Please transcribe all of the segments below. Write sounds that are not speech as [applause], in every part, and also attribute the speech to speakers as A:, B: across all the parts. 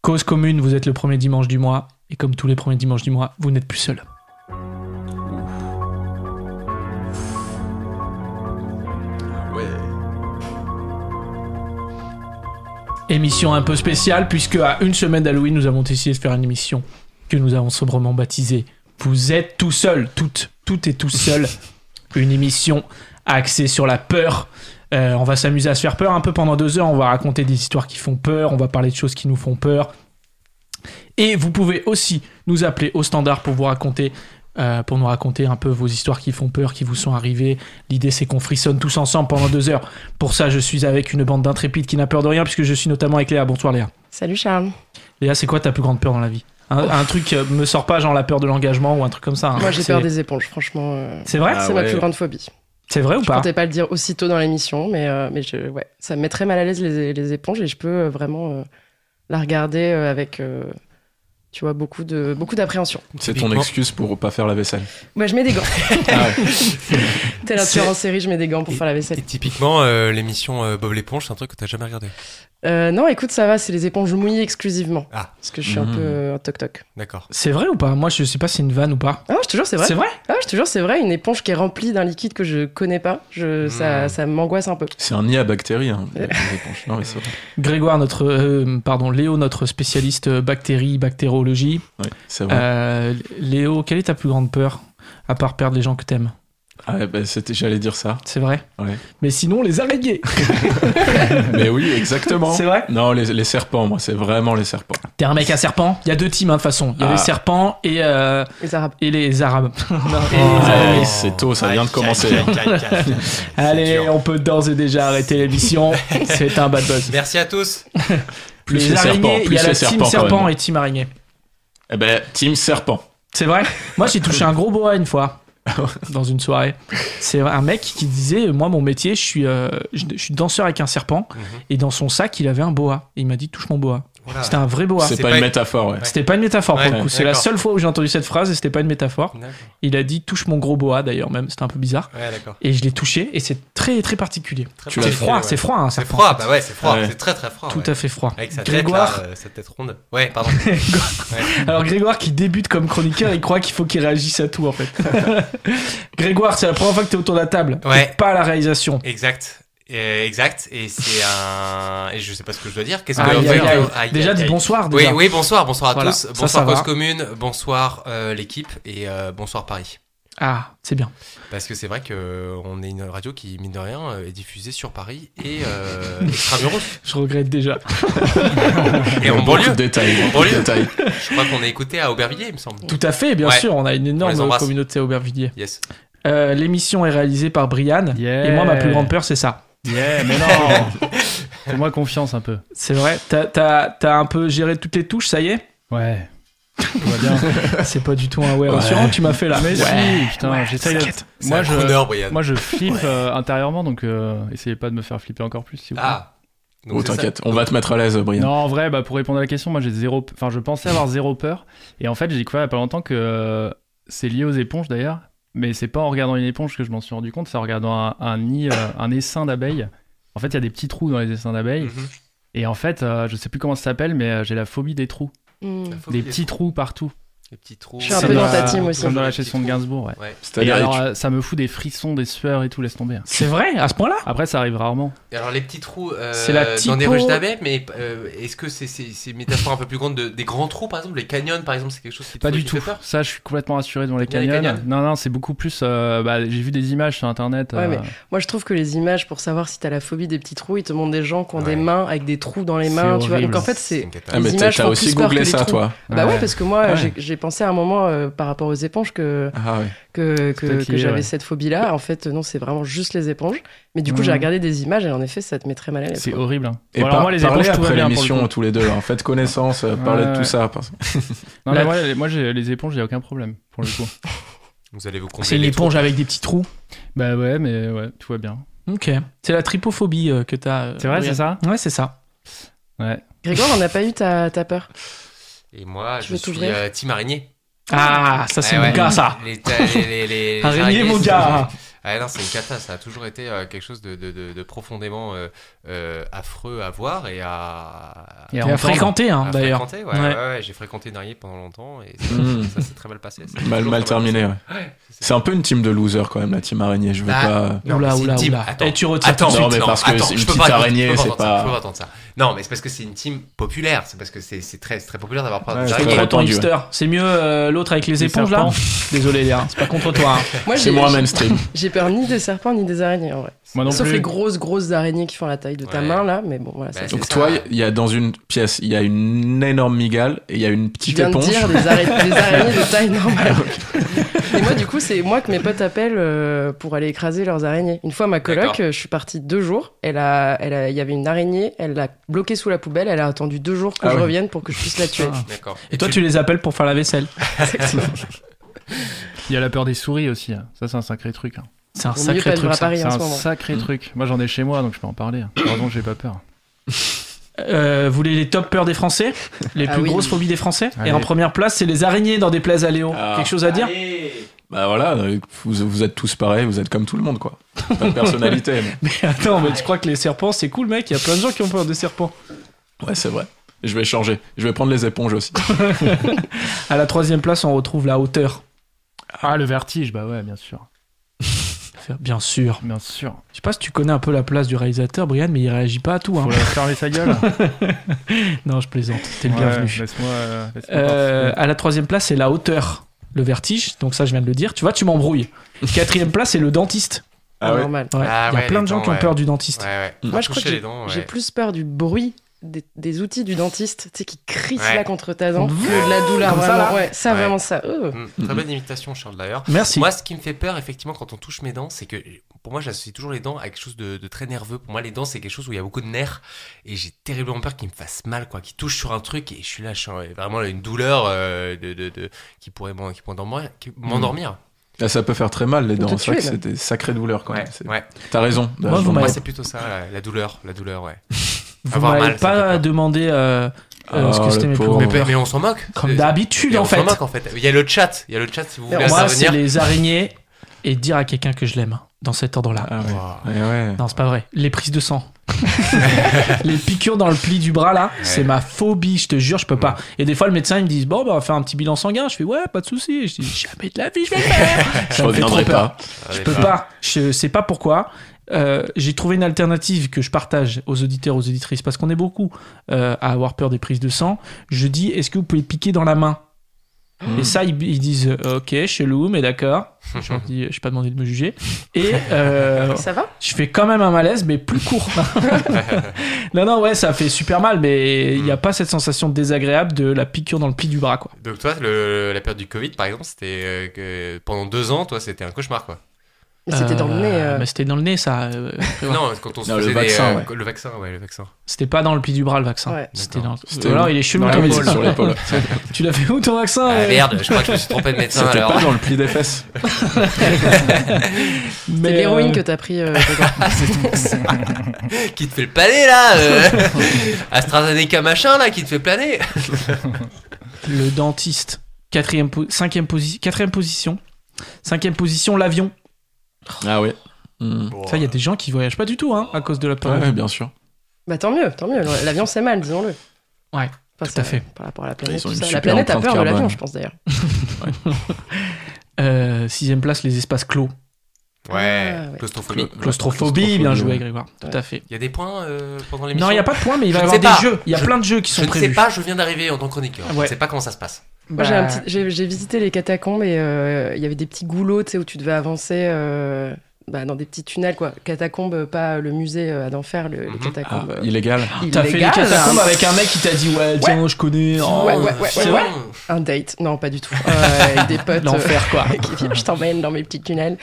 A: Cause commune, vous êtes le premier dimanche du mois. Et comme tous les premiers dimanches du mois, vous n'êtes plus seul.
B: Ouais.
A: Émission un peu spéciale, puisque à une semaine d'Halloween, nous avons décidé de faire une émission que nous avons sobrement baptisée Vous êtes tout seul, toutes, toutes et tout seul. une émission axée sur la peur. Euh, on va s'amuser à se faire peur un peu pendant deux heures. On va raconter des histoires qui font peur. On va parler de choses qui nous font peur. Et vous pouvez aussi nous appeler au standard pour vous raconter, euh, pour nous raconter un peu vos histoires qui font peur, qui vous sont arrivées. L'idée, c'est qu'on frissonne tous ensemble pendant deux heures. Pour ça, je suis avec une bande d'intrépides qui n'a peur de rien, puisque je suis notamment avec Léa. Bonsoir Léa.
C: Salut Charles.
A: Léa, c'est quoi ta plus grande peur dans la vie un, un truc euh, me sort pas, genre la peur de l'engagement ou un truc comme ça. hein.
C: Moi j'ai
A: C'est-
C: peur des éponges, franchement. euh,
A: C'est vrai
B: Ah
C: c'est ma
B: ouais.
C: plus grande phobie.
A: C'est vrai ou
C: Je
A: pas
C: comptais pas le dire aussitôt dans l'émission, mais, euh, mais je, ouais, ça me met très mal à l'aise les, les éponges et je peux euh, vraiment euh, la regarder euh, avec, euh, tu vois, beaucoup de beaucoup d'appréhension.
B: C'est ton excuse pour pas faire la vaisselle.
C: Moi je mets des gants.
B: Ah ouais.
C: Tel un
D: C'est-
C: tueur en série, je mets des gants pour faire la vaisselle.
D: Et typiquement, euh, l'émission euh, Bob l'éponge, c'est un truc que t'as jamais regardé.
C: Euh, non, écoute, ça va, c'est les éponges mouillées exclusivement.
D: Ah.
C: Parce que je suis un
B: Mhm.
C: peu euh, toc toc.
D: D'accord.
A: C'est vrai ou pas Moi, je sais pas si c'est une vanne ou pas.
C: Ah, je te jure, c'est vrai.
A: C'est vrai
C: Ah, je te jure, c'est vrai. Une éponge qui est remplie d'un liquide que je connais pas, je, ça,
D: Mhm.
C: ça m'angoisse un peu.
B: C'est un nid à bactéries. hein, les éponges. Non, mais c'est vrai.
A: Grégoire, notre. euh, pardon, Léo, notre spécialiste euh, bactéries, bactérologie.
B: Ouais, c'est vrai.
A: Euh, Léo, quelle est ta plus grande peur À part perdre les gens que t'aimes.
B: Ah, ouais, bah, c'était- J'allais dire ça.
A: C'est vrai
B: Ouais.
A: Mais sinon, les
B: [laughs]
A: araignées
B: Mais oui, exactement.
A: C'est vrai
B: Non, les, les serpents, moi, c'est vraiment les serpents.
A: T'es un mec à serpent Il y a deux teams, hein, de toute façon. Il y a
B: Ah.
A: les serpents et, euh,
C: Les arabes.
A: et les
B: [laughs]
A: arabes. Non, Ah, et les
D: Oh.
A: araignées.
B: Ouais, c'est tôt, ça vient de commencer.
A: [laughs] Allez,
D: dur.
A: on peut d'ores et déjà arrêter [laughs] l'émission. c'est un bad buzz.
D: Merci à tous.
B: Plus
A: les
B: les
A: araignées,
B: serpents,
A: il y
B: plus
A: a la
B: les
A: team
B: serpents, quand
A: serpent
B: même.
A: et team araignée.
B: Eh ben, team serpent.
A: C'est vrai Moi, j'ai touché un gros boa une
B: [laughs]
A: fois. Dans une soirée, c'est un mec qui disait euh, Moi, mon métier, je suis, euh, je, je suis danseur avec un serpent.
B: Mhm.
A: Et dans son sac, il avait un boa. Et il m'a dit Touche mon boa.
D: Voilà.
A: C'était un vrai boa.
B: Ah. C'est
D: C'est
B: pas
D: pas-
B: une métaphore, ouais.
A: C'était pas une métaphore pour
D: Ouais,
A: le coup. C'est la
D: d'accord.
A: seule fois où j'ai entendu cette phrase et c'était pas une métaphore.
D: D'accord.
A: Il a dit touche mon gros boa d'ailleurs même, c'était un peu bizarre.
D: Ouais, d'accord.
A: Et je l'ai touché et c'est très très particulier.
D: Très
A: C'est
B: Tu l'as
D: particulier,
A: froid,
D: ouais.
A: c'est froid hein, un
D: C'est
A: serpent.
D: froid, bah ouais, c'est froid.
B: Ouais.
D: C'est très très froid.
A: Tout
D: ouais.
A: à fait froid.
D: Avec sa tête,
A: Grégoire,
D: là, euh, sa tête ronde. Ouais, pardon. [laughs]
A: [laughs] alors Grégoire qui débute comme chroniqueur, il croit qu'il faut qu'il réagisse à tout en fait. [laughs] Grégoire, c'est la première fois que t'es autour de la table.
D: Ouais.
A: T'es Pas à la réalisation.
D: Exact. Euh, exact. Et c'est un. Et je sais pas ce que je dois dire. Qu'est-ce que Ah,
A: Aïe,
D: Enfin,
A: aïe, aïe.
D: aïe,
A: Déjà
D: aïe,
A: dis
D: aïe.
A: bonsoir.
D: Oui,
A: Déjà.
D: oui, bonsoir, bonsoir à
A: Voilà.
D: tous.
A: Ça,
D: Bonsoir
A: ça va.
D: Cause Commune, bonsoir euh, l'équipe et euh, bonsoir Paris.
A: Ah, c'est bien.
D: Parce que c'est vrai que euh, on est une radio qui, mine de rien, euh, est diffusée sur Paris et euh, extramuros.
A: Je regrette déjà.
D: [laughs] et en
B: Beaucoup de
D: banlieue.
B: détails.
D: En
B: beaucoup de
D: banlieue.
B: détails.
D: Je crois qu'on est écouté à Aubervilliers, il me semble.
A: Tout à fait, bien
D: Ouais.
A: sûr, on a une
D: les
A: énorme
D: embrasse.
A: communauté à Aubervilliers.
D: Yes.
A: Euh, L'émission est réalisée par Brian.
E: Yeah.
A: Et moi, ma plus grande peur, c'est ça.
E: Yeah, mais non [laughs] Fais-moi confiance un peu.
A: C'est vrai. T'as- T'as t'as un peu géré toutes les touches, ça y est
E: [laughs] Ouais. Tout va bien.
A: C'est pas du tout un ouais,
B: Ouais.
A: rassurant, tu m'as fait là.
E: Mais si, putain,
A: ouais,
E: j'essaye de-
A: t'inquiète.
D: C'est
E: Moi,
D: un
E: je-
D: crooner, Brian.
E: Moi, je flippe euh, intérieurement, donc euh, essayez pas de me faire flipper encore plus, si vous plaît.
D: Ah. Donc
B: Oh,
D: c'est ça.
B: t'inquiète, on va te mettre à l'aise, Brian.
E: Non, en vrai, bah, pour répondre à la question, moi j'ai zéro. pe- Enfin, je pensais avoir zéro peur. Et en fait, j'ai découvert il y a pas longtemps que euh, c'est lié aux éponges d'ailleurs. Mais c'est pas en regardant une éponge que je m'en suis rendu compte, c'est en regardant un, un nid, euh, un essaim d'abeilles. En fait, il y a des petits trous dans les essaims d'abeilles.
D: Mhm.
E: Et en fait, euh, je sais plus comment ça s'appelle, mais euh, j'ai la phobie des trous.
C: Mhm.
D: La phobie
E: Des petits trous partout.
D: Les petits trous.
C: Je suis un
E: Ça
C: peu
E: doit-
C: dans ta team aussi.
E: Comme dans la
D: Les petits
E: chanson de
D: trous.
E: Gainsbourg, ouais.
D: Ouais.
E: Et
B: C'est-à-dire,
E: alors,
B: tu-
E: euh, ça me fout des frissons, des sueurs et tout, laisse tomber.
A: C'est vrai, à ce point-là
E: Après, ça arrive rarement.
D: Et alors les petits trous euh,
A: C'est la
D: dans des
A: typo.
D: ruches d'abeilles, mais euh, est-ce que c'est c'est- c'est une métaphore un peu plus grande de- des grands trous par exemple, les canyons par exemple, c'est quelque chose qui te
E: Pas
D: fait-
E: du
D: qui te
E: tout.
D: fait peur
E: Ça, je suis complètement rassuré devant les
D: Bien les
E: canyons.
D: canyons.
E: Non, non, c'est beaucoup plus. euh, bah, J'ai vu des images sur internet.
C: Ouais,
E: euh,
C: mais Moi, je trouve que les images, pour savoir si t'as la phobie des petits trous, ils te montrent des gens qui ont
D: Ouais.
C: des mains avec des trous dans les
E: C'est
C: mains, tu vois.
E: horrible.
C: Donc en fait,
D: C'est
C: c'est.
D: une catastrophe.
B: Ah, mais
C: les
B: t'as
C: images
B: t'as
C: font
B: aussi
C: plus peur que les
B: googlé ça,
C: trous.
B: toi.
C: Bah ouais, parce que moi,
B: Ouais.
C: j'ai- j'ai pensé à un moment euh, par rapport aux éponges que,
B: Ah ouais.
C: que, que,
E: peut-être
C: que
E: lié,
C: j'avais
E: ouais.
C: cette phobie-là. En fait, non, c'est vraiment juste les éponges. Mais du coup,
E: Mhm.
C: j'ai regardé des images et en effet, ça te met très mal à l'aise.
E: C'est
C: quoi.
E: horrible. hein.
B: Et
E: Bon, alors
B: par-
E: moi, les
B: parlez
E: éponges, tout va
B: après
E: bien pour le
B: l'émission,
E: coup.
B: tous les deux. En fait, connaissance, euh, parlez de
E: Ouais,
B: tout
E: ouais.
B: ça. parce-
E: Non,
A: La-
E: mais moi, les, moi, j'ai- les éponges, il n'y a aucun problème, pour le coup.
D: Vous allez vous combler
A: C'est une
D: les trous.
A: éponge avec des petits trous.
E: [laughs] bah ouais, mais ouais, tout va bien.
A: Ok. C'est la tripophobie euh, que t'as. euh,
E: C'est vrai,
A: Brian.
E: c'est ça
A: Ouais, c'est ça.
E: Ouais.
C: Grégoire, on n'a pas eu ta, ta peur.
D: Et moi,
C: Tu
D: je
C: veux
D: suis
C: t'ouvrir
D: euh, team araignée.
A: Ah, ça c'est
D: Eh
A: mon
D: ouais.
A: gars, ça.
D: Les, ta- les, les, les
A: Araignée,
D: araignées,
A: mon
D: c'est-
A: gars.
D: Ah non, c'est une cata, ça a toujours été euh, quelque chose de, de- de- de profondément euh, euh, affreux à voir et à.
E: Et
A: Et
E: à
A: à
E: entendre.
A: fréquenter, hein,
D: à
A: d'ailleurs.
D: fréquenter, Ouais,
A: Ouais.
D: ouais. ouais, j'ai fréquenté Narié pendant longtemps et ça-
B: Mm.
D: ça s'est très mal passé. ça s'est
B: Mal,
D: toujours
B: mal
D: très passé.
B: terminé, ouais. C'est un peu une team de losers quand même, la team araignée. Je veux
D: Bah,
B: pas.
D: Non,
A: Oula,
D: mais c'est
A: oula,
D: une team.
A: oula.
D: Attends.
A: Et tu retires
D: Attends,
A: tout de
B: non,
A: suite.
B: mais
D: non,
B: parce que
D: attends,
B: c'est une
D: je peux
B: petite
D: pas raconter-
B: araignée,
D: je peux
B: c'est
D: raconter ça,
B: pas-
D: je peux raconter ça. Non, mais c'est parce que c'est une team populaire. C'est parce que c'est c'est très, c'est très populaire d'avoir parlé
B: Ouais,
D: de
B: c'est
A: Contre
D: Jarry.
B: vrai.
A: ton
B: répandu,
A: hipster. C'est mieux euh, l'autre avec les
E: Les
A: éponges là Désolé, Léa, c'est pas contre toi. hein.
E: [laughs]
C: Moi,
B: C'est
C: j'ai
B: moins mainstream.
C: j'ai peur ni des serpents ni des araignées en vrai.
E: Moi non
C: Sauf
E: plus.
C: les grosses grosses araignées qui font la taille de ta
D: Ouais.
C: main là, mais bon voilà.
D: Bah,
C: c'est-
D: c'est
B: Donc
D: ça.
B: toi, il y a dans une pièce, il y a une énorme migale et il y a une
C: Tu
B: petite
C: viens de
B: éponge.
C: dire des, ara- des araignées
A: [laughs]
C: de taille normale. Et moi, du coup, c'est moi que mes potes appellent euh, pour aller écraser leurs araignées. Une fois, ma coloc,
D: D'accord.
C: euh, je suis partie deux jours. Elle a, elle a- il y avait une araignée. Elle l'a bloquée sous la poubelle. Elle a attendu deux jours que
B: Ah
C: je
B: ouais.
C: revienne pour que je puisse la tuer.
A: Ah.
D: D'accord.
A: Et toi, tu les appelles pour faire la vaisselle.
C: Exactement.
E: Il y a la peur des souris aussi. hein. Ça, c'est un sacré truc. hein.
A: C'est un
C: Vaut mieux
A: sacré
C: pas être
A: truc.
C: à
A: ça.
C: Paris
E: C'est
C: en
E: un
C: ce moment.
B: Mm.
E: sacré truc. Moi, j'en ai chez moi, donc je peux en parler. hein. Pardon, j'ai pas peur.
A: Euh, vous voulez les top peurs des Français Les
C: Ah
A: plus
C: oui.
A: grosses phobies des Français Et
E: Allez.
A: en première place, c'est les araignées dans des plaies à Léo.
B: Ah.
A: Quelque chose à dire
B: Bah voilà, vous, vous êtes tous pareils, vous êtes comme tout le monde quoi. Pas de personnalité. mais-
A: [laughs] Mais attends, mais tu crois que les serpents, c'est cool, mec Il y a plein de gens qui ont peur des serpents.
B: Ouais, c'est vrai. Je vais changer. Je vais prendre les éponges aussi.
A: À la troisième place, on retrouve la hauteur.
E: Ah, le vertige, bah ouais, bien sûr.
A: Bien sûr.
E: Bien sûr.
A: Je sais pas si tu connais un peu la place du réalisateur, Brian, mais il réagit pas à tout. Hein.
E: Faut la fermer sa gueule.
A: [laughs] Non, je plaisante. T'es le
E: Ouais,
A: bienvenu.
E: Laisse-moi. euh, laisse-moi
A: Euh,
E: participer.
A: à la troisième place, c'est la hauteur, le vertige. Donc ça, je viens de le dire. Tu vois, tu m'embrouilles. Quatrième place, c'est le dentiste.
B: Ah ouais.
C: Normal.
A: Ouais.
D: Ah
A: Il y a
D: ouais,
A: plein
D: les
A: de gens
D: dents,
A: qui ont
D: ouais.
A: peur du dentiste.
D: Ouais, ouais.
C: Moi, je crois
D: Toucher
C: que
D: les
C: j'ai
D: dents,
C: j'ai
D: ouais.
C: plus peur du bruit des, des outils du dentiste, tu sais, qui crissent
D: Ouais.
C: là contre ta dent, que
A: Mmh.
C: de la douleur.
A: Comme ça,
C: vraiment.
A: là.
C: ouais, ça,
D: Ouais.
C: vraiment, ça. euh.
D: Mm. Très bonne imitation, Charles, d'ailleurs.
A: Merci.
D: Moi, ce qui me fait peur, effectivement, quand on touche mes dents, c'est que pour moi, j'associe toujours les dents à quelque chose de, de très nerveux. Pour moi, les dents, c'est quelque chose où il y a beaucoup de nerfs et j'ai terriblement peur qu'ils me fassent mal, quoi, qu'ils touchent sur un truc et je suis là, je suis euh, vraiment là, une douleur euh, de, de- de- qui pourrait m'en- qui pourrait endormir- qui- m'endormir.
B: Là, ça peut faire très mal les
C: Ou te
B: dents. C'est vrai que
C: tuer,
B: c'est des sacrées douleurs quand
D: Ouais,
B: même. C'est-
D: ouais.
B: T'as raison. Bah,
A: Moi,
B: Dage,
A: vous
B: dans le
A: m'avez-
D: Moi,
B: monde.
D: c'est plutôt ça, la, la douleur, la douleur, ouais.
A: Vous
D: avoir
A: m'avez
D: mal, ça fait
A: pas
D: peur.
A: demandé euh, euh, ce
B: Oh,
A: que c'était
B: le
A: mes plus
B: pauvre.
A: grandes
D: Mais,
A: peurs.
D: mais on s'en moque.
A: Comme
D: C'est-
A: d'habitude,
D: mais
A: en
D: on s'en
A: fait.
D: moque, en fait. Il y a le chat, il y a le chat si vous voulez
A: Moi, c'est
D: intervenir.
A: les araignées et dire à quelqu'un que je l'aime hein, dans cet ordre-là.
B: Ah ouais.
D: Wow.
B: Ouais, ouais.
A: Non, c'est pas vrai. Les prises de
D: [laughs]
A: sang. les piqûres dans le pli du bras là, c'est ma phobie, je te jure, je peux pas. Et des fois le médecin il me dit bon bah on va faire un petit bilan sanguin, je fais ouais pas de souci, je dis jamais de la vie je vais le
D: [laughs]
A: faire.
B: Je
A: Ça me fait
B: reviendrai
A: trop peur.
B: pas.
A: Je
D: bah.
A: peux pas, je sais pas pourquoi. Euh, j'ai trouvé une alternative que je partage aux auditeurs, aux auditrices, parce qu'on est beaucoup euh, à avoir peur des prises de sang. Je dis, est-ce que vous pouvez piquer dans la main
B: Mm.
D: Hmm.
A: Et ça, ils, ils disent, euh, ok, chelou, mais
D: [laughs]
A: d'accord. Je leur dis, je suis pas demandé de me juger. Et
C: [laughs]
A: euh,
C: Ça va
A: je fais quand même un malaise, mais plus
D: [laughs]
A: court. non, non, ouais, ça fait super mal, mais il n'y
D: Hmm.
A: a pas cette sensation désagréable de la piqûre dans le pli du bras, quoi.
D: Donc toi, le- la période du Covid, par exemple, c'était euh, que pendant deux ans, toi, c'était un cauchemar, quoi.
C: Mais c'était dans le
A: Euh,
C: nez. euh.
A: mais c'était dans le nez, ça. euh, après, ouais.
D: Non, quand on se
B: Non, le
D: faisait des,
B: vaccin,
D: euh,
B: ouais.
D: le vaccin, ouais, le vaccin.
A: C'était pas dans le pli du bras le vaccin.
C: Ouais.
A: C'était dans.
D: D'accord.
B: C'était
A: Ou alors il est chelou
E: dans
A: ton
E: l'épaule.
A: vaccin.
B: Sur l'épaule.
A: Tu l'as fait où ton vaccin
D: Ah,
A: euh
D: merde, je crois que je me
B: [laughs]
D: suis trompé de médecin.
B: C'était
D: alors.
B: pas dans le pli des fesses.
A: Mais
C: C'est l'héroïne que
A: euh,
C: t'as pris. euh, Grégoire.
A: [laughs]
D: Qui te fait le planer là euh, [laughs] AstraZeneca machin là, qui te fait planer
A: le dentiste. Quatrième, po- cinquième position, quatrième position, cinquième position, l'avion.
B: Ah oui. Mm.
D: Oh.
A: Ça, il y a des gens qui voyagent pas du tout, hein, à cause de la
B: Ouais,
A: peur.
B: ouais, bien sûr.
C: bah tant mieux, tant mieux. L'avion c'est mal, disons-le.
A: Ouais,
C: Enfin,
A: tout à
C: ça-
A: fait.
C: Par rapport à la planète,
B: Ils
C: tout
B: ont une
C: ça. la
B: super
C: planète a
B: empreinte
C: peur de l'avion,
B: carbone.
C: je pense d'ailleurs.
A: Euh, sixième place, les espaces clos.
D: Ouais,
A: euh,
C: Ah, ouais.
D: claustrophobie.
A: Claustrophobie, bien joué, Grégoire. Tout
C: Ouais.
A: à fait.
D: Il y a des points euh, pendant l'émission
A: Non, il n'y a pas de point, mais il va y
D: Je ne
A: avoir des
D: sais pas.
A: jeux. Il y a
D: Je-
A: plein de jeux qui
D: Je
A: sont
D: ne sais
A: prévus.
D: pas, je viens d'arriver en tant que chroniqueur. Je
A: Ouais.
D: ne sais pas comment ça se passe.
C: Moi, j'ai
A: Bah,
C: un petit- j'ai j'ai visité les catacombes et euh, il y avait des petits goulots, tu sais, où tu devais avancer euh, bah, dans des petits tunnels, quoi. Catacombes, pas le musée euh, à d'enfer, le- les
D: Mhm.
B: Ah,
C: catacombes. euh,
B: illégal.
A: T'as fait les
C: illégales,
A: catacombes
C: hein.
A: avec un mec qui t'a dit ouais tiens je connais oh,
C: Ouais, ouais, ouais, ouais,
A: c'est
C: ouais.
A: vrai
D: euh,
C: Un date, non, pas du tout. Euh, avec
A: [laughs]
C: des potes. euh,
A: l'enfer quoi
C: [laughs] qui dit, je t'emmène dans mes petits tunnels.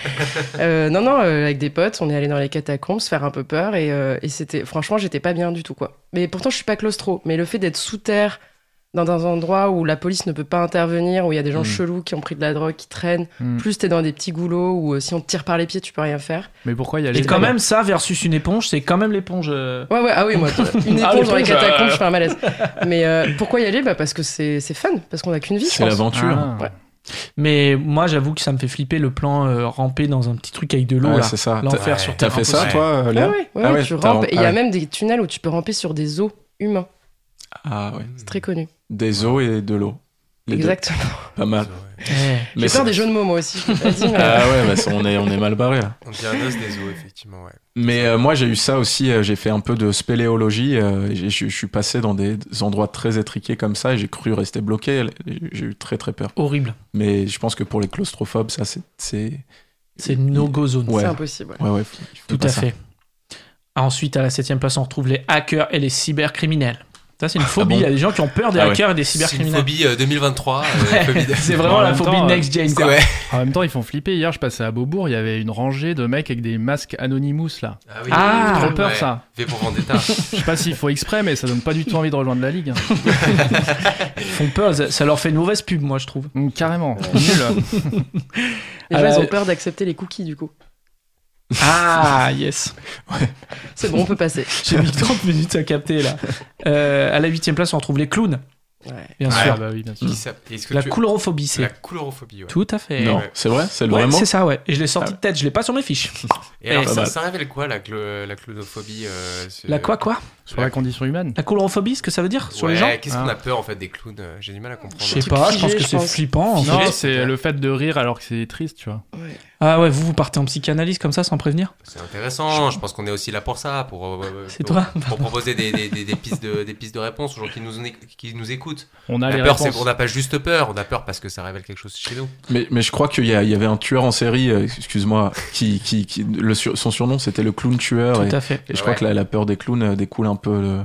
C: Euh, non, non, euh, avec des potes, on est allé dans les catacombes, se faire un peu peur, et, euh, et c'était, franchement, j'étais pas bien du tout, quoi. Mais pourtant, je suis pas claustro, mais le fait d'être sous terre, dans un endroit où la police ne peut pas intervenir, où il y a des gens
B: Mm.
C: chelous qui ont pris de la drogue, qui traînent,
B: Hmm.
E: Mm.
C: plus t'es dans des petits goulots, où euh, si on te tire par les pieds, tu peux rien faire.
E: Mais pourquoi
C: euh,
E: y aller
A: et quand même ça versus une éponge c'est quand même l'éponge euh,
C: Ouais, ouais, ah
B: [laughs]
C: oui, moi, une éponge
A: Ah,
C: dans les
A: l'éponge,
C: catacombes,
A: euh.
C: je fais un malaise. Mais euh, pourquoi y aller bah, Parce que c'est c'est fun, parce qu'on a qu'une vie, je
B: C'est
C: pense.
B: l'aventure.
E: Ah.
C: Ouais.
A: Mais moi, j'avoue que ça me fait flipper le plan euh, ramper dans un petit truc avec de l'eau.
B: Ouais,
A: là.
B: c'est ça. T'as-
A: L'enfer
D: Ouais.
A: sur
B: T'as
A: terre.
B: fait ça,
A: impossible.
B: toi,
C: Ah
B: Léa
C: ouais, ouais,
B: Ah
C: ouais,
B: ouais,
C: tu
B: t'as
C: rampes.
B: rampé-
C: Et il y
B: ah
C: a
B: ouais.
C: même des tunnels où tu peux ramper sur des os humains.
B: Ah ouais.
D: hmm,
C: C'est très connu.
B: Des eaux et de l'eau. Les deux.
C: Exactement.
B: Pas mal.
A: Ouais.
C: J'ai peur
B: c'est-
C: des jeux de mots, moi aussi. je l'ai pas
A: [laughs]
C: dit, mais-
B: Ah ouais, bah, c'est- on, est, on est mal barré là.
D: On dit un os des os, effectivement, ouais.
B: Mais euh, moi, j'ai eu ça aussi. euh, j'ai fait un peu de spéléologie. euh, et j'ai- je je suis passé dans des endroits très étriqués comme ça et j'ai cru rester bloqué. J'ai eu très très peur.
A: Horrible.
B: Mais je pense que pour les claustrophobes, ça, c'est. c'est-
A: C'est no-go zone.
B: Ouais.
C: C'est impossible. ouais.
B: Ouais, ouais. faut- faut
A: Tout
B: pas
A: à
B: ça.
A: fait. Ensuite, à la septième place, on retrouve les hackers et les cybercriminels. Ça, c'est une phobie.
B: Ah
A: Il
B: bon
A: y a des gens qui ont peur des
B: Ah ouais.
A: hackers et des
D: C'est une
A: cybercriminels.
D: phobie euh, 2023. euh,
A: [laughs]
D: phobie de-
A: C'est
E: En
A: vraiment la
E: même
A: phobie
E: temps, euh,
A: next gen.
D: C'est
A: Quoi.
D: ouais.
E: En même temps, ils font flipper. Hier, je passais à Beaubourg, il y avait une rangée de mecs avec des masques Anonymous là.
D: Ah oui,
A: Ah,
E: Trop
D: ouais.
E: peur ça.
D: V pour
A: [laughs]
D: Vendetta.
E: Je sais pas s'il faut exprès, mais ça donne pas du tout envie de rejoindre la ligue. hein.
A: Ils font peur. Ça ça leur fait une mauvaise pub, moi, je trouve.
E: Donc,
D: [laughs]
E: Carrément. Nul.
C: Les
A: Ah
C: gens,
A: bah,
C: ils ont peur d'accepter les cookies, du coup.
A: [laughs] Ah, yes.
C: C'est bon, on peut passer.
A: J'ai mis 30 minutes à capter, là. Euh, à la huitième place, on retrouve les clowns,
C: Ouais.
A: bien
D: Ouais,
A: sûr.
E: Ah bah oui, bien sûr.
D: Qui ça- Est-ce que
A: La
D: tu-
A: coulrophobie, c'est.
D: la coulrophobie, ouais.
A: Tout à fait.
B: Non,
A: Ouais,
B: c'est vrai C'est le
A: Ouais,
B: vrai mot
A: c'est ça, ouais. Et je l'ai sorti
B: Ah
A: de tête, je l'ai pas sur mes fiches.
D: Et alors,
A: Eh,
B: pas
D: ça,
B: mal.
D: ça révèle quoi, la, clo- la clonophobie euh, c'est-
A: La quoi, quoi
E: Sur la condition humaine.
A: La coulrophobie, ce que ça veut dire sur les
D: Ouais,
A: gens
D: Qu'est-ce qu'on
E: Ah.
D: a peur, en fait, des clowns euh, J'ai du mal à comprendre.
A: Je sais
C: truc
A: pas, je
C: figé,
A: pense que
C: je
A: c'est
C: pense.
A: flippant. en fait.
E: Non,
D: Figé,
E: c'est
D: peut-être.
E: le fait de rire alors que c'est triste, tu vois.
C: Ouais.
A: Ah ouais, vous, vous partez en psychanalyse comme ça sans prévenir
D: C'est intéressant, je pense qu'on est aussi là pour ça, pour, euh,
A: C'est
D: pour,
A: toi
D: pour proposer des, des, des, des pistes de, des pistes de réponse aux gens qui nous, en éc- qui nous écoutent.
E: On a
A: Ah,
D: la
E: les
D: peur, c'est
E: réponses.
D: qu'on n'a pas juste peur, on a peur parce que ça révèle quelque chose chez nous.
B: mais, mais je crois qu'il y, a- il y avait un tueur en série, euh, excuse-moi, qui, qui, qui- le sur- son surnom c'était le clown tueur. Et,
A: Tout à fait.
B: et je crois
D: Ouais.
B: que la, la peur des clowns euh, découle un peu, le-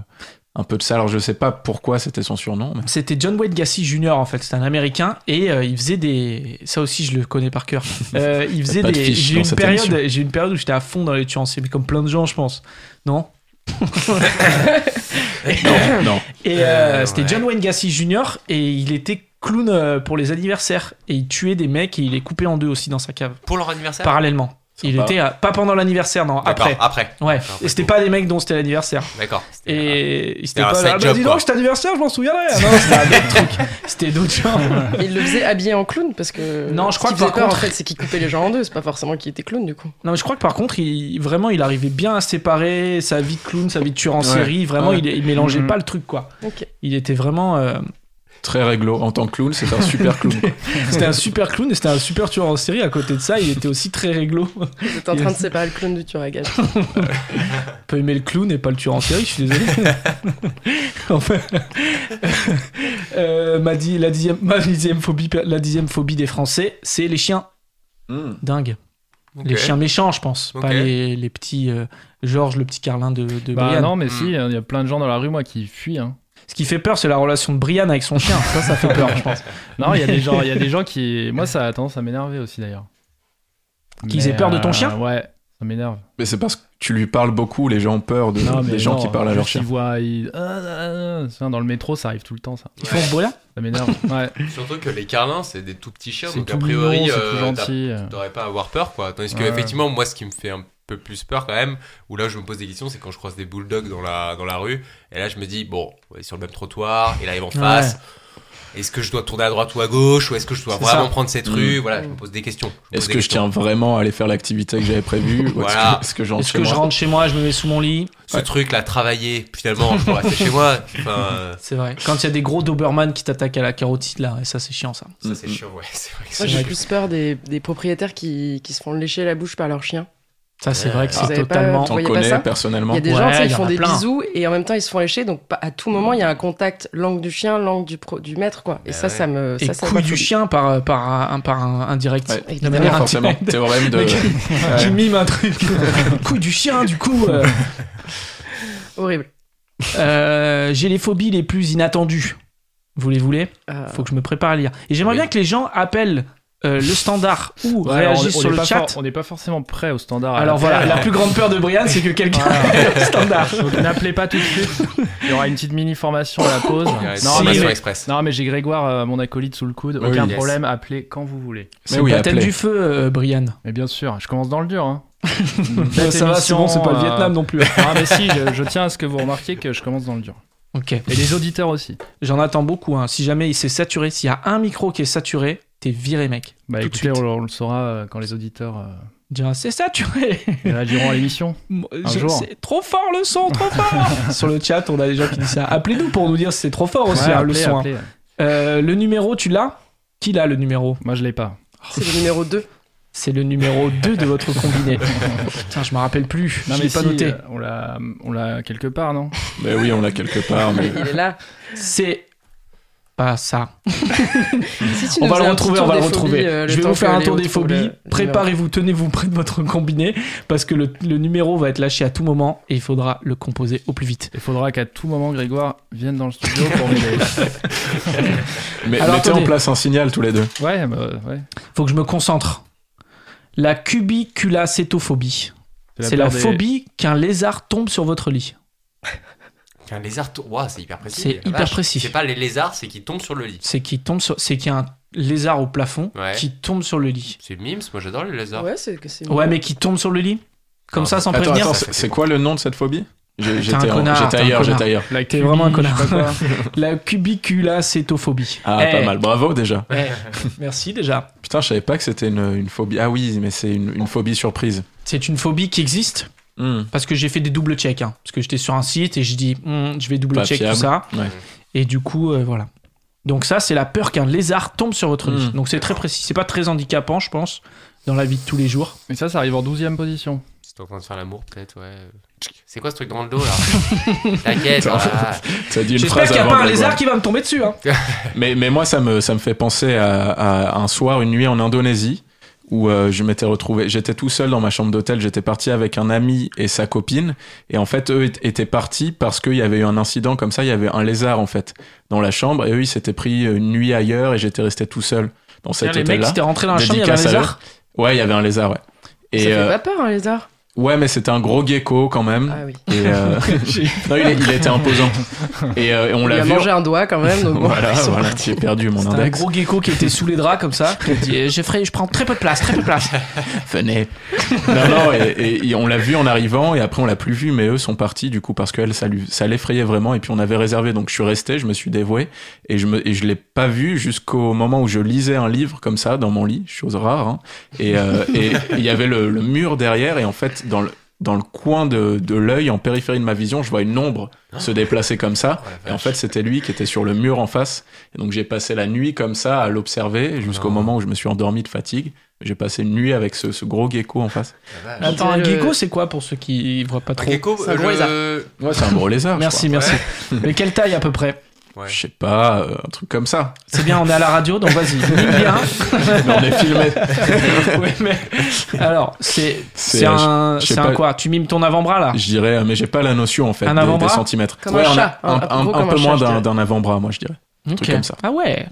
B: un peu de ça. Alors je sais pas pourquoi c'était son surnom. Mais...
A: C'était John Wayne Gacy Jr. en fait, c'était un américain et euh, il faisait des. Ça aussi, je le connais par cœur. Euh, il faisait
B: Pas de
A: des.
B: fiche
A: J'ai eu
B: dans
A: une
B: cette
A: période,
B: émission.
A: j'ai eu une période où j'étais à fond dans les tueurs en série, mais comme plein de gens, je pense. Non
B: Non, non.
A: Et euh,
D: Euh,
A: c'était
D: ouais.
A: John Wayne Gacy Jr. et il était clown euh, pour les anniversaires et il tuait des mecs et il les coupait en deux aussi dans sa cave
D: Pour leur anniversaire
A: parallèlement.
B: Sympa.
A: Il était à- pas pendant l'anniversaire non
D: D'accord,
A: après.
D: Après,
A: Ouais.
D: Après,
A: Et c'était pas des mecs dont c'était l'anniversaire.
D: d'accord.
A: Et il s'était
D: un
A: pas
D: side
A: là, Ah, bah,
D: job,
A: dis
D: quoi.
A: donc, c'était anniversaire, je m'en souviendrai. Ah Non, c'était un autre truc. [laughs] C'était d'autres gens.
C: Mais il le faisait habillé en clown parce que.
A: Non, je
C: ce
A: crois
C: qui
A: que par
C: faisait peur,
A: contre-
C: en fait, c'est qu'il coupait les gens en deux. C'est pas forcément qu'il était clown, du coup.
A: Non, mais je crois que par contre, il, vraiment, il arrivait bien à séparer sa vie de clown, sa vie de tueur en
B: Ouais.
A: série. Vraiment,
B: Ouais.
A: il, il mélangeait
E: Mhm.
A: pas le truc, quoi.
C: Ok.
A: Il était vraiment. euh,
B: Très réglo. En tant que clown, c'est un super clown.
A: C'était un super clown et c'était un super tueur en série. À côté de ça, il était aussi très réglo.
C: Vous êtes en train de séparer le clown du tueur à gages.
A: peut aimer le clown et pas le tueur en série, je suis désolé. enfin, [laughs] euh, m'a dit la dixième, ma dixième phobie, la dixième phobie des Français, c'est les chiens.
B: Hmm.
A: Dingue. Les chiens méchants, je pense. Pas
D: Ok.
A: les, les petits euh, Georges, le petit Carlin de, de
E: Bah
A: Brian.
E: non, mais
D: Mm.
E: si, il y a plein de gens dans la rue, moi, qui fuient. hein.
A: Ce qui fait peur, c'est la relation de Brian avec son chien. Ça, ça fait peur, je pense.
E: Non, il y a des gens, il y a des gens qui, moi, ça a tendance à m'énerver aussi d'ailleurs.
A: Qu'ils
E: Mais,
A: aient peur de ton
E: euh,
A: chien
E: Ouais, ça m'énerve.
B: Mais c'est parce que tu lui parles beaucoup, les gens ont peur de
E: Non, mais
B: des gens
E: non,
B: qui parlent à leur
E: juste,
B: chien.
E: Ils voient, ils- Ah, ah, ah, ça, dans le métro, ça arrive tout le temps, ça.
A: Ils font ce bruit-là [laughs]
E: Ça m'énerve. Ouais.
D: Surtout que les carlins, c'est des tout petits chiens,
E: c'est
D: donc
E: tout
D: a priori,
E: mignon, c'est
D: euh,
E: tout
D: t'as-
E: gentil. euh.
D: t'aurais pas à avoir peur, quoi. Tandis que,
E: Ouais.
D: effectivement, moi, ce qui me fait un peu plus peur, quand même, où là, je me pose des questions, c'est quand je croise des bulldogs dans la, dans la rue, et là, je me dis, bon, on est sur le même trottoir, il arrive en face. Est-ce que je dois tourner à droite ou à gauche, ou est-ce que je dois
A: C'est
D: vraiment
A: ça.
D: prendre cette rue Voilà, je me pose des questions. me pose
B: Est-ce
D: des
B: que je
D: questions.
B: tiens vraiment à aller faire l'activité que j'avais prévue ou est-ce
D: Voilà.
B: que- Est-ce que, j'en
A: Est-ce que je rentre chez moi, je me mets sous mon lit
D: Ce truc-là, travailler, finalement, je pourrais rester chez moi. Enfin, euh,
A: C'est vrai. Quand il y a des gros Doberman qui t'attaquent à la carotide, là, et ça, c'est chiant, ça.
D: ça, c'est chiant, ouais, c'est vrai que
C: Moi,
D: c'est
C: j'ai
A: vrai.
C: plus peur des, des propriétaires qui, qui se font lécher la bouche par leur chien.
A: Ça, c'est vrai que
C: Vous
A: c'est
C: avez pas-
A: totalement.
C: Vous
B: T'en
C: voyez pas
B: connais
C: ça
B: personnellement
C: Il y a des
A: Ouais,
C: gens, tu
A: il
C: sais,
A: y
C: ils
A: en
C: font
A: a
C: des
A: plein.
C: bisous et en même temps, ils se font lécher. Donc, pas- à tout moment, il y a un contact langue du chien, langue du, pro- du maître, quoi. Et
D: Bah
C: ça,
D: ouais.
C: ça me.
A: Et
C: ça, ça
A: couille
C: me-
A: du chien par, par, un, par un indirect.
B: Ouais.
A: [laughs] De manière
B: Ah, forcément,
A: indirecte.
B: théorème de.
A: Mec, [laughs] Qui mime un truc. couille du chien, du coup. euh,
C: Horrible.
A: euh, J'ai les phobies les plus inattendues. Vous les voulez
C: Euh,
A: Faut que je me prépare à lire. Et j'aimerais
D: Oui.
A: bien que les gens appellent euh, le standard ou
E: Ouais, alors, on-
A: réagissent
E: on
A: sur
E: est
A: le
E: pas
A: chat.
E: for- on n'est pas forcément prêt au standard.
A: Alors voilà, la plus grande peur de Brian, c'est que quelqu'un appelle le standard.
E: [laughs] Donc, n'appelez pas tout de suite. Il y aura une petite mini formation à la pause.
D: Ouais,
E: non,
A: si,
E: mais,
D: formation
A: mais-
D: express.
E: non, mais j'ai Grégoire, euh, mon acolyte, sous le coude.
B: Oui,
E: Aucun
D: yes.
E: problème, appelez quand vous voulez.
B: Mais
A: C'est
B: oui,
A: la tête
B: appelez.
A: du feu, euh, Brian.
E: Mais bien sûr, je commence dans le dur. Hein.
A: Euh, [laughs] ça va, c'est bon, c'est pas le Vietnam non plus.
E: Ah mais si, je, je tiens à ce que vous remarquiez que je commence dans le dur.
A: ok,
E: Et les auditeurs aussi.
A: j'en attends beaucoup. hein. Si jamais il s'est saturé, s'il y a un micro qui est saturé, t'es viré, mec.
E: Bah
A: Tout de
E: écoutez,
A: suite.
E: on, le- on le saura euh, quand les auditeurs euh,
A: Déjà, c'est ça, tu [laughs] vois.
E: réagiront à l'émission.
A: Je-
E: jour.
A: c'est trop fort le son, trop [laughs] fort. Sur le chat, on a des gens qui disent ça. Appelez-nous pour nous dire si c'est trop fort aussi
E: Ouais,
A: hein, le
E: appelez,
A: son. hein.
E: appelez.
A: Euh, le numéro, tu l'as Qui l'a le numéro
E: Moi, je l'ai pas.
C: C'est le numéro 2.
A: C'est le numéro 2 de votre [laughs] combiné. Putain, je me rappelle plus.
E: Non,
A: je
E: mais
A: l'ai pas
E: si,
A: noté.
E: euh, on l'a, on l'a quelque part, non
B: Mais oui, on l'a quelque part. Mais...
C: Il est là.
A: C'est pas ça.
C: Si tu
A: On
C: nous
A: va
C: faisais
A: le
C: un petit
A: retrouver,
C: tour
A: on va le
C: des phobies,
A: retrouver.
C: euh, le
A: je vais
C: temps
A: vous faire
C: que
A: un tour
C: Léo
A: des
C: trouve le
A: phobies.
C: numéro.
A: Préparez-vous, tenez-vous près de votre combiné parce que le, le numéro va être lâché à tout moment et il faudra le composer au plus vite.
E: Il faudra qu'à tout moment, Grégoire vienne dans le studio pour
A: [laughs]
E: m'aider.
B: Mais
A: Alors,
B: mettez en
A: attendez.
B: place un signal tous les deux.
E: Ouais, bah, ouais.
A: Faut que je me concentre. La cubiculacétophobie. C'est la
E: peur des-
A: phobie qu'un lézard tombe sur votre lit.
D: Un lézard, to- Ouah, c'est hyper précis.
A: C'est
D: la
A: hyper
D: vache.
A: précis.
D: C'est pas les lézards, c'est qu'ils tombent sur le lit.
A: C'est qu'il tombe sur... c'est qu'il y a un lézard au plafond
D: Ouais.
A: qui tombe sur le lit.
D: C'est Mims, moi j'adore les lézards.
C: Ouais, c'est que c'est.
A: Ouais, mais qui tombe sur le lit Comme
D: Non,
A: ça, sans
B: Attends,
A: prévenir
B: attends,
D: ça
B: c'est
D: fait
B: c'est quoi le nom de cette phobie J'ai- J'étais
A: un
B: en-
A: connard,
B: j'étais
A: t'es un
B: ailleurs, j'étais
A: connard.
B: ailleurs.
E: La
A: T'es vraiment un
E: cubie, je sais
A: connard.
E: pas quoi.
A: [laughs] La cubiculacétophobie.
B: Ah,
A: Eh,
B: pas mal. Bravo déjà.
A: eh, merci déjà.
B: Putain, je savais pas que c'était une, une phobie. Ah oui, mais c'est une, une phobie surprise.
A: C'est une phobie qui existe
B: Hmm.
A: parce que j'ai fait des double checks. hein. parce que j'étais sur un site et je dis, Hmm, je vais double check
B: Pas
A: tout ça.
B: fiable.
A: Et du coup, euh, voilà. Donc ça, c'est la peur qu'un lézard tombe sur votre lit.
B: Mm.
A: Donc c'est très précis. C'est pas très handicapant, je pense, dans la vie de tous les jours.
E: Mais ça, ça arrive en 12 e position.
D: C'est en train de faire l'amour, peut-être, ouais. C'est quoi ce truc dans le dos, là T'inquiète,
B: Attends.
D: voilà.
B: T'as dit une
A: J'espère
B: phrase
A: qu'il n'y a
B: avant
A: pas un
B: Grégoire.
A: lézard qui va me tomber dessus. Hein.
B: Mais, mais moi, ça me, ça me fait penser à, à un soir, une nuit en Indonésie, où euh, je m'étais retrouvé. J'étais tout seul dans ma chambre d'hôtel, j'étais parti avec un ami et sa copine. Et en fait, eux é- étaient partis parce qu'il y avait eu un incident comme ça, il y avait un lézard, en fait, dans la chambre. Et eux, ils s'étaient pris une nuit ailleurs et j'étais resté tout seul dans cet
A: les mecs,
B: hôtel-là.
A: c'était rentré dans la chambre, il y avait un
B: Dédicace à
A: lézard.
B: Ouais, il y avait un lézard, ouais.
C: Ça
B: Et
C: fait
B: euh,
C: pas peur, un lézard.
B: ouais, mais c'était un gros gecko quand même.
C: Ah oui.
B: Et
C: [laughs]
B: euh, [laughs] non, il, est- il était imposant. Et, euh, et on
C: Il
B: l'a
C: a
B: vu.
C: mangé un doigt
A: [laughs]
C: quand même, donc bon,
B: [laughs] Voilà,
C: ils sont
B: voilà,
C: partis.
B: j'ai perdu mon
A: C'était un
B: index.
A: gros gecko qui était sous les draps comme ça. qui a dit, Eh, je, ferai- je prends très peu de place, très peu de [laughs] place.
B: Venez. non, non, et, et- et on l'a vu en arrivant, et après on l'a plus vu, mais eux sont partis du coup parce qu'elle, ça, lui- ça l'effrayait vraiment, et puis on avait réservé, donc je suis resté, je me suis dévoué, et je me, et je l'ai pas vu jusqu'au moment où je lisais un livre comme ça dans mon lit, chose rare, hein. et euh, et il y avait le, le mur derrière, et en fait, dans le, dans le coin de, de l'œil, en périphérie de ma vision, je vois une ombre se déplacer comme ça.
D: Oh, la
B: Et en
D: vache.
B: fait, c'était lui qui était sur le mur en face. Et donc, j'ai passé la nuit comme ça à l'observer jusqu'au
D: Non.
B: moment où je me suis endormi de fatigue. J'ai passé une nuit avec ce, ce gros gecko en face.
D: La vache.
C: Ah,
A: Attends, un
C: le-
A: gecko, c'est quoi pour ceux qui voient pas
D: Un
A: trop
D: gecko, euh,
C: C'est un gros
D: le-
C: lézard.
B: Ouais, c'est un gros lézard. je
A: Merci, [laughs] merci. Mais quelle taille à peu près
B: crois.
D: Ouais.
B: Je sais pas, euh, un truc comme ça.
A: C'est bien, on est à la radio, donc vas-y. Mime bien.
B: Mais on est filmé.
A: [laughs] Ouais,
B: [laughs]
A: mais- Alors, c'est
B: C'est-
A: c'est un,
B: je- je sais
A: c'est un
B: pas.
A: quoi Tu mimes ton avant-bras là
B: Je dirais, euh, mais j'ai pas la notion en fait
A: Un
B: des- des,
A: avant-bras
B: centimètres.
C: Comme un
B: on a
C: chat, un- un gros
B: un
C: comme
B: peu
C: un
B: moins
C: chat, je
B: d'un-
C: dirais.
B: d'un avant-bras, moi je dirais.
A: Ok.
B: truc comme ça.
A: Ah ouais,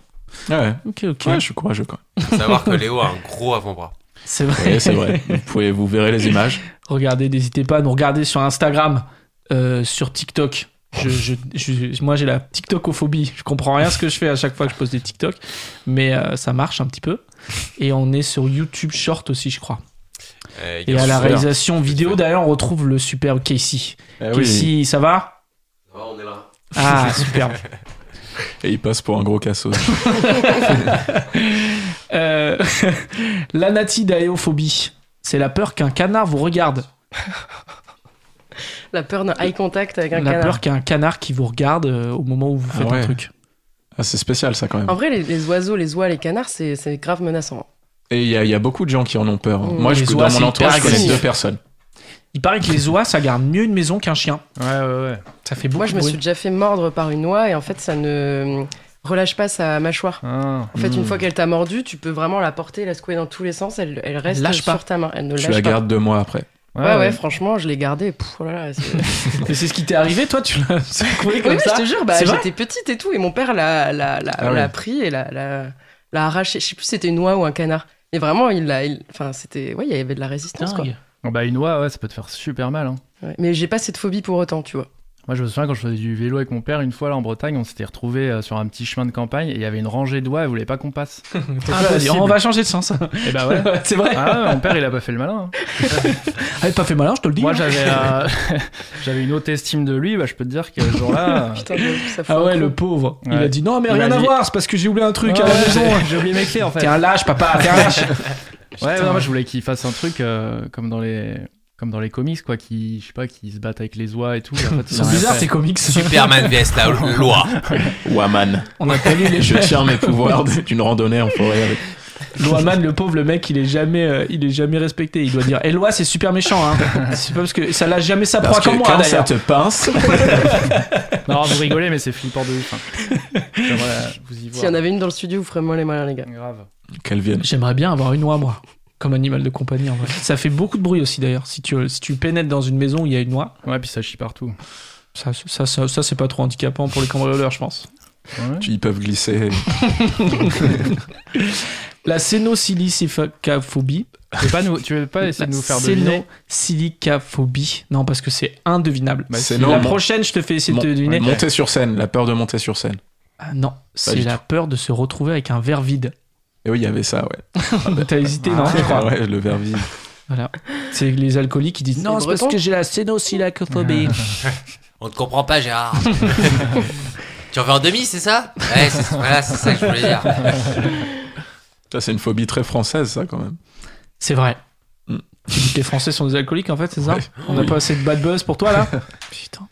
B: Ouais,
A: ok, ok.
B: ouais, je suis courageux quand même.
D: [laughs] Faut savoir que Léo a un gros avant-bras.
A: C'est vrai.
B: Ouais, c'est vrai. Vous pouvez, vous verrez les images.
A: [laughs] Regardez, n'hésitez pas à nous regarder sur Instagram, euh, sur TikTok. Je, je- je- moi, j'ai la TikTokophobie. Je comprends rien ce que je fais à chaque fois que je pose des TikTok, mais euh, ça marche un petit peu. Et on est sur YouTube Short aussi, je crois.
D: Euh,
A: Et
D: gars,
A: à la
D: super.
A: réalisation vidéo, d'ailleurs, on retrouve le superbe Casey.
B: Eh oui.
A: Casey, ça
B: [laughs]
A: va
D: Ouais, on est là.
A: Ah, superbe.
B: Et il passe pour un gros cassos.
A: Euh, [laughs] L'anatidaéophobie, c'est la peur qu'un canard vous regarde.
C: La peur d'un eye contact avec un
A: La
C: canard.
A: peur qu'un canard qui vous regarde euh, au moment où vous
B: Ah
A: faites un
B: ouais.
A: truc.
B: Ah, c'est spécial ça quand même.
C: En vrai, les, les oiseaux, les oies, les canards, c'est c'est grave menaçant.
B: Et il y, a- il y a beaucoup de gens qui en ont peur. hein.
C: Mmh.
B: Moi, je,
A: Mm. Les
B: dans
A: oies, c'est
B: mon entourage, je
A: hyper
B: connais
A: agressif.
B: deux personnes.
A: Il paraît que les oies, ça garde mieux une maison qu'un chien.
E: Ouais, ouais, ouais.
A: Ça fait beaucoup
C: Moi, je me
A: de
C: suis
A: bruit.
C: déjà fait mordre par une oie et en fait, ça ne relâche pas sa mâchoire.
E: Ah.
C: En fait, une
A: Hmm.
B: Mm.
C: fois qu'elle t'a mordu, tu peux vraiment la porter, la secouer dans tous les sens, elle, elle reste
A: Lâche pas.
C: sur ta main, elle ne
B: Je
C: lâche
B: la
C: pas.
B: garde deux mois après.
E: Ouais,
C: Ouais, ouais,
E: ouais.
C: franchement, je l'ai gardée. Pouf, oh là là, c'est-
A: Mais c'est ce qui t'est arrivé, toi, tu l'as [laughs] secoué
C: Oui,
A: comme
C: oui,
A: ça
C: je te jure, bah,
A: C'est vrai
C: j'étais petite et tout, et mon père l'a l'a- l'a-
B: Ah ouais.
C: l'a pris et l'a- l'a l'a arraché. Je sais plus si c'était une oie ou un canard. Et vraiment, il l'a. il- Enfin, c'était. Ouais, il y avait de la résistance, quoi.
E: Ah,
A: Dingue.
E: Bah, une oie, ouais, ça peut te faire super mal. Hein.
C: Ouais. Mais j'ai pas cette phobie pour autant, tu vois.
E: Moi, je me souviens quand je faisais du vélo avec mon père, une fois là en Bretagne, on s'était retrouvé sur un petit chemin de campagne et il y avait une rangée de doigts, elle voulait pas
A: [laughs]
E: qu'on passe.
A: Impossible. Ah, bah, On va changer de
C: [laughs]
A: sens.
E: Et bah ouais.
A: C'est vrai.
E: Ah ouais, mon père, il a pas fait le malin. hein.
A: Ah, pas fait malin, je te le dis.
E: Moi, j'avais
A: [laughs]
E: euh, [laughs] j'avais une haute estime de lui, bah je peux te dire que
A: [laughs]
E: ce jour-là. euh,
C: Putain, de- ça fout
A: Ah
C: un
A: ouais,
C: coup.
A: le pauvre. Il
E: Ouais.
A: a dit non, mais
E: Il
A: rien
E: m'a
A: à
E: dit-
A: voir, c'est parce que j'ai oublié un truc
E: ah
A: à la
E: ouais,
A: maison.
E: j'ai- J'ai oublié mes clés en fait.
A: T'es un lâche, papa, t'es un
E: [laughs]
A: lâche.
E: Ouais,
A: Putain.
E: non, moi je voulais qu'il fasse un truc euh, comme dans les comme dans les comics quoi, qui je sais pas, qui se battent avec les oies et tout. et en
A: [laughs]
E: fait,
A: Ils
E: il a
A: sont
E: rien
A: bizarres
E: fait.
A: ces comics.
D: Superman vs la loi.
B: Waman.
A: On a pas lu les
E: [laughs]
B: Je tire mes pouvoirs d'une randonnée en forêt. avec-
A: Loaman, le pauvre, le mec, il est jamais, euh, il est jamais respecté. Il doit dire, eh, Loa, c'est super méchant, hein. C'est pas parce que ça l'a jamais sa proie
B: Parce que
A: Ah, comme moi,
B: quand ça
A: d'ailleurs.
B: te pince,
E: Non, vous rigolez mais c'est flippant de ouf. hein.
A: [laughs]
E: J'aimerais, euh, vous y voir.
C: S'il y en avait une dans le studio, vous ferez moins les malins, les gars.
E: Grave.
B: qu'elle vienne.
A: J'aimerais bien avoir une oie, moi. Comme animal de compagnie, en vrai. Ça fait beaucoup de bruit aussi, d'ailleurs. Si tu, si tu pénètres dans une maison où il y a une oie,
E: Ouais, puis ça chie partout.
A: ça, ça, ça, ça, c'est pas trop handicapant pour les cambrioleurs, je pense.
E: Ouais.
B: Ils peuvent glisser.
A: La cénosiliciphobie.
E: Tu veux pas nous- tu veux pas essayer de nous faire deviner
A: Cénosilicaphobie. Non, parce que c'est indevinable.
E: Bah,
B: C'est
E: si.
B: non,
A: la
B: mon-
A: prochaine, je te fais essayer
B: Mon-
A: de deviner.
B: Monter sur scène, la peur de monter sur scène.
A: Ah, non, c'est
B: du
A: la peur de se retrouver avec un verre vide. Ah,
B: Et oui, il y avait ça, ouais.
A: T'as hésité, non je crois.
B: ouais le verre vide.
A: Voilà. C'est les alcooliques qui disent
C: C'est
A: non, c'est parce
C: breton
A: que j'ai la cénosilacrophobie.
D: On te comprend pas, Gérard. tu en veux en demi, c'est ça Ouais, c'est voilà, c'est ça que je voulais dire.
B: Ça, c'est une phobie très française, ça, quand même.
A: c'est vrai.
B: Mm.
A: Tu dis que les Français sont des alcooliques en fait, c'est ça
B: Ouais.
A: On n'a pas assez de bad buzz pour toi
B: [laughs]
A: là Putain.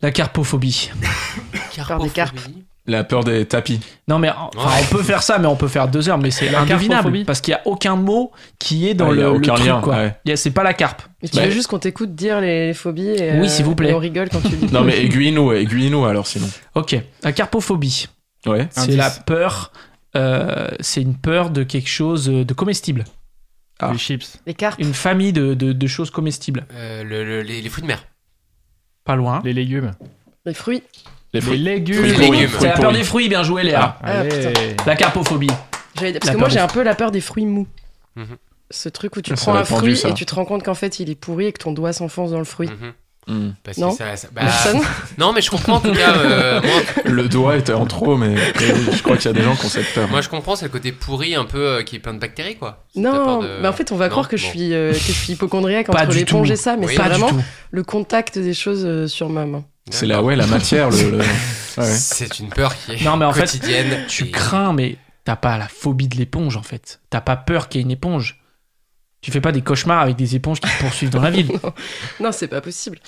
A: La carpophobie.
C: Peur des carpes.
D: Carpophobie.
B: La peur des tapis.
A: Non mais en- enfin,
D: Ouais.
A: on peut faire ça, mais on peut faire deux heures, mais c'est
E: La
A: indivinable
E: carpophobie.
A: parce qu'il y a aucun mot qui est dans
B: Ouais, Ah, il y
A: le,
B: a aucun
A: le truc,
B: lien,
A: quoi.
B: ouais.
A: Il y a- C'est pas la carpe.
C: Mais tu
B: Bah,
C: veux juste qu'on t'écoute dire les, les phobies et,
A: Oui,
C: euh,
A: s'il vous plaît.
C: et on rigole quand
A: [laughs]
C: tu dis.
B: Non, mais aiguille-nous, aiguille-nous alors, sinon.
A: Ok. La carpophobie,
B: Ouais.
A: c'est
E: Indice.
A: la peur. euh, c'est une peur de quelque chose de comestible.
B: Ah.
E: Les chips.
C: Les carpes.
A: Une famille de, de- de choses comestibles.
D: Euh, le- le- les, les fruits de mer.
A: Pas loin.
E: Les légumes.
C: Les fruits.
B: Les
E: Les
B: fruits.
E: légumes.
D: Les
B: Fruits pourris,
D: légumes.
B: fruits
A: C'est la peur
B: pourris.
A: des fruits, bien joué Léa.
C: Ah,
E: Allez.
A: La carpophobie.
C: J'allais dire- Parce
A: La
C: que moi,
A: peur
C: j'ai
A: des-
C: un peu la peur des fruits mous.
D: Mhm.
C: Ce truc où tu
B: Ça
C: prends un
B: répandu,
C: fruit
B: ça.
C: et tu te rends compte qu'en fait il est pourri et que ton doigt s'enfonce dans le fruit.
D: Mhm.
B: Mm.
D: Parce
C: Non.
D: que ça, ça-
A: Ah,
D: bah,
C: Personne
D: [laughs] non, mais je comprends en tout cas. euh, moi,
B: Le doigt était en trop, mais mais oui, je crois qu'il y a des gens qui ont cette peur.
D: moi, je comprends, c'est le côté pourri un peu euh, qui est plein de bactéries, quoi. C'est ta
C: Non,
D: peur de-
C: mais en fait on va
D: Non,
C: croire que, je
D: bon.
C: suis, euh, que je suis hypochondriaque
A: Pas
C: entre
A: du
C: l'éponge
A: tout.
C: et ça, mais
D: Oui.
C: c'est
A: Pas du
C: vraiment
A: tout.
C: le contact des choses euh, sur ma main.
B: C'est la, ouais, la matière, le. le- ouais.
D: C'est une peur qui est
A: Non, mais en fait,
D: quotidienne.
A: Tu
D: et-
A: crains, mais t'as pas la phobie de l'éponge en fait. T'as pas peur qu'il y ait une éponge. Tu fais pas des cauchemars avec des éponges qui te poursuivent dans la
C: [laughs]
A: ville.
C: Euh, Non, c'est pas possible.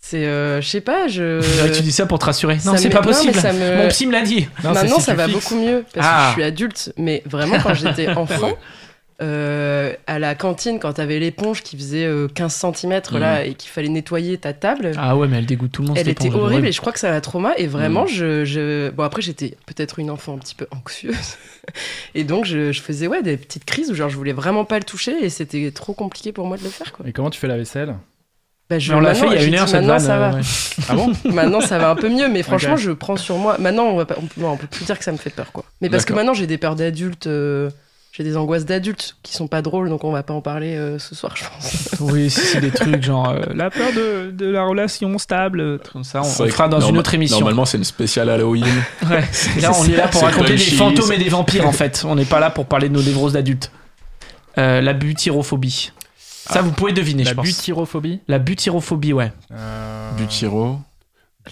C: C'est, euh, je sais
A: [laughs]
C: pas, je.
A: C'est vrai que tu dis ça pour te rassurer.
C: ça
A: Non, c'est
C: me-
A: pas
C: non, mais
A: possible.
C: ça me-
A: Mon psy me l'a dit.
E: Non, c'est
C: Maintenant
E: si
C: ça
E: tu
C: va
E: fixes.
C: beaucoup mieux parce que
A: Ah.
C: je suis adulte, mais vraiment
A: [laughs]
C: quand j'étais enfant,
D: Ouais.
C: euh, à la cantine, quand t'avais l'éponge qui faisait euh, 15 cm là
A: Mm.
C: et qu'il fallait nettoyer ta table,
A: Ah ouais, mais elle dégoûte tout le monde.
C: Elle
A: cette
C: était
A: éponge, elle est
C: horrible et je crois que ça la trauma et vraiment
A: Mm.
C: je, je- bon après j'étais peut-être une enfant un petit peu anxieuse [laughs] et donc je, je faisais ouais des petites crises où genre je voulais vraiment pas le toucher et c'était trop compliqué pour moi de le faire quoi.
E: Et comment tu fais la vaisselle
C: Bah, je,
A: Mais on l'a fait
C: maintenant,
A: il y a
C: j'ai
A: une
C: dit,
A: heure cette
C: maintenant
A: vanne.
C: ça va [laughs]
A: euh, ouais.
E: Ah bon
C: maintenant ça va un
A: [laughs]
C: peu mieux mais franchement je prends sur moi maintenant on va pas- on, peut- non, on peut plus dire que ça me fait peur quoi. Mais parce que
B: D'accord.
C: maintenant j'ai des peurs d'adultes euh, j'ai des angoisses d'adultes qui sont pas drôles donc on va pas en parler euh, ce soir je pense.
A: Oui, si c'est des trucs genre euh, la peur de, de la relation stable, euh, comme ça, on,
B: C'est
A: on
B: vrai
A: fera
B: que
A: dans une
B: norma-
A: autre émission.
B: Normalement, c'est une spéciale Halloween.
A: Ouais. Et Là, on est là pour
B: C'est
A: raconter des
B: crunchy,
A: fantômes
B: c'est-
A: et des vampires en fait. On n'est pas là pour parler de nos névroses d'adultes. Euh, la butyrophobie. Ça, vous pouvez deviner,
E: La
A: je pense.
E: butyrophobie
A: La butyrophobie, ouais.
E: Euh,
B: Du tiro.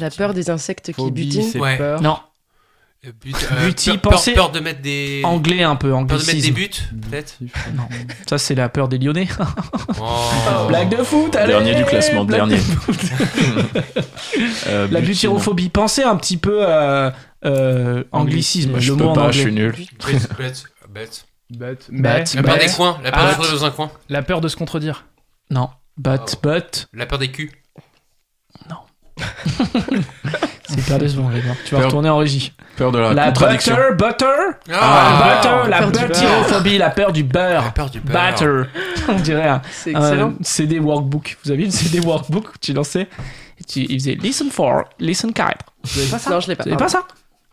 C: La peur des insectes qui
E: phobie,
C: butinent.
E: c'est
D: Ouais.
E: peur.
A: Non,
D: Euh, but- euh,
A: Buty,
D: peur, peur,
A: pensez-
D: peur de mettre des.
A: anglais un peu,
D: Peur de mettre des
A: anglicisme.
D: buts,
A: [laughs]
D: peut-être.
E: [laughs]
A: Non. Ça, c'est la peur des Lyonnais.
D: Oh.
A: Blague de foot, allez
B: Dernier du classement,
A: Blague de
B: dernier.
A: foot.
B: [laughs] Euh,
A: La
B: Buty,
A: butyrophobie, pensez un petit peu à euh,
B: non.
A: anglicisme,
B: Je
A: le
B: peux
A: mot en
B: pas, je suis
A: anglais.
B: nul.
D: Bête, bête, bête.
A: Bat,
E: Bête. Mais-
D: La peur
A: Bête.
D: des coins, la peur
E: Ah.
D: de se retrouver dans un coin,
E: La peur de se contredire.
A: Non, but,
D: Oh.
A: but,
D: la peur des culs.
A: c'est peur de secondes, les gars. Tu vas
B: Peur-
A: retourner en régie.
B: Peur de la,
A: La
B: contradiction.
A: butter, butter
D: Ah.
A: La butter, la
C: peur du
A: butyrophobie, la peur du
D: La
A: beurre.
D: peur du beurre.
A: Butter. On dirait un,
C: C'est
A: un
C: excellent.
A: CD Euh, workbook. Vous avez le CD workbook que tu lançais et tu, Il faisait listen for, listen 4. Vous avez pas ça
C: Non, je l'ai pas.
A: Vous avez pas ça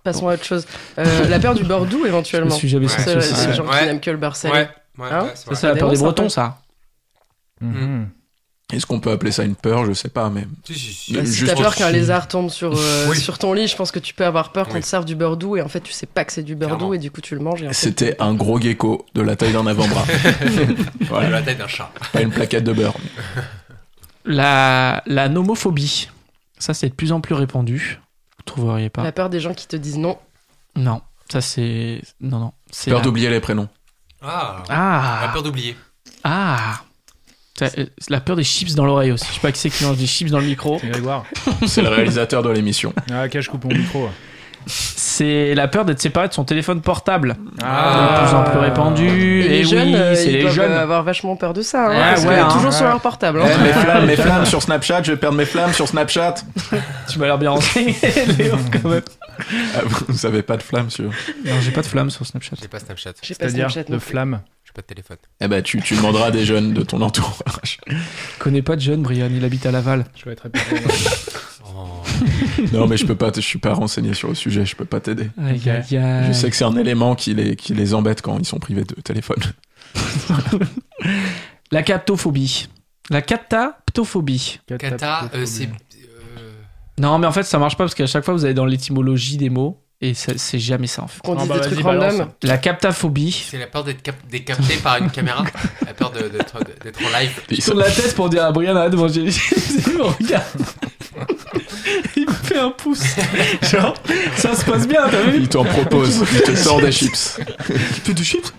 C: Passons à autre chose. Euh, la peur
A: [laughs]
C: du Bordeaux
A: Je me
C: éventuellement.
A: suis jamais senti
C: C'est
A: aussi.
C: c'est les gens
D: Ouais.
C: qui n'aiment que le beurre
D: Ouais,
C: salé.
D: ouais, ouais,
C: Hein
D: c'est
A: C'est
D: vrai.
A: ça la
C: Des
A: peur des
C: démons,
A: Bretons,
C: sympa.
A: ça.
E: Mhm.
B: Est-ce qu'on peut appeler ça une peur Je sais pas, mais.
D: Si, si, si.
B: Mais
C: Bah, si
B: juste
C: t'as peur qu'un
B: au-dessus.
C: lézard tombe sur, euh,
D: Oui.
C: sur ton lit, je pense que tu peux avoir peur qu'on
D: Oui.
C: te serve du beurre doux et en fait tu sais pas que c'est du beurre
D: Clairement.
C: doux et du coup tu le manges. et en fait-
B: C'était un gros gecko de la taille
A: [laughs]
B: d'un avant-bras.
D: Elle a
B: voilà,
D: la tête d'un chat.
B: pas une plaquette de beurre.
A: La, la nomophobie. Ça, c'est de plus en plus répandu. Vous trouveriez pas.
C: La peur des gens qui te disent non.
A: Non, ça, c'est. Non, non. C'est
B: Peur
A: la-
B: d'oublier les prénoms.
D: Ah, la
A: Ah
D: peur d'oublier.
A: Ah Ça, euh, c'est la peur des chips dans l'oreille aussi. Je sais pas qui c'est qui mange des chips dans le micro.
E: C'est
A: [laughs]
E: Grégoire.
B: C'est le réalisateur de l'émission.
E: Ah, ok, je coupe mon micro.
A: C'est la peur d'être séparé de son téléphone portable.
D: Ah.
A: De plus en plus répandu.
C: Et,
A: Et,
C: les
A: oui,
C: jeunes, euh,
A: c'est
C: ils
A: les
C: doivent
A: jeunes.
C: euh, avoir vachement peur de ça. hein,
A: Ah,
C: parce
A: ouais,
C: que
A: hein.
C: toujours sur
E: Ouais.
C: leur portable. hein.
B: Eh, mes flammes, mes flammes sur Snapchat, je vais perdre mes flammes sur Snapchat.
A: Tu m'as l'air bien [laughs] renseigné, Léo, quand même.
B: Ah, vous vous avez pas de flammes sur.
A: Non, j'ai pas de flamme sur Snapchat.
D: J'ai pas Snapchat,
C: J'ai pas
E: C'est-à-dire
C: Snapchat
E: de
C: non plus.
E: flamme.
D: j'ai pas de téléphone.
B: Eh ben, tu, tu demanderas à des jeunes de ton entourage.
A: Je connais pas de jeune, Brian. Il habite à Laval.
E: Je vais être répété.
D: Oh.
B: Non, mais je peux pas, t- je suis pas renseigné sur le sujet, je peux pas t'aider.
A: Aïe, aïe, aïe.
B: Je sais que c'est un élément qui les, qui les embête quand ils sont privés de
A: [laughs]
B: téléphone.
A: La captophobie. La cataptophobie.
D: Kata, euh, c'est. euh,
A: Non, mais en fait, ça marche pas parce qu'à chaque fois, vous allez dans l'étymologie des mots et ça- c'est jamais ça en fait.
C: Qu'on
E: Ah,
C: dise
E: bah,
C: des
E: vas-y,
C: trucs
E: balance.
C: random.
A: La captaphobie.
D: C'est la peur d'être cap- décapté par une
A: [laughs]
D: caméra. La peur de- d'être d'être en live.
B: Ils
A: Je tourne
B: sont-
A: la tête pour dire à Brian arrête de manger les chips. [laughs] Il me regarde. Il me fait un [laughs] pouce. Genre, ça se passe bien, t'as vu
B: Ils t'en proposent, ils te sortent des chips.
A: Plus de chips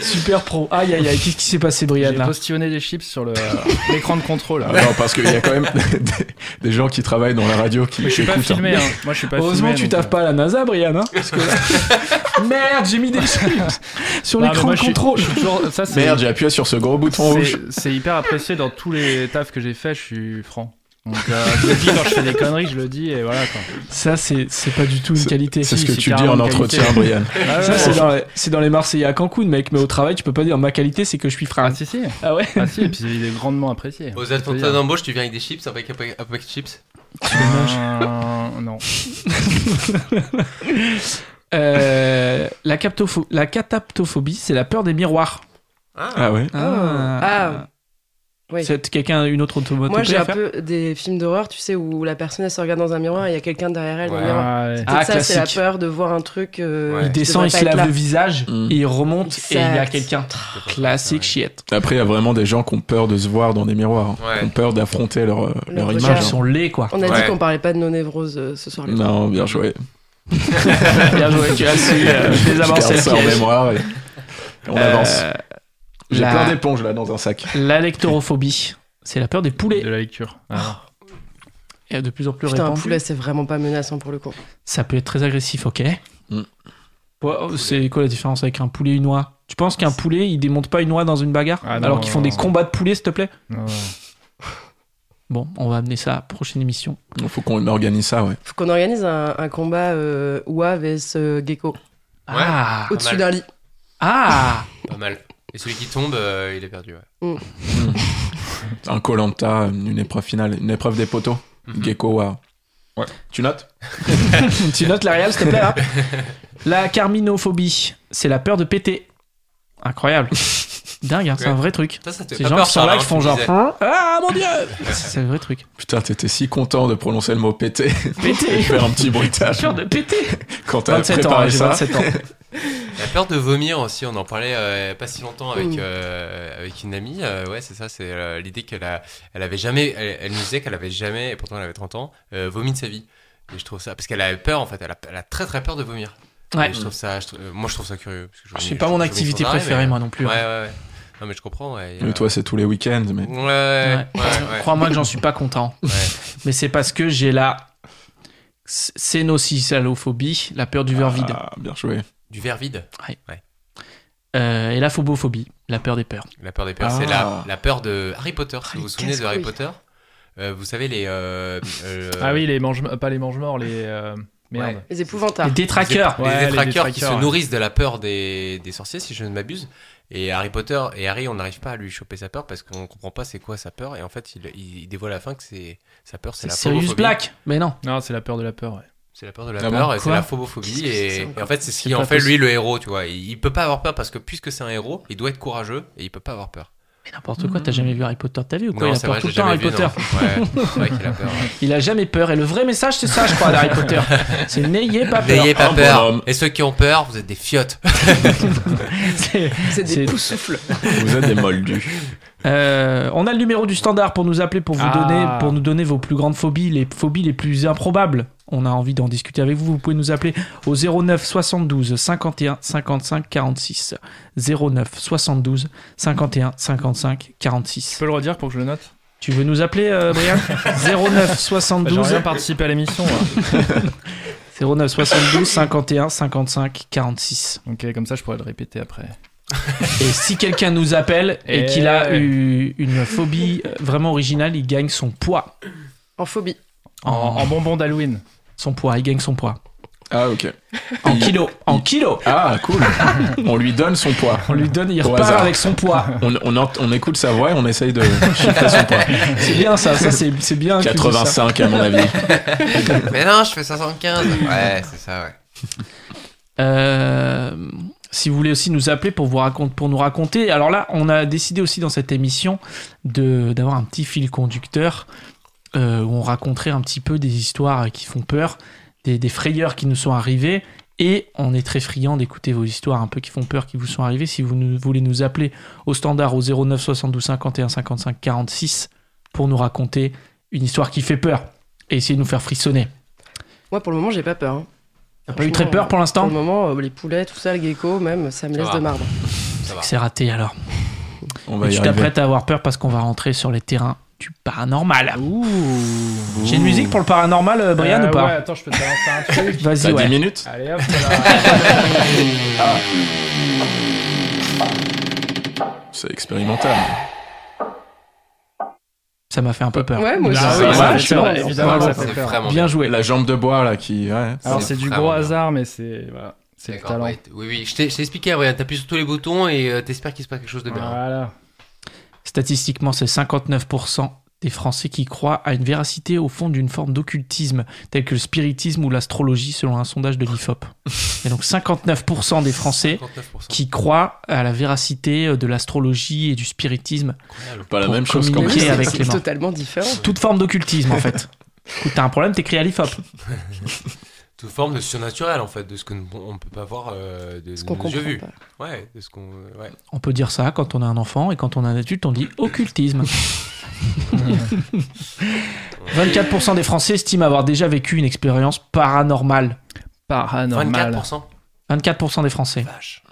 A: Super pro. Aïe aïe aïe, qu'est-ce qui s'est passé, Brian
E: J'ai
A: là
E: postillonné des
A: [laughs]
E: chips sur le- euh, l'écran de contrôle.
A: bah,
B: Ah non, parce qu'il y a quand même [laughs] des, des gens qui travaillent dans la radio qui,
E: Mais je
B: qui
E: suis pas
B: écoutent. hein.
E: filmé, hein. Moi, je suis pas
A: Heureusement,
E: filmé,
A: tu
E: donc,
A: taffes
E: euh,
A: pas à la NASA, Brian. Hein, parce que
E: [laughs]
A: Merde, j'ai mis des chips sur
E: non, mais
A: l'écran
E: moi,
A: de
E: je suis-
A: contrôle.
E: je suis toujours- Ça, c'est-
B: Merde, j'ai appuyé sur ce gros bouton rouge.
E: c'est- C'est hyper apprécié dans tous les tafs que j'ai fait, je suis franc. Donc, euh, je le dis quand je fais des conneries, je le dis et voilà quoi.
A: Ça, c'est c'est pas du tout une qualité.
B: C'est ce
E: Si,
B: que
E: c'est
B: tu dis en
E: carrément une
B: entretien,
E: qualité. [laughs]
B: Brian.
E: Ah,
A: Ça,
E: ouais,
A: c'est
E: ouais.
A: dans, les- c'est dans les Marseillais à Cancun, mec. Mais au travail, tu peux pas dire ma qualité, c'est que je suis
E: Ah,
A: frère.
E: si, si.
A: Ah ouais
E: Ah, si, et puis il est grandement apprécié.
D: Aux
E: C'est-à-dire-
D: attentats d'embauche, tu viens avec des chips, un paquet, un paquet- un paquet de chips.
E: Euh, Non.
A: Euh, la, captopho- la cataptophobie, c'est la peur des miroirs.
D: Ah,
B: Ah ouais
C: Ah. Oui.
A: C'est quelqu'un, une autre automobile
C: Moi j'ai un peu des films d'horreur, tu sais, où la personne elle se regarde dans un miroir et il y a quelqu'un derrière elle. dans le
D: Ouais.
C: miroir.
E: Ah, ouais.
A: Ah,
C: ça c'est la
A: classique.
C: peur de voir un truc. euh,
D: Ouais.
A: Il
C: qui
A: descend,
C: devrait
A: il
C: pas
A: se
C: être
A: lave
C: là.
A: le visage,
B: Mm.
A: et il remonte et il y a
C: Exact.
A: quelqu'un.
D: c'est pas-
A: Classique
D: ouais.
A: chiette.
B: Après, il y a vraiment des gens qui ont peur de se voir dans des miroirs, hein.
D: Ouais.
B: qui ont peur d'affronter leur, euh,
C: Leur
B: leur
C: regard.
A: Ils
B: image. hein.
A: sont laids quoi.
C: On a
D: Ouais.
C: dit qu'on parlait pas de nos névroses euh, ce soir.
B: Non, bien joué.
A: Bien joué, tu as su euh,
B: [laughs] Je
A: désamorcer
B: garde
A: le
B: ça en
A: piège.
B: mémoire et et on
A: Euh,
B: avance. J'ai
A: la-
B: plein d'éponges là dans un sac.
A: La lectorophobie, c'est la peur des poulets.
E: De la lecture. Ah.
A: Et de plus en plus
C: Putain, un
A: répandue.
C: poulet c'est vraiment pas menaçant pour le coup.
A: Ça peut être très agressif, ok.
B: Mm.
A: Ouais, oh, c'est quoi la différence avec un poulet et une noix Tu penses qu'un poulet, il démonte pas une noix dans une bagarre
E: Ah non,
A: Alors qu'ils font
E: non,
A: des
E: non.
A: combats de poulets, s'il te plaît
E: Non, ouais.
A: Bon, on va amener ça à la prochaine émission.
B: Il faut qu'on organise ça, ouais.
C: Faut qu'on organise un, un combat euh, Oua vs euh, Gecko
A: Ah
D: Pas
C: au-dessus
D: mal.
C: d'un lit.
A: Ah [laughs]
D: Pas mal. Et celui qui tombe, euh, il est perdu. ouais.
B: Un Colanta, euh, une épreuve finale, une épreuve des poteaux.
D: Mhm.
B: Gecko, ouais. ouais. Tu notes
A: Tu notes la réelle, s'il te plaît, là La carminophobie, c'est la peur de péter. Incroyable. Dingue, hein, c'est
D: Ouais.
A: un vrai truc.
D: Ça, ça te fait
A: Ces
D: pas
A: gens
D: peur,
A: qui sont
D: Charles,
A: là,
D: hein,
A: qui font
D: tu
A: genre...
D: disais.
A: Ah, mon Dieu C'est un vrai truc.
B: Putain, t'étais si content de prononcer le mot pété. [laughs]
A: Péter. [laughs]
B: Et faire un petit bruitage
A: Peur de péter
B: quand t'as
A: 27 ans,
B: préparé
A: hein, j'ai
B: ça. [laughs]
A: 27 ans.
D: La peur de vomir aussi, on en parlait euh, pas si longtemps avec,
C: Mm.
D: euh, avec une amie. euh, ouais, c'est ça, c'est euh, l'idée qu'elle a, elle avait jamais, elle, elle nous disait qu'elle avait jamais, et pourtant elle avait 30 ans, euh, vomi de sa vie. Et je trouve ça, parce qu'elle a peur en fait, elle a, elle a très très peur de vomir.
A: Ouais. Ah,
D: Et je trouve ça, je trou- euh, moi je trouve ça curieux. parce que je vomis-
A: C'est pas mon
D: je vomis
A: activité
D: sans arrêt,
A: préférée,
D: mais- euh,
A: moi non plus. hein.
D: Ouais, ouais, ouais. Non mais je comprends, ouais.
B: Mais toi, c'est tous les week-ends, mais
D: Ouais, ouais,
A: Ouais.
D: ouais,
A: Crois-moi que j'en suis pas content. [laughs]
D: ouais.
A: Mais c'est parce que j'ai la cénocisalophobie, la peur du verre vide.
B: Ah, bien joué.
D: Du verre vide,
A: Euh, et la phobophobie, la peur des peurs.
D: la peur des peurs.
B: Ah.
D: C'est la, la peur de Harry Potter, si
C: les
D: vous vous souvenez de Harry
C: casse-couilles.
D: Potter. euh, vous savez, les. euh,
A: [laughs]
D: euh,
E: Ah oui, les mange pas les mange-morts, les. euh, Merde.
D: Ouais.
C: Les épouvantards.
A: Les détraqueurs.
D: Les
E: Ouais, les
D: détraqueurs, qui
E: détraqueurs,
D: se
E: ouais.
D: nourrissent de la peur des, des sorciers, si je ne m'abuse. Et Harry Potter et Harry, on n'arrive pas à lui choper sa peur parce qu'on ne comprend pas c'est quoi sa peur. Et en fait, il, il- il dévoile à la fin que c'est sa peur, c'est
A: C'est
D: la
A: Sirius
D: phobie.
A: Black. Mais non.
E: Non, c'est la peur de la peur. ouais.
D: C'est la peur de la
B: Ah bon
D: peur, et c'est
A: Quoi
D: la
C: Qu'est-ce
D: phobie.
C: que c'est
D: Et,
C: encore
D: et en fait, c'est ce
A: C'est
D: qui en
A: pas
D: fait
A: possible.
D: lui le héros, tu vois. Il, il peut pas avoir peur parce que puisque c'est un héros, il doit être courageux et il peut pas avoir peur.
A: Mais n'importe quoi, t'as jamais vu Harry Potter de ta vie ou quoi
D: Non,
A: Il a
D: c'est
A: peur
D: vrai,
A: tout
D: j'ai
A: le temps,
D: jamais
A: Harry
D: vu.
A: Potter.
D: non. Ouais, c'est vrai qu'il a peur. ouais.
A: Il a jamais peur. Et le vrai message, c'est ça, je crois, d'Harry [laughs] Potter. C'est n'ayez pas peur.
D: N'ayez pas
B: Un
D: peur.
B: bonhomme.
D: Et ceux qui ont peur, vous êtes
B: [laughs]
D: des fiottes.
A: C'est-
C: C'est
A: C'est-
C: des poussoufles.
B: Vous êtes
A: [laughs]
B: des moldus.
A: Euh, on a le numéro du standard pour nous appeler, pour, vous
E: Ah.
A: donner, pour nous donner vos plus grandes phobies, les phobies les plus improbables. On a envie d'en discuter avec vous. Vous pouvez nous appeler au 09 72 51 55 46. 09 72 51 55 46.
E: Tu peux le redire pour que je le note
A: Tu veux nous appeler, euh,
E: [laughs]
A: Brian 09
E: Bah, J'ai
A: 72
E: rien participé à l'émission. moi.
A: 09 72 51 55 46.
E: ok, comme ça je pourrais le répéter après.
A: Et si quelqu'un nous appelle et
E: Eh.
A: qu'il a eu une phobie euh, vraiment originale, il gagne son poids.
C: En phobie.
E: En,
A: En-
E: en bonbon d'Halloween.
A: Son poids, il gagne son poids.
B: Ah, ok.
A: En
B: Il-
A: kilo, en kilo.
B: Ah, cool. [laughs] On lui donne son poids.
A: On lui donne, il
B: Au
A: repart
B: hasard.
A: avec son poids.
B: On, on ent- on écoute sa voix et on
A: [laughs]
B: essaye de chiffrer son poids.
A: C'est bien ça, ça c'est c'est bien. inclus, ça.
B: 85 à mon avis.
D: Mais non, je fais 75. Ouais, c'est ça, ouais.
A: Euh, si vous voulez aussi nous appeler pour, vous raconte, pour nous raconter. Alors là, on a décidé aussi dans cette émission de- d'avoir un petit fil conducteur euh, où on raconterait un petit peu des histoires qui font peur, des, des frayeurs qui nous sont arrivées. Et on est très friand d'écouter vos histoires un peu qui font peur, qui vous sont arrivées. Si vous nous- voulez nous appeler au standard au 09 72 51 55 46 pour nous raconter une histoire qui fait peur et essayer de nous faire frissonner.
C: Moi, pour le moment, j'ai pas peur. hein.
A: T'as pas eu très peur pour
C: Pour
A: l'instant
C: le moment, euh, les poulets, tout ça, le gecko, même, ça me
D: Ça
C: laisse
D: va.
C: de marbre.
D: Ça va.
A: C'est raté alors.
B: On
A: Mais
B: va y
A: tu
B: arriver.
A: t'apprêtes à avoir peur parce qu'on va rentrer sur les terrains du paranormal.
E: Ouh.
A: J'ai une musique pour le paranormal, euh, Brian,
E: Euh,
A: ou pas
E: Ouais, attends, je peux te balancer un truc.
A: Vas-y,
B: T'as 10
A: ouais.
B: minutes
E: Allez hop,
A: [laughs] Ah,
E: voilà.
B: C'est expérimental.
A: Ça m'a fait un peu peur.
C: Ouais, moi aussi.
E: Bah
B: ça,
E: oui,
B: ça, ça,
E: bah, évidemment,
B: ça,
E: évidemment,
A: ça,
E: ça
D: C'est
E: fait peur.
D: vraiment
A: Bien joué.
B: La jambe de bois là qui. Ouais.
E: Alors
D: C'est
E: c'est du
D: vraiment
E: gros
D: bien.
E: hasard, mais c'est voilà, c'est le
D: D'accord,
E: talent.
D: ouais. Oui, oui, je t'ai je t'ai expliqué, Brian. T'appuies sur tous les boutons et euh, t'espères qu'il se passe quelque chose de bien.
E: Voilà.
A: Statistiquement, c'est 59% des Français qui croient à une véracité au fond d'une forme d'occultisme, telle que le spiritisme ou l'astrologie, selon un sondage de l'IFOP.
B: [laughs]
A: Et donc 59% des Français
D: 59%.
A: qui croient à la véracité euh, de l'astrologie et du spiritisme.
D: Incroyable.
B: Pas la
A: Pour
B: même chose
A: communiquer
C: Mais
B: qu'en
A: Ok,
C: oui, c'est-
B: plus.
A: avec les
C: c'est
A: mains.
C: totalement différent.
A: Toute forme d'occultisme, en
B: [laughs]
A: fait. Écoute, t'as un problème, t'écris à l'IFOP.
D: Toute forme de surnaturel, en fait, de ce qu'on ne peut pas voir euh, de
C: Ce
D: de
C: qu'on
D: nos yeux
C: comprend
D: vus.
C: pas.
D: Ouais, de ce qu'on. euh, Ouais.
A: On peut dire ça quand on a un enfant et quand on est un adulte, on dit
E: [laughs]
A: occultisme. 24% des Français estiment avoir déjà vécu une expérience paranormale.
E: Paranormal.
D: 24%.
A: 24% des Français.
D: Vache.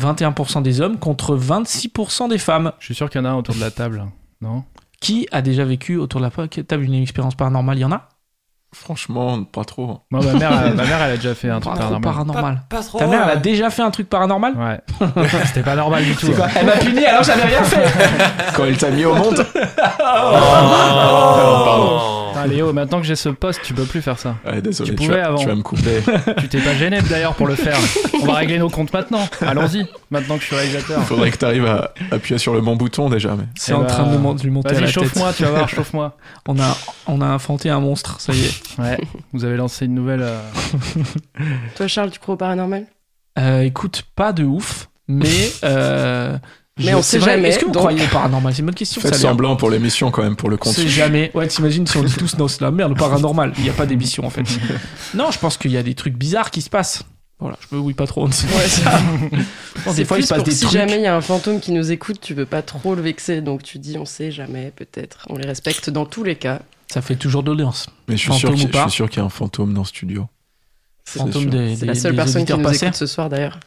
A: 21% des hommes contre 26% des femmes.
E: Je suis sûr qu'il y en a un autour de la table, hein. non
A: Qui a déjà vécu autour de la po- T'as vu une expérience paranormale Il y en a
B: Franchement, pas trop.
E: Moi, ma
A: [laughs]
E: mère, euh, ma mère, elle a déjà fait un
A: Pas
E: truc
A: trop
E: paranormal.
A: paranormal.
D: Pas trop. euh.
A: Ta mère, elle a déjà fait un truc paranormal
E: Ouais. C'était pas
A: [laughs]
E: normal du tout.
A: Quoi Elle m'a puni alors que j'avais rien fait
B: Quand elle t'a mis au monde
A: [laughs]
D: Oh,
E: Putain, Léo, maintenant que j'ai ce poste, tu peux plus faire ça.
B: Ouais, Désolé,
E: Tu
B: tu,
E: pouvais
B: vas,
E: avant.
B: tu vas
A: [laughs]
B: me couper.
E: Tu t'es pas gêné d'ailleurs pour le faire. On va régler nos comptes maintenant. Allons-y, maintenant que je suis réalisateur.
B: Faudrait que t'arrives à appuyer sur le bon bouton déjà. Mais...
A: C'est
E: Eh
A: en
E: bah,
A: train de me mon- de lui monter à
E: Vas-y,
A: la tête.
E: chauffe-moi, tu vas voir, chauffe-moi.
A: On a, on a infanté un monstre, ça y est.
E: Ouais, vous avez lancé une nouvelle. euh,
C: Toi, Charles, tu crois au paranormal
A: Euh, écoute, pas de ouf,
C: [laughs]
A: mais. euh,
C: Mais
A: je-
C: on
A: c'est
C: sait
A: vrai,
C: jamais,
A: Est-ce que vous
C: donc-
A: croyez au paranormal C'est une bonne question.
B: Faites
A: ça, Léa.
B: semblant pour l'émission quand même, pour le
A: On
B: compte.
A: sait jamais. Ouais, t'imagines si on dit tous non, c'est la merde, le paranormal. Il n'y a pas d'émission
B: [laughs]
A: en fait. non, je pense qu'il y a des trucs bizarres qui se passent. Voilà, je me oui pas trop. On sait
C: Ouais,
A: ça. Bon,
C: C'est
A: des fois, il
C: plus
A: se passe
C: pour
A: des
C: si
A: trucs.
C: jamais il y a un fantôme qui nous écoute, tu peux pas trop le vexer, donc tu dis on sait jamais, peut-être. On les respecte dans tous les cas.
A: Ça fait toujours de l'audience.
B: Mais je suis sûr
A: Fantôme ou
B: qu'il je
A: pas
B: suis sûr qu'il y a un fantôme dans le studio. C'est
A: Fantôme
B: sûr.
A: des,
C: C'est
A: des,
C: la seule
A: des
C: personne qui
A: auditeurs
C: nous
A: passés.
C: écoute ce soir d'ailleurs.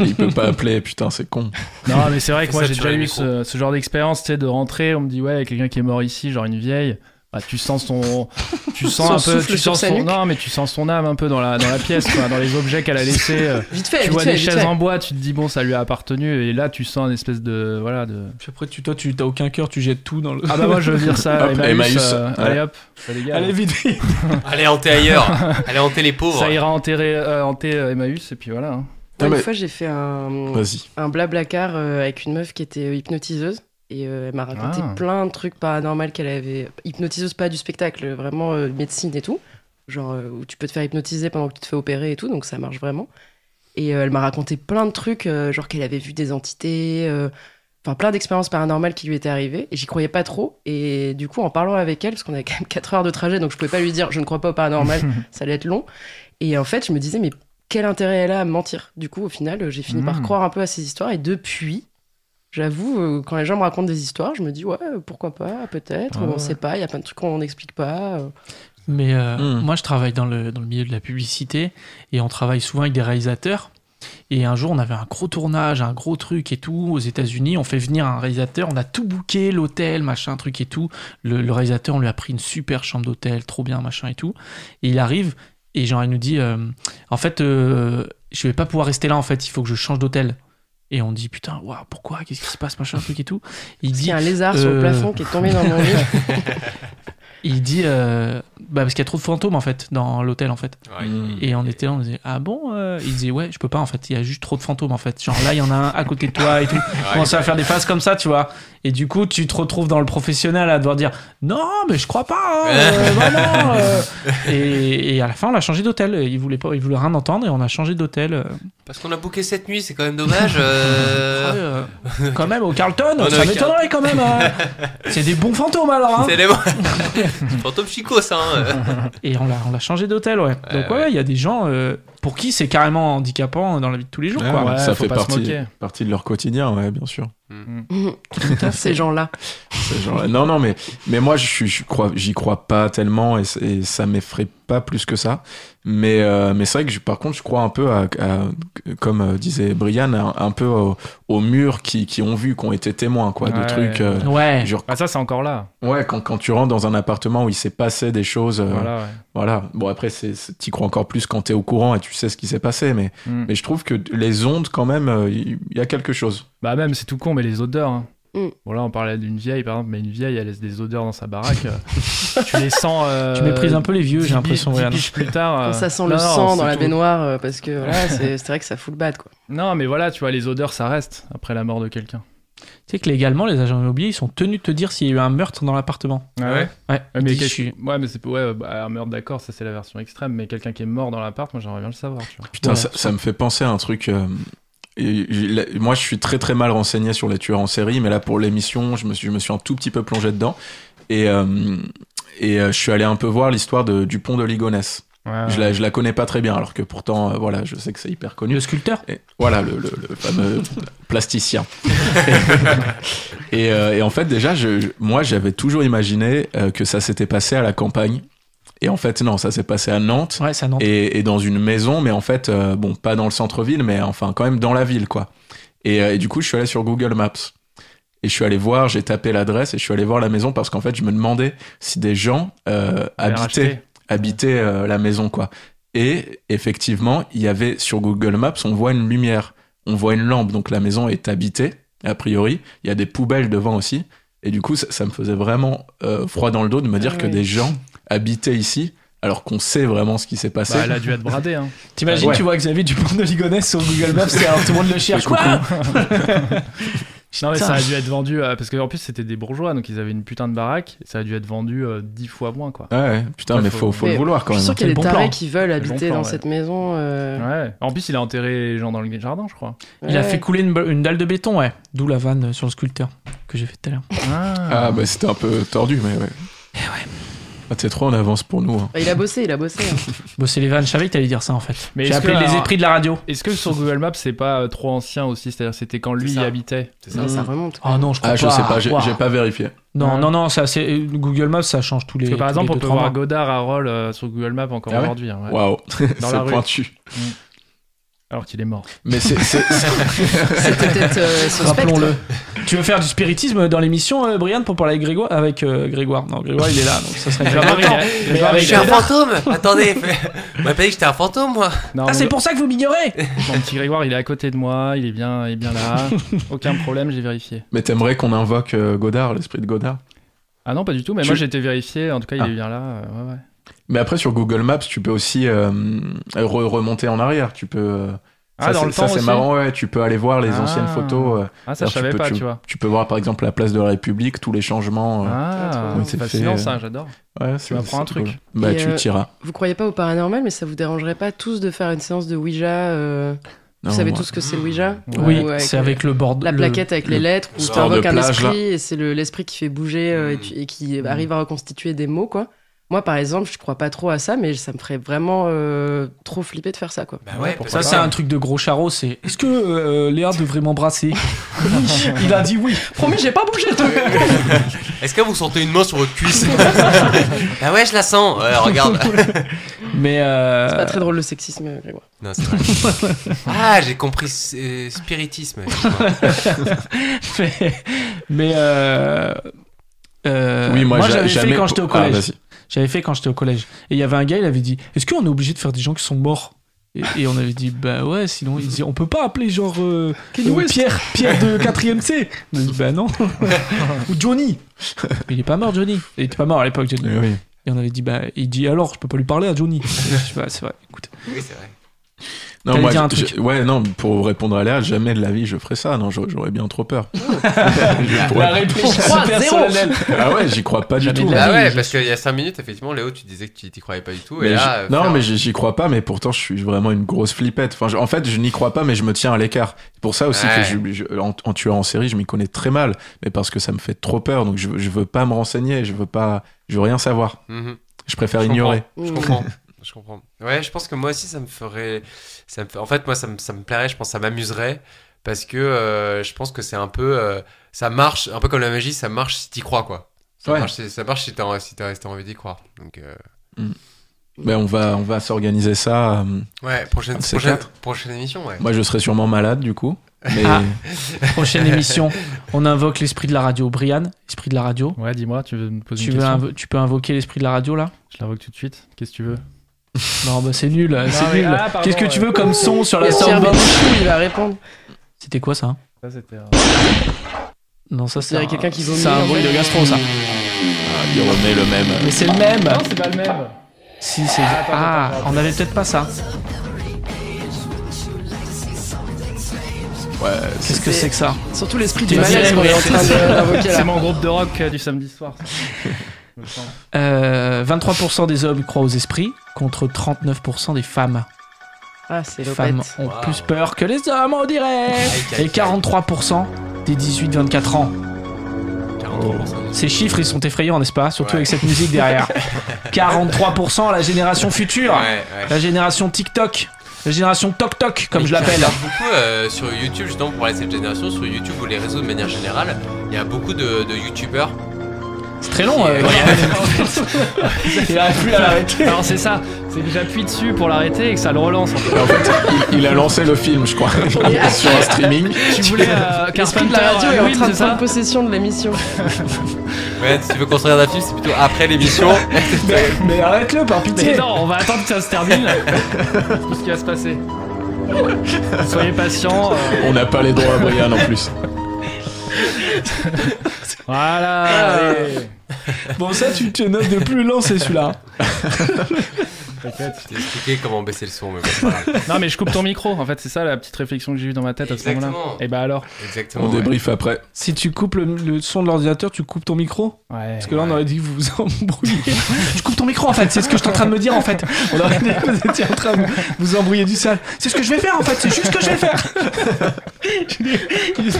B: Il peut
A: [laughs]
B: pas appeler, putain, c'est con.
E: Non, mais
C: [laughs]
E: c'est vrai que
D: Fais
E: moi
D: ça
E: j'ai
D: sur
E: déjà
D: le
E: eu
D: micro.
E: ce, ce genre d'expérience, tu sais, de rentrer, on me dit ouais, il y a quelqu'un qui est mort ici, genre une vieille. Bah, tu sens
C: [laughs]
E: son, tu
C: Son
E: sens un peu,
C: souffle
E: tu
C: sur
E: sens
C: sa
E: son,
C: nuque.
E: non, mais tu sens son âme un peu dans la dans la pièce, quoi, dans les objets qu'elle a laissés.
C: [laughs]
E: euh.
C: Vite fait,
E: Tu
C: vite
E: vois
C: fait,
E: des
C: vite
E: chaises
C: fait.
E: en bois, tu te dis bon, ça lui a appartenu, et là tu sens un espèce de voilà de.
A: Puis après, tu, toi, tu t'as aucun cœur, tu jettes tout dans le.
E: Ah bah moi je veux dire ça,
B: Hop,
E: Emmaüs,
B: Emmaüs,
E: euh,
B: ouais.
E: allez hop, ça
A: [laughs]
E: dégage.
A: Allez, vite, vite.
D: Allez, hanter ailleurs. Allez, hanter les pauvres.
E: ça ira enterrer, euh, hanter euh, Emmaüs, et puis voilà. hein.
C: Moi,
B: Non, mais-
C: Une fois, j'ai fait un,
B: Vas-y.
C: un blablacar euh, avec une meuf qui était hypnotiseuse. Et euh, elle m'a raconté
E: Ah.
C: plein de trucs paranormaux qu'elle avait. Hypnotiseuse, pas du spectacle, vraiment euh, médecine et tout. Genre euh, où tu peux te faire hypnotiser pendant que tu te fais opérer et tout, donc ça marche vraiment. Et euh, elle m'a raconté plein de trucs, euh, genre qu'elle avait vu des entités, euh, enfin plein d'expériences paranormales qui lui étaient arrivées et j'y croyais pas trop et du coup en parlant avec elle parce qu'on avait quand même [laughs] 4 heures de trajet donc je pouvais pas lui dire je ne crois pas au
E: [laughs]
C: paranormal ça allait être long et en fait je me disais mais quel intérêt elle a à me mentir du coup au final j'ai fini par
E: Mhm.
C: croire un peu à ces histoires et depuis j'avoue euh, quand les gens me racontent des histoires je me dis ouais euh, pourquoi pas peut-être
E: Ah
C: ou on
E: ouais.
C: sait pas il y a plein de trucs qu'on n'explique pas euh.
A: Mais euh,
B: Hmm.
A: moi, je travaille dans le, dans le milieu de la publicité et on travaille souvent avec des réalisateurs. Et un jour, on avait un gros tournage, un gros truc et tout aux États-Unis. On fait venir un réalisateur, on a tout booké, l'hôtel, machin, truc et tout. Le, le réalisateur, on lui a pris une super chambre d'hôtel, trop bien, machin et tout. Et il arrive et genre, il nous dit euh, En fait, euh, je vais pas pouvoir rester là, en fait, il faut que je change d'hôtel. Et on dit Putain, waouh, pourquoi Qu'est-ce qui se passe, machin, truc et tout. Il
C: il
A: dit
C: y a un lézard sur le
A: euh,
C: plafond qui est tombé dans
E: [laughs]
C: mon lit [laughs]
A: Il dit euh, Bah, parce qu'il y a trop de fantômes, en fait, dans l'hôtel, en fait.
D: Ouais,
B: Mm.
A: Et on était là, on disait ah bon euh Il disait ouais, je peux pas en fait, il y a juste trop de fantômes en fait. Genre là, il y en a un à côté de toi [laughs] et tout. On commence à faire des phases comme ça, tu vois. Et du coup, tu te retrouves dans le professionnel à devoir dire non, mais je crois pas, hein, euh, vraiment, [laughs] euh. Et, et à la fin, on a changé d'hôtel. Il voulait pas, il voulait rien entendre et on a changé d'hôtel. euh.
D: Parce qu'on a booké cette nuit, c'est quand même dommage.
A: [laughs]
D: euh,
A: Euh, quand même, au Carlton,
D: On
A: ça
D: a-
A: m'étonnerait quand même. [laughs] hein. C'est des bons fantômes alors. hein.
D: C'est les [laughs] fantôme Chico, ça. hein, euh.
A: Et on l'a, on l'a changé d'hôtel, ouais.
D: Ouais,
A: Donc ouais, il
D: ouais.
A: y a des gens euh, pour qui c'est carrément handicapant dans la vie de tous les jours,
B: Ah,
A: quoi.
E: ouais,
B: ça
E: faut
B: fait
E: pas se
B: partie,
E: moquer.
B: partie de leur quotidien, ouais, bien sûr.
C: ces gens là
B: C'est genre- non, non, mais, mais moi, je, suis- je crois, j'y crois pas tellement et, c- et ça m'effraie pas plus que ça. Mais, euh, mais c'est vrai que je- par contre, je crois un peu à, à- comme euh, disait Brian, un, un peu au- aux murs qui, qui ont vu, qui ont été témoins, quoi, de
E: Ouais.
B: trucs. euh,
A: Ouais.
B: genre-
E: Ah, ça, c'est encore là.
B: ouais, quand, quand tu rentres dans un appartement où il s'est passé des choses, euh, voilà.
E: Voilà, ouais.
B: Bon, après, c'est, c'est- t'y crois encore plus quand t'es au courant et tu sais ce qui s'est passé, mais,
E: Mm.
B: mais je trouve que les ondes, quand même, euh, il y, a quelque chose.
E: Bah même c'est tout con mais les odeurs. Hein.
C: Mm.
E: Bon là on parlait d'une vieille par exemple mais une vieille elle laisse des odeurs dans sa
C: [laughs]
E: baraque. euh, tu les sens. euh,
A: Tu méprises un peu les vieux,
E: dix
A: j'ai l'impression,
E: pi- dix
A: Brian.
E: piges plus tard. euh,
C: Quand ça sent
E: non,
C: le sang
E: c'est
C: dans la
E: tout.
C: baignoire euh, parce que voilà, c'est c'est vrai que ça fout le bad quoi.
E: Non mais voilà tu vois les odeurs ça reste après la mort de quelqu'un.
A: Tu sais que légalement, les agents immobiliers, ils sont tenus de te dire s'il y a eu un meurtre dans l'appartement.
E: Ah
D: ouais
A: Ouais,
E: Ouais, mais
A: Dis,
E: qu'est-ce-
A: je suis-
E: ouais mais c'est ouais bah, un meurtre d'accord ça c'est la version extrême mais quelqu'un qui est mort dans l'appart moi j'aimerais bien le savoir tu vois.
B: Putain,
A: Ouais.
B: ça, ça me fait penser à un truc. euh, et j'ai- la- moi, je suis très très mal renseigné sur les tueurs en série, mais là pour l'émission, je me suis, je me suis un tout petit peu plongé dedans. Et, euh, et euh, je suis allé un peu voir l'histoire de- du pont de Ligonesse.
E: Ouais,
B: Je, la, je la connais pas très bien, alors que pourtant, euh, voilà, je sais que c'est hyper connu.
A: Le sculpteur
B: Et voilà, le, le- le fameux plasticien. [laughs] et, euh, et en fait, déjà, je, je- moi, j'avais toujours imaginé euh, que ça s'était passé à la campagne. Et en fait, non, ça s'est passé à Nantes
A: Ouais, ça Nantes.
B: et, et dans une maison, mais en fait, euh, bon, pas dans le centre-ville, mais enfin, quand même dans la ville, quoi. Et, euh, et du coup, je suis allé sur Google Maps. Et je suis allé voir, j'ai tapé l'adresse et je suis allé voir la maison parce qu'en fait, je me demandais si des gens euh,
E: Aller
B: habitaient
E: racheter.
B: habiter euh, la maison quoi. Et effectivement, il y avait sur Google Maps, on voit une lumière, on voit une lampe, donc la maison est habitée a priori. Il y a des poubelles devant aussi, et du coup, ça, ça me faisait vraiment euh, froid dans le dos de me dire
C: Ah
B: que
C: oui.
B: des gens habitaient ici alors qu'on sait vraiment ce qui s'est passé.
E: Bah, elle a dû être
A: [laughs]
E: bradée hein.
A: T'imagines,
B: Ouais.
A: tu vois Xavier Dupont de Ligonnès sur Google Maps, et alors tout le monde le cherche.
B: Fais coucou.
A: Quoi [laughs]
E: Non mais
A: Putain.
E: ça a dû être vendu euh, parce que en plus c'était des bourgeois donc ils avaient une putain de baraque ça a dû être vendu euh, dix fois moins quoi.
B: [laughs] Ouais, ouais, putain,
E: Ouais,
B: mais faut,
E: faut-
B: faut le
C: Mais
B: vouloir quand
C: je
B: même.
C: suis sûr
B: hein.
C: qu'il y
A: C'est le
C: a des
A: bon
C: tarés
A: plan.
C: qui veulent
E: le bon
C: habiter
E: plan,
C: dans
E: ouais. Hein
C: cette maison. euh,
E: Ouais. En plus il a enterré les gens dans le jardin je crois.
A: Il a
C: ouais.
A: fait couler une, une dalle de béton, ouais. D'où la vanne sur le sculpteur que j'ai fait tout à l'heure.
B: Ah bah c'était un peu tordu, mais ouais.
C: Eh
B: Ah, T'es trop en avance pour nous. hein.
C: Bah, il a bossé, il a bossé. hein.
A: Bon, c'est les vannes, je savais que t'allais dire ça en fait.
E: Mais
A: J'ai
E: est-ce que,
A: appelé les
E: alors-
A: esprits de la radio.
E: Est-ce que sur Google Maps, c'est pas euh, trop ancien aussi C'est-à-dire, c'était quand lui
D: C'est
E: y
D: ça.
E: habitait
D: C'est
C: Ça,
D: ça.
C: ça [laughs] remonte. quoi.
A: Oh non, je crois
B: Ah, je sais pas, j'ai
A: Waouh.
B: j'ai pas vérifié.
A: Non, non, non, ça, c'est... Google Maps, ça change tous les.
E: Parce que par
A: tous les
E: exemple, on
A: deux,
E: peut
A: trois
E: voir
A: mois.
E: Godard à Roll euh, sur Google Maps encore
B: Ah ouais
E: aujourd'hui, hein, ouais.
B: Waouh,
E: la
B: [laughs] c'est
E: rue.
B: pointu.
E: alors qu'il est mort.
B: Mais c'est- c'est
C: C'est peut-être euh, suspect.
A: Rappelons-le. [laughs] Tu veux faire du spiritisme dans l'émission, euh, Brian, pour parler avec Grégoire Avec euh, Grégoire. Non, Grégoire, il est là, donc ça [laughs] serait déjà
E: Grégoire, il
A: marrant.
E: est-
A: Grégoire,
E: Grégoire,
A: il
D: Je
A: est
D: suis
A: là.
D: un fantôme Attendez On m'a pas dit que j'étais un fantôme, moi
E: Non,
A: Ah, c'est
E: mon-
A: pour ça que vous m'ignorez
E: Mon petit Grégoire, il est à côté de moi, il est bien, il est bien là. Aucun problème, j'ai vérifié.
B: Mais t'aimerais qu'on invoque euh, Godard, l'esprit de Godard
E: Ah non, pas du tout, mais
B: Tu-
E: moi j'ai été vérifié, en tout cas, il
B: Ah.
E: est bien là. euh, ouais, ouais.
B: Mais après, sur Google Maps, tu peux aussi euh, re- remonter en arrière. Tu peux. euh,
E: Ah,
B: ça,
E: dans
B: c'est-
E: le
B: ça,
E: temps
B: c'est
E: aussi
B: marrant, ouais. Tu peux aller voir les
E: Ah.
B: anciennes photos. euh,
E: Ah, ça,
B: Alors,
E: je
B: tu
E: savais
B: peux-
E: pas, tu vois.
B: tu peux voir, par exemple, la place de la République, tous les changements. euh,
E: Ah,
C: Oui,
E: c'est
B: c'est
E: fascinant
B: fait,
E: ça, j'adore.
B: ouais,
E: Ah, Tu
B: c'est-
E: m'apprends
B: c'est
E: un truc.
B: cool. Bah,
C: Et,
B: tu
C: euh,
B: tiras.
C: Vous croyez pas au paranormal, mais ça vous dérangerait pas tous de faire une séance de Ouija euh,
B: Non,
C: Vous savez
B: ouais.
C: tous ce que c'est Ouija
A: Oui,
C: Ou
A: c'est avec le bord.
C: La
A: le-
C: plaquette avec les
B: le-
C: lettres où
B: le
C: tu
B: genre de
C: invoques un
B: plage, là.
C: esprit et c'est le- l'esprit qui fait bouger euh, et, tu- et qui arrive à reconstituer des mots, quoi. Moi, par exemple, je crois pas trop à ça, mais ça me ferait vraiment euh, trop flipper de faire ça, quoi.
D: Bah ouais, parce
A: Ça,
D: que-
A: c'est un truc de gros charreau. C'est est-ce que euh, Léa devrait [laughs] m'embrasser Oui, il a dit oui.
C: Promis, j'ai pas bougé [laughs] le truc
D: Est-ce que vous sentez une main sur votre cuisse [laughs] Bah ouais, je la sens. Ouais, regarde.
A: [laughs] Mais euh,
C: C'est pas très drôle le sexisme, euh, Grégoire.
D: Non, c'est vrai. [laughs] Ah, j'ai compris euh, spiritisme.
A: mais, mais, euh, euh,
B: Oui, moi, j'a-
A: j'avais
B: jamais...
A: fait quand j'étais au
B: Ah,
A: collège.
B: vas-y.
A: J'avais fait quand j'étais au collège. Et il y avait un gars, il avait dit Est-ce qu'on est obligé de faire des gens qui sont morts et, et on avait dit Bah ouais, sinon, il disait On peut pas appeler genre euh, euh, Pierre, Pierre de 4ème C. On a dit, Bah non. [laughs] Ou Johnny. Il est pas mort, Johnny. Il était pas mort à l'époque, Johnny.
B: Eh oui.
A: Et on avait dit Bah, il dit Alors, je peux pas lui parler à
B: [laughs]
A: Johnny. Je sais pas, c'est vrai, écoute.
D: [laughs] Oui, c'est vrai.
B: Non,
A: T'allais
B: moi,
A: dire un
B: je-
A: truc.
B: je- ouais, non, pour répondre à Léa, jamais de la vie je ferais ça. Non, j'aurais j'aurais bien trop
E: [laughs]
B: peur. [laughs] Je pourrais-
A: réponse
C: crois, zéro.
B: Ah ouais, j'y crois pas du
A: Jamais
B: tout. Ah
A: de la
D: Bah
A: vie,
D: ouais,
A: je-
D: parce qu'il y a 5 minutes, effectivement, Léo, tu disais que tu t'y croyais pas du tout.
B: Mais
D: et là,
B: j'y-
D: euh,
B: non,
D: faire-
B: mais j'y j'y crois pas, mais pourtant je suis vraiment une grosse flippette. Enfin, je- en fait, je n'y crois pas, mais je me tiens à l'écart. C'est pour ça aussi
D: Ouais.
B: que je, je- en, en tueur en série, je m'y connais très mal, mais parce que ça me fait trop peur, donc je, je veux pas me renseigner, je veux pas, je veux rien savoir.
D: Mhm.
B: Je préfère
D: Je
B: ignorer.
D: Je
C: Mm.
D: comprends. Je comprends. Ouais, je pense que moi aussi, ça me ferait. Ça me- En fait, moi, ça me, ça me plairait, je pense, ça m'amuserait. Parce que euh, je pense que c'est un peu. euh, ça marche, un peu comme la magie, ça marche si t'y crois, quoi. Ça,
B: Ouais.
D: marche, si- ça marche si t'as en- si t'as si t'as envie d'y croire. Donc, euh,
B: Mais on va, on va s'organiser ça. euh,
D: ouais, prochaine,
B: Un de ces
D: prochaine,
B: quatre.
D: prochaine émission, ouais.
B: Moi, je serais sûrement malade du coup. Mais
A: Ah. Prochaine émission, on invoque l'esprit de la radio. Brian, esprit de la radio.
E: Ouais, dis-moi, tu veux me poser
A: Tu,
E: une
A: veux
E: question
A: invo- tu peux invoquer l'esprit de la radio là
E: Je l'invoque tout de suite. Qu'est-ce que tu veux
A: Non, bah c'est nul, c'est
E: mais-
A: nul.
E: ah, pardon,
A: Qu'est-ce que tu
E: ouais.
A: veux comme son sur
C: Il y
A: la
C: a Pierre
A: soundbox
C: Bénichou, il va répondre.
A: C'était quoi ça
E: Ça, c'était. un-
A: Non, ça c'est.
C: dirait
A: un-
C: quelqu'un qui vomit,
A: C'est un
C: en
A: bruit
C: fait.
A: de gastro ça.
B: Ah, il remet le même.
A: Mais c'est le même
E: Non, c'est pas le même.
A: Si, c'est.
E: Ah, attends,
A: Ah,
E: attends, attends.
A: on avait peut-être pas ça.
B: Ouais,
A: Qu'est-ce que
C: C'est-
A: c'est que ça
C: Surtout l'esprit du
A: C'est
C: malaise qu'on est en train de- d'invoquer
E: C'est
C: là.
E: mon groupe de rock euh, du samedi soir. ça. Je le sens.
A: Euh, 23% des hommes croient aux esprits contre 39% des femmes.
C: Ah, c'est
A: Les femmes
C: l'opette.
A: ont
D: Waouh.
A: plus peur que les hommes, on dirait.
D: Aïe, aïe,
A: Et 43% des 18-24 ans.
D: 43%.
A: Ces chiffres, ils sont effrayants, n'est-ce pas Surtout
D: Ouais.
A: avec cette musique [laughs] derrière. 43% la génération future.
D: Ouais, ouais.
A: La génération TikTok. La génération Tok Tok, comme je l'appelle. [laughs]
D: Il y a beaucoup euh, sur YouTube, justement, pour parler de cette génération, sur YouTube ou les réseaux de manière générale, il y a beaucoup de, de YouTubeurs.
A: C'est très long. euh,
D: Ouais.
E: [laughs]
A: il arrive plus à l'arrêter.
E: Alors, c'est ça. C'est que j'appuie dessus pour l'arrêter et que ça le relance. En fait.
B: Et en fait, il, il a lancé le film, je
D: [laughs]
B: crois, sur un streaming.
E: Tu voulais euh,
C: L'esprit
E: Carpenter
C: de la radio est en
E: Halloween,
C: train de
E: c'est ça
C: prendre possession de l'émission.
D: Ouais, si tu veux construire un film, c'est plutôt après
F: [laughs]
D: l'émission.
A: Mais, mais arrête-le par
E: Mais
A: pitié.
E: non, on va attendre que ça se termine. Tout ce qui va se passer. Soyez patients. euh,
B: On n'a pas les droits à Brian en plus.
E: voilà. allez.
A: Bon, ça, tu te notes de plus lent, c'est celui-là.
D: Je t'ai expliqué comment baisser le son, mais bon, c'est pas grave.
E: Non, mais je coupe ton micro. En fait, c'est ça la petite réflexion que j'ai eue dans ma tête à ce moment-là.
D: Exactement.
E: Et bah alors
D: Exactement.
B: On
D: ouais.
B: débrief après.
A: Si tu coupes le, le son de l'ordinateur, tu coupes ton micro
E: Ouais.
A: Parce que là, on aurait dit que vous vous [laughs] embrouillez. je coupe ton micro en fait, c'est ce que je suis en train de me dire en fait. On aurait dit que vous étiez en train de vous embrouiller du sale. C'est ce que je vais faire en fait, c'est juste ce que je vais [laughs] faire. ils se,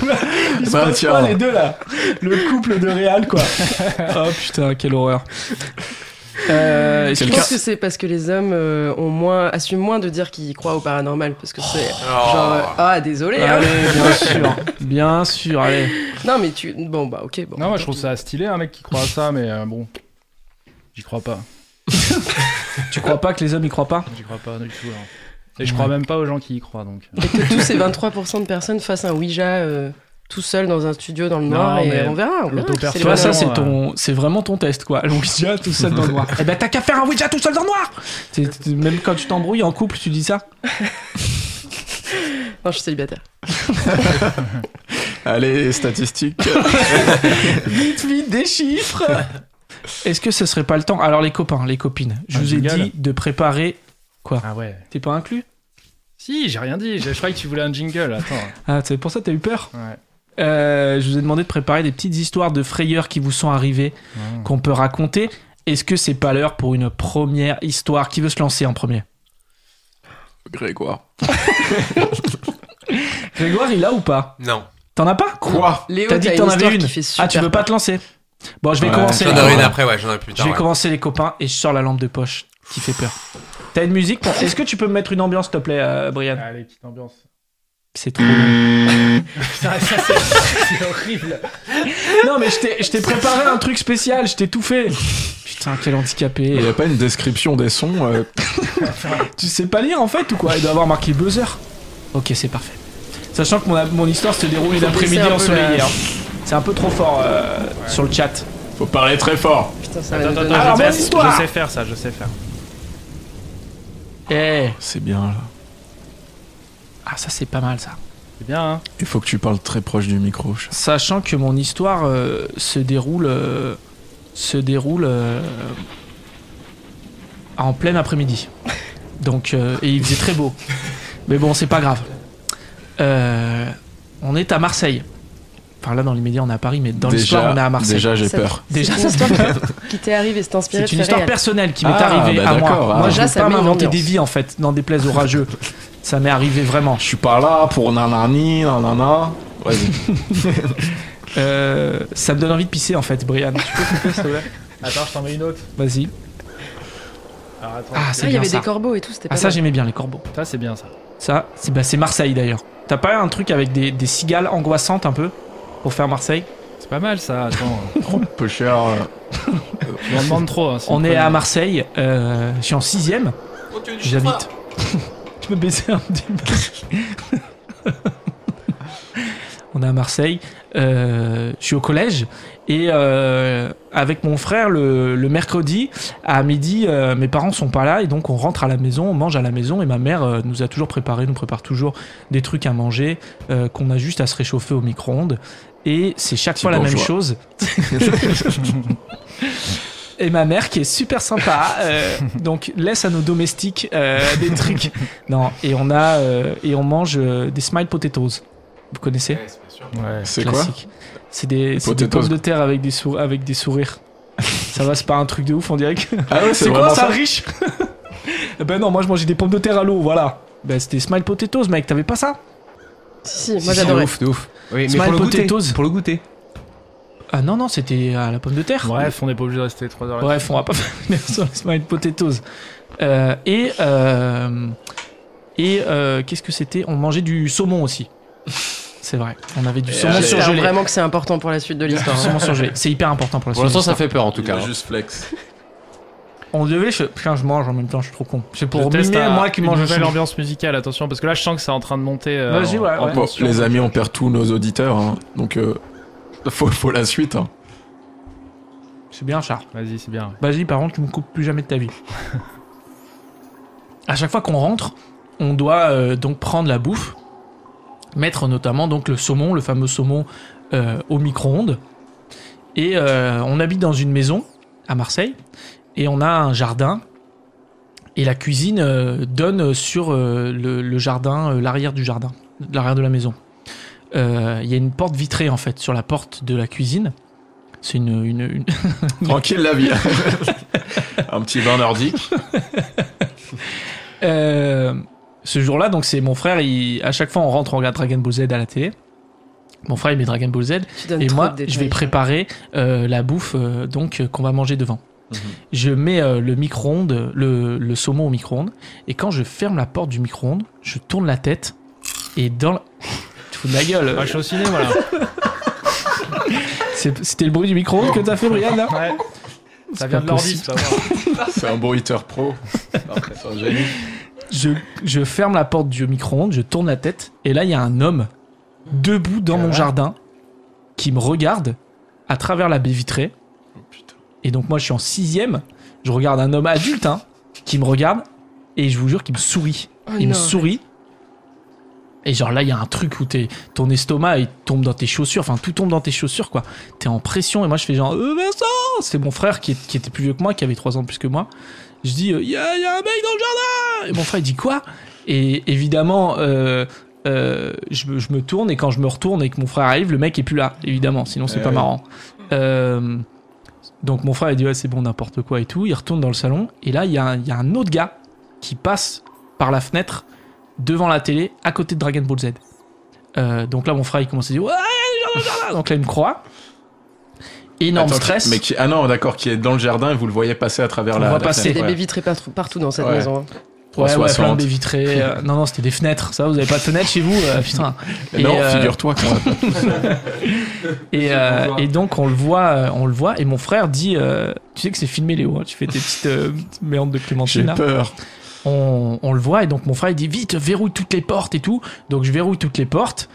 A: ils se
B: Bah,
A: passent
B: tiens.
A: pas, les deux là. Le couple de Réal quoi. [laughs] oh putain, quelle horreur. Euh, est-ce
C: Je
A: que-
C: pense que c'est parce que les hommes euh, ont moins, assument moins de dire qu'ils croient au paranormal. Parce que c'est
D: Oh.
C: genre, euh, ah, désolé. hein.
A: Allez, bien sûr. Bien sûr, allez.
C: Non, mais tu. Bon, bah, ok. Bon.
E: Non, moi je trouve ça stylé un mec qui croit à ça, mais euh, bon. J'y crois pas.
A: Tu crois pas que les hommes y croient pas hein.
E: J'y crois pas du tout. non. Et je crois même pas aux gens qui y croient donc.
C: Et que tous ces 23% de personnes fassent un Ouija euh, tout seul dans un studio dans le
E: Non,
C: noir
E: mais
C: et on verra. On verra qui c'est
E: l'auto-perso-
A: Tu
C: les
A: vois, ça,
C: bonnes.
A: c'est
E: vraiment,
A: ton, c'est vraiment ton test, quoi. Le Ouija tout seul dans le noir. eh ben, t'as qu'à faire un Ouija tout seul dans le noir C'est- c'est- Même quand tu t'embrouilles en couple, tu dis ça
C: Non, je suis célibataire.
B: Allez, statistiques.
D: [laughs]
A: Vite, vite, des chiffres [laughs] Est-ce que ce serait pas le temps Alors, les copains, les copines, je
E: Un
A: vous ai
E: jingle.
A: dit de préparer.
E: Ah ouais.
A: T'es pas inclus
E: Si, j'ai rien dit. Je, je croyais que tu voulais un jingle. Attends.
A: Ah, c'est pour ça que t'as eu peur
E: Ouais.
A: Euh, Je vous ai demandé de préparer des petites histoires de frayeurs qui vous sont arrivées, qu'on peut raconter. Est-ce que c'est pas l'heure pour une première histoire Qui veut se lancer en premier
B: Grégoire.
A: Grégoire, il a ou pas
D: Non.
A: T'en as pas
B: Quoi
C: Léo,
A: T'as dit que t'en
C: une
A: avais
C: histoire
A: une.
C: qui fait super
A: Ah, tu veux pas te lancer Bon, je vais
B: Ouais.
A: commencer.
D: J'en
A: les
D: aurai une
A: copains.
D: après, ouais, j'en aurai plus
A: Je
D: tard.
A: vais
D: ouais.
A: commencer les copains et je sors la lampe de poche qui fait peur. T'as une musique pour- Est-ce que tu peux me mettre une ambiance, s'il te plaît, euh, Brian
E: Allez, petite ambiance.
A: C'est trop. Putain, [laughs] ça, c'est- c'est horrible. Non, mais je t'ai- je t'ai préparé un truc spécial, je t'ai tout fait. Putain, quel handicapé.
B: Il n'y a pas une description des sons euh,
A: Tu sais pas lire en fait ou quoi Il doit avoir marqué buzzer. Ok, c'est parfait. Sachant que mon, mon histoire se déroule une
C: Faut
A: après-midi
C: baisser un peu
A: ensoleillée.
C: la-
A: hein. C'est un peu trop fort euh, sur le chat.
B: Faut parler très fort.
C: Putain, ça va
E: Attends,
C: nous
E: attends,
C: donner-
A: Alors,
E: attends,
A: mon
E: je, sais,
A: histoire.
E: je sais faire ça, je sais faire.
A: Eh
B: C'est bien là.
A: Ah, ça c'est pas mal ça.
E: C'est bien,
A: [laughs]
E: hein
B: Il faut que tu parles très proche du micro. chat.
A: Sachant que mon histoire euh, se déroule. euh, se déroule. euh, en plein après-midi. Donc, euh, et il faisait très beau. Mais bon, c'est pas grave. Euh, on est à Marseille. Enfin, là, dans l'immédiat, on est à Paris, mais dans l'histoire,
B: déjà,
A: on est à Marseille.
B: Déjà, j'ai
C: Ça-
B: peur.
A: Déjà,
C: C'est
A: ça
C: une
A: se fait
C: histoire qui t'est arrivée, c'est inspiré
A: C'est
C: de
A: une
C: faits
A: histoire
C: réels.
A: personnelle qui m'est
B: Ah,
A: arrivée
B: bah
A: à moi.
B: d'accord, ah.
A: Moi, je
C: Déjà,
A: ne
C: ça
A: pas
C: met une
A: m'inventer
C: ambiance.
A: des vies, en fait, n'en déplaise aux rageux. ça m'est arrivé vraiment.
B: Je suis pas là pour nanani, nanana. Vas-y. [laughs]
A: Euh, ça me donne envie de pisser, en fait, Brian. Tu peux couper, s'il te plaît
E: Attends, je t'en mets une autre.
A: Vas-y.
E: Alors, attends.
A: Ah,
C: Ah,
A: c'est
C: il y
A: bien
C: avait
A: ça.
C: des corbeaux et tout, c'était pas
A: Ah, ça,
C: mal.
A: j'aimais bien les corbeaux.
E: Ça, c'est bien ça.
A: Ça, c'est bah, c'est Marseille, d'ailleurs. T'as pas un truc avec des, des cigales angoissantes, un peu, pour faire Marseille
E: C'est pas mal ça, attends.
B: Peu cher. euh,
E: On en demande trop. hein, c'est
A: On
E: une
A: est
E: connerie.
A: à Marseille. euh, je suis en sixième.
D: Continue,
A: J'habite. [laughs] Je me baisais un petit peu. [laughs] On est à Marseille. euh, je suis au collège. Et euh, avec mon frère, le, le mercredi, à midi, euh, mes parents sont pas là. Et donc, on rentre à la maison, on mange à la maison. Et ma mère euh, nous a toujours préparé, nous prépare toujours des trucs à manger euh, qu'on a juste à se réchauffer au micro-ondes. Et c'est chaque
B: Petit
A: fois la même
B: bourgeois. [laughs]
A: chose. Et ma mère qui est super sympa, euh, donc laisse à nos domestiques euh, des
B: [laughs]
A: trucs. Non, et on a euh, et on mange euh, des smile potatoes. Vous connaissez
E: Ouais.
B: C'est quoi
A: Classique. C'est des, c'est des
B: potatoes.
A: pommes de terre avec des sour- avec des
B: [laughs]
A: sourires. ça va, c'est pas un truc de ouf, on dirait que
B: Ah ouais,
A: c'est quoi ça, riche Eh [laughs] Ben non, moi je mangeais des pommes de terre à l'eau, voilà. Ben c'était smile potatoes, mec, t'avais pas ça
C: Si, si, moi
F: Si,
C: j'adorais.
F: De ouf, de ouf. Oui,
A: Smile
F: mais pour le goûter.
A: potatoes.
F: Pour le goûter.
A: Ah non non, c'était à la pomme de terre.
E: Bref, on n'est pas obligé de rester 3 heures là.
A: Bref, on va pas finir sur les smiley potatoes. Euh, et euh, et euh, qu'est-ce que c'était On mangeait du saumon aussi. C'est vrai. On avait du saumon
F: allez.
C: J'espère
A: surgelé.
C: vraiment que c'est important pour la suite de l'histoire.
A: Du saumon surgelé. C'est hyper important pour la
F: Pour
A: suite.
F: l'instant, ça fait peur en tout cas. hein.
B: Juste flex.
A: On devait. Je... Putain, je mange en même temps. Je suis trop con. C'est pour
E: Je teste
A: mimer
E: un-
A: moi qui
E: une
A: mange le
E: nouvelle
A: saumon.
E: ambiance musicale, attention, parce que là je sens que c'est en train de monter. euh,
A: Vas-y,
E: en-
A: ouais,
E: en
A: ouais.
B: Bon,
E: tension.
B: les amis, on perd tous nos auditeurs. hein. Donc, euh, faut, faut la suite. hein.
A: C'est bien, Char.
E: Vas-y, c'est bien.
A: Vas-y, par contre, tu me coupes plus jamais de ta vie. à chaque fois qu'on rentre, on doit euh, donc prendre la bouffe, mettre notamment donc le saumon, le fameux saumon euh, au micro-ondes. Et euh, on habite dans une maison à Marseille et on a un jardin. Et la cuisine euh, donne sur euh, le, le jardin, euh, l'arrière du jardin, l'arrière de la maison. Euh, Il y a une porte vitrée en fait sur la porte de la cuisine. C'est une- une- une,
B: Tranquille la vie. [laughs] Un petit bain nordique.
A: Euh, ce jour-là, donc c'est mon frère. Il, à chaque fois, on rentre, on regarde Dragon Ball Z à la télé. Mon frère, il met Dragon Ball Z
C: Tu donnes
A: et
C: trop
A: moi,
C: de
A: je
C: détails.
A: vais préparer euh, la bouffe euh, donc euh, qu'on va manger devant.
E: Mhm.
A: Je mets euh, le micro-ondes, le, le saumon au micro-ondes, et quand je ferme la porte du micro-ondes, je tourne la tête et dans. la- [laughs] Tu te fous de la gueule.
E: Ah, je suis au ciné, voilà.
A: C'est- C'était le bruit du micro-ondes que t'as fait, Brian là.
E: Ouais. Ça
A: C'est
E: vient
A: pas
E: de l'ordi,
A: possible.
E: ça va.
B: C'est un bruiteur pro.
A: je, je ferme la porte du micro-ondes, je tourne la tête, et là, il y a un homme debout dans mon jardin qui me regarde à travers la baie vitrée.
C: Oh,
A: Et donc, moi, je suis en sixième. Je regarde un homme adulte hein, qui me regarde, et je vous jure qu'il me sourit.
C: Oh
A: il me
C: non.
A: sourit. Et genre là, il y a un truc où t'es- ton estomac il tombe dans tes chaussures, enfin tout tombe dans tes chaussures quoi. T'es en pression et moi je fais genre euh, Vincent, c'est mon frère qui, est- qui était plus vieux que moi, qui avait 3 ans de plus que moi. Je dis il y, a y a un mec dans le jardin. Et mon frère il dit quoi Et évidemment euh, euh, je, me- je me tourne et quand je me retourne et que mon frère arrive, le mec est plus là évidemment, sinon c'est
B: Eh
A: pas
B: oui.
A: marrant. Euh, donc mon frère il dit ouais c'est bon n'importe quoi et tout. Il retourne dans le salon et là il y, a un- il y a un autre gars qui passe par la fenêtre devant la télé, à côté de Dragon Ball Z. Euh, donc là, mon frère, il commence à dire Ouais, j'en ai marre. donc là, il me croit. Énorme
B: Attends, qui-
A: stress.
B: Mais qui, ah non, d'accord, qui est dans le jardin et vous le voyez passer à travers
A: On
B: la.
A: voit
B: la
A: passer.
B: fenêtre,
C: des
B: ouais.
C: baies vitrées partout, partout dans cette
B: Ouais.
C: maison. hein.
A: Ouais, ouais,
B: 360.
A: plein de baies vitrées.
B: [laughs]
A: euh, non, non, c'était des fenêtres. Ça, vous avez pas de fenêtre chez vous Euh, Putain. Et,
B: Non,
A: euh,
B: Eh ben,
A: [laughs]
B: figure-toi qu'on
A: Et, euh, et donc on le voit, euh, on le voit. Et mon frère dit, euh, tu sais que c'est filmé, Léo. hein, tu fais tes petites euh, petites méandres de
B: j'ai
A: Clémentine. là.
B: peur.
A: On, on le voit et donc mon frère il dit vite verrouille toutes les portes et tout. Donc je verrouille toutes les portes.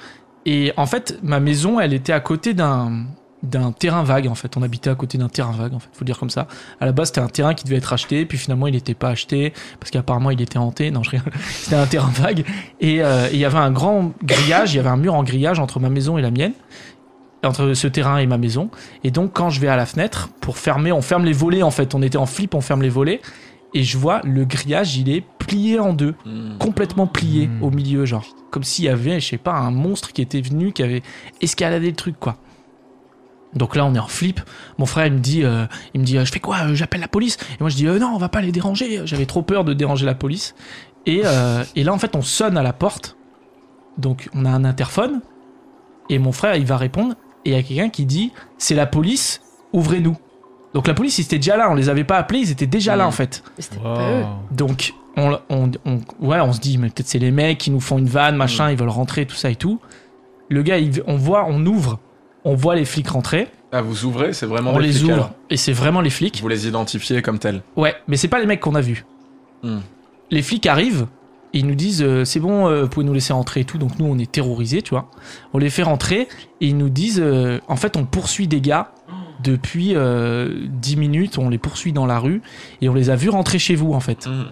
A: Et en fait ma maison elle était à côté d'un d'un terrain vague en fait. On habitait à côté d'un terrain vague en fait. Faut le dire comme ça. À la base c'était un terrain qui devait être acheté puis finalement il n'était pas acheté parce qu'apparemment il était hanté. Non je rigole. [laughs] C'était un terrain vague et euh, et il y avait un grand grillage. Il y avait un mur en grillage entre ma maison et la mienne entre ce terrain et ma maison. Et donc, quand je vais à la fenêtre pour fermer, on ferme les volets en fait. On était en flip, on ferme les volets. Et je vois le grillage, il est plié en deux,
B: Hmm.
A: complètement plié
E: Mmh.
A: au milieu, genre. Comme s'il y avait, je sais pas, un monstre qui était venu, qui avait escaladé le truc, quoi. Donc là, on est en flip. Mon frère, il me dit, euh, il me dit, euh, je fais quoi Euh, J'appelle la police. Et moi, je dis, euh, non, on va pas les déranger. J'avais trop peur de déranger la police. Et, euh, et là, en fait, on sonne à la porte. Donc, on a un interphone. Et mon frère, il va répondre. Et il y a quelqu'un qui dit, c'est la police, ouvrez-nous. Donc la police, ils étaient déjà là. On les avait pas appelés, ils étaient déjà là, en fait.
C: Mais c'était
E: Wow.
C: pas eux.
A: Donc, on, on, on- ouais, on se dit, mais peut-être c'est les mecs qui nous font une vanne, machin, ils veulent rentrer, tout ça et tout. Le gars, il- on voit, on ouvre, on voit les flics rentrer,
B: Ah, vous ouvrez, c'est vraiment
A: on
B: des
A: les
B: flics,
A: ouvre,
B: alors.
A: et c'est vraiment les flics.
B: Vous les identifiez comme tels.
A: Ouais, mais c'est pas les mecs qu'on a vus.
B: Hmm.
A: Les flics arrivent, et ils nous disent, euh, c'est bon, euh, vous pouvez nous laisser rentrer et tout, donc nous, on est terrorisés, tu vois. On les fait rentrer, et ils nous disent, euh, en fait, on poursuit des gars depuis euh, 10 minutes, on les poursuit dans la rue, et on les a vus rentrer chez vous, en fait.
B: Hmm.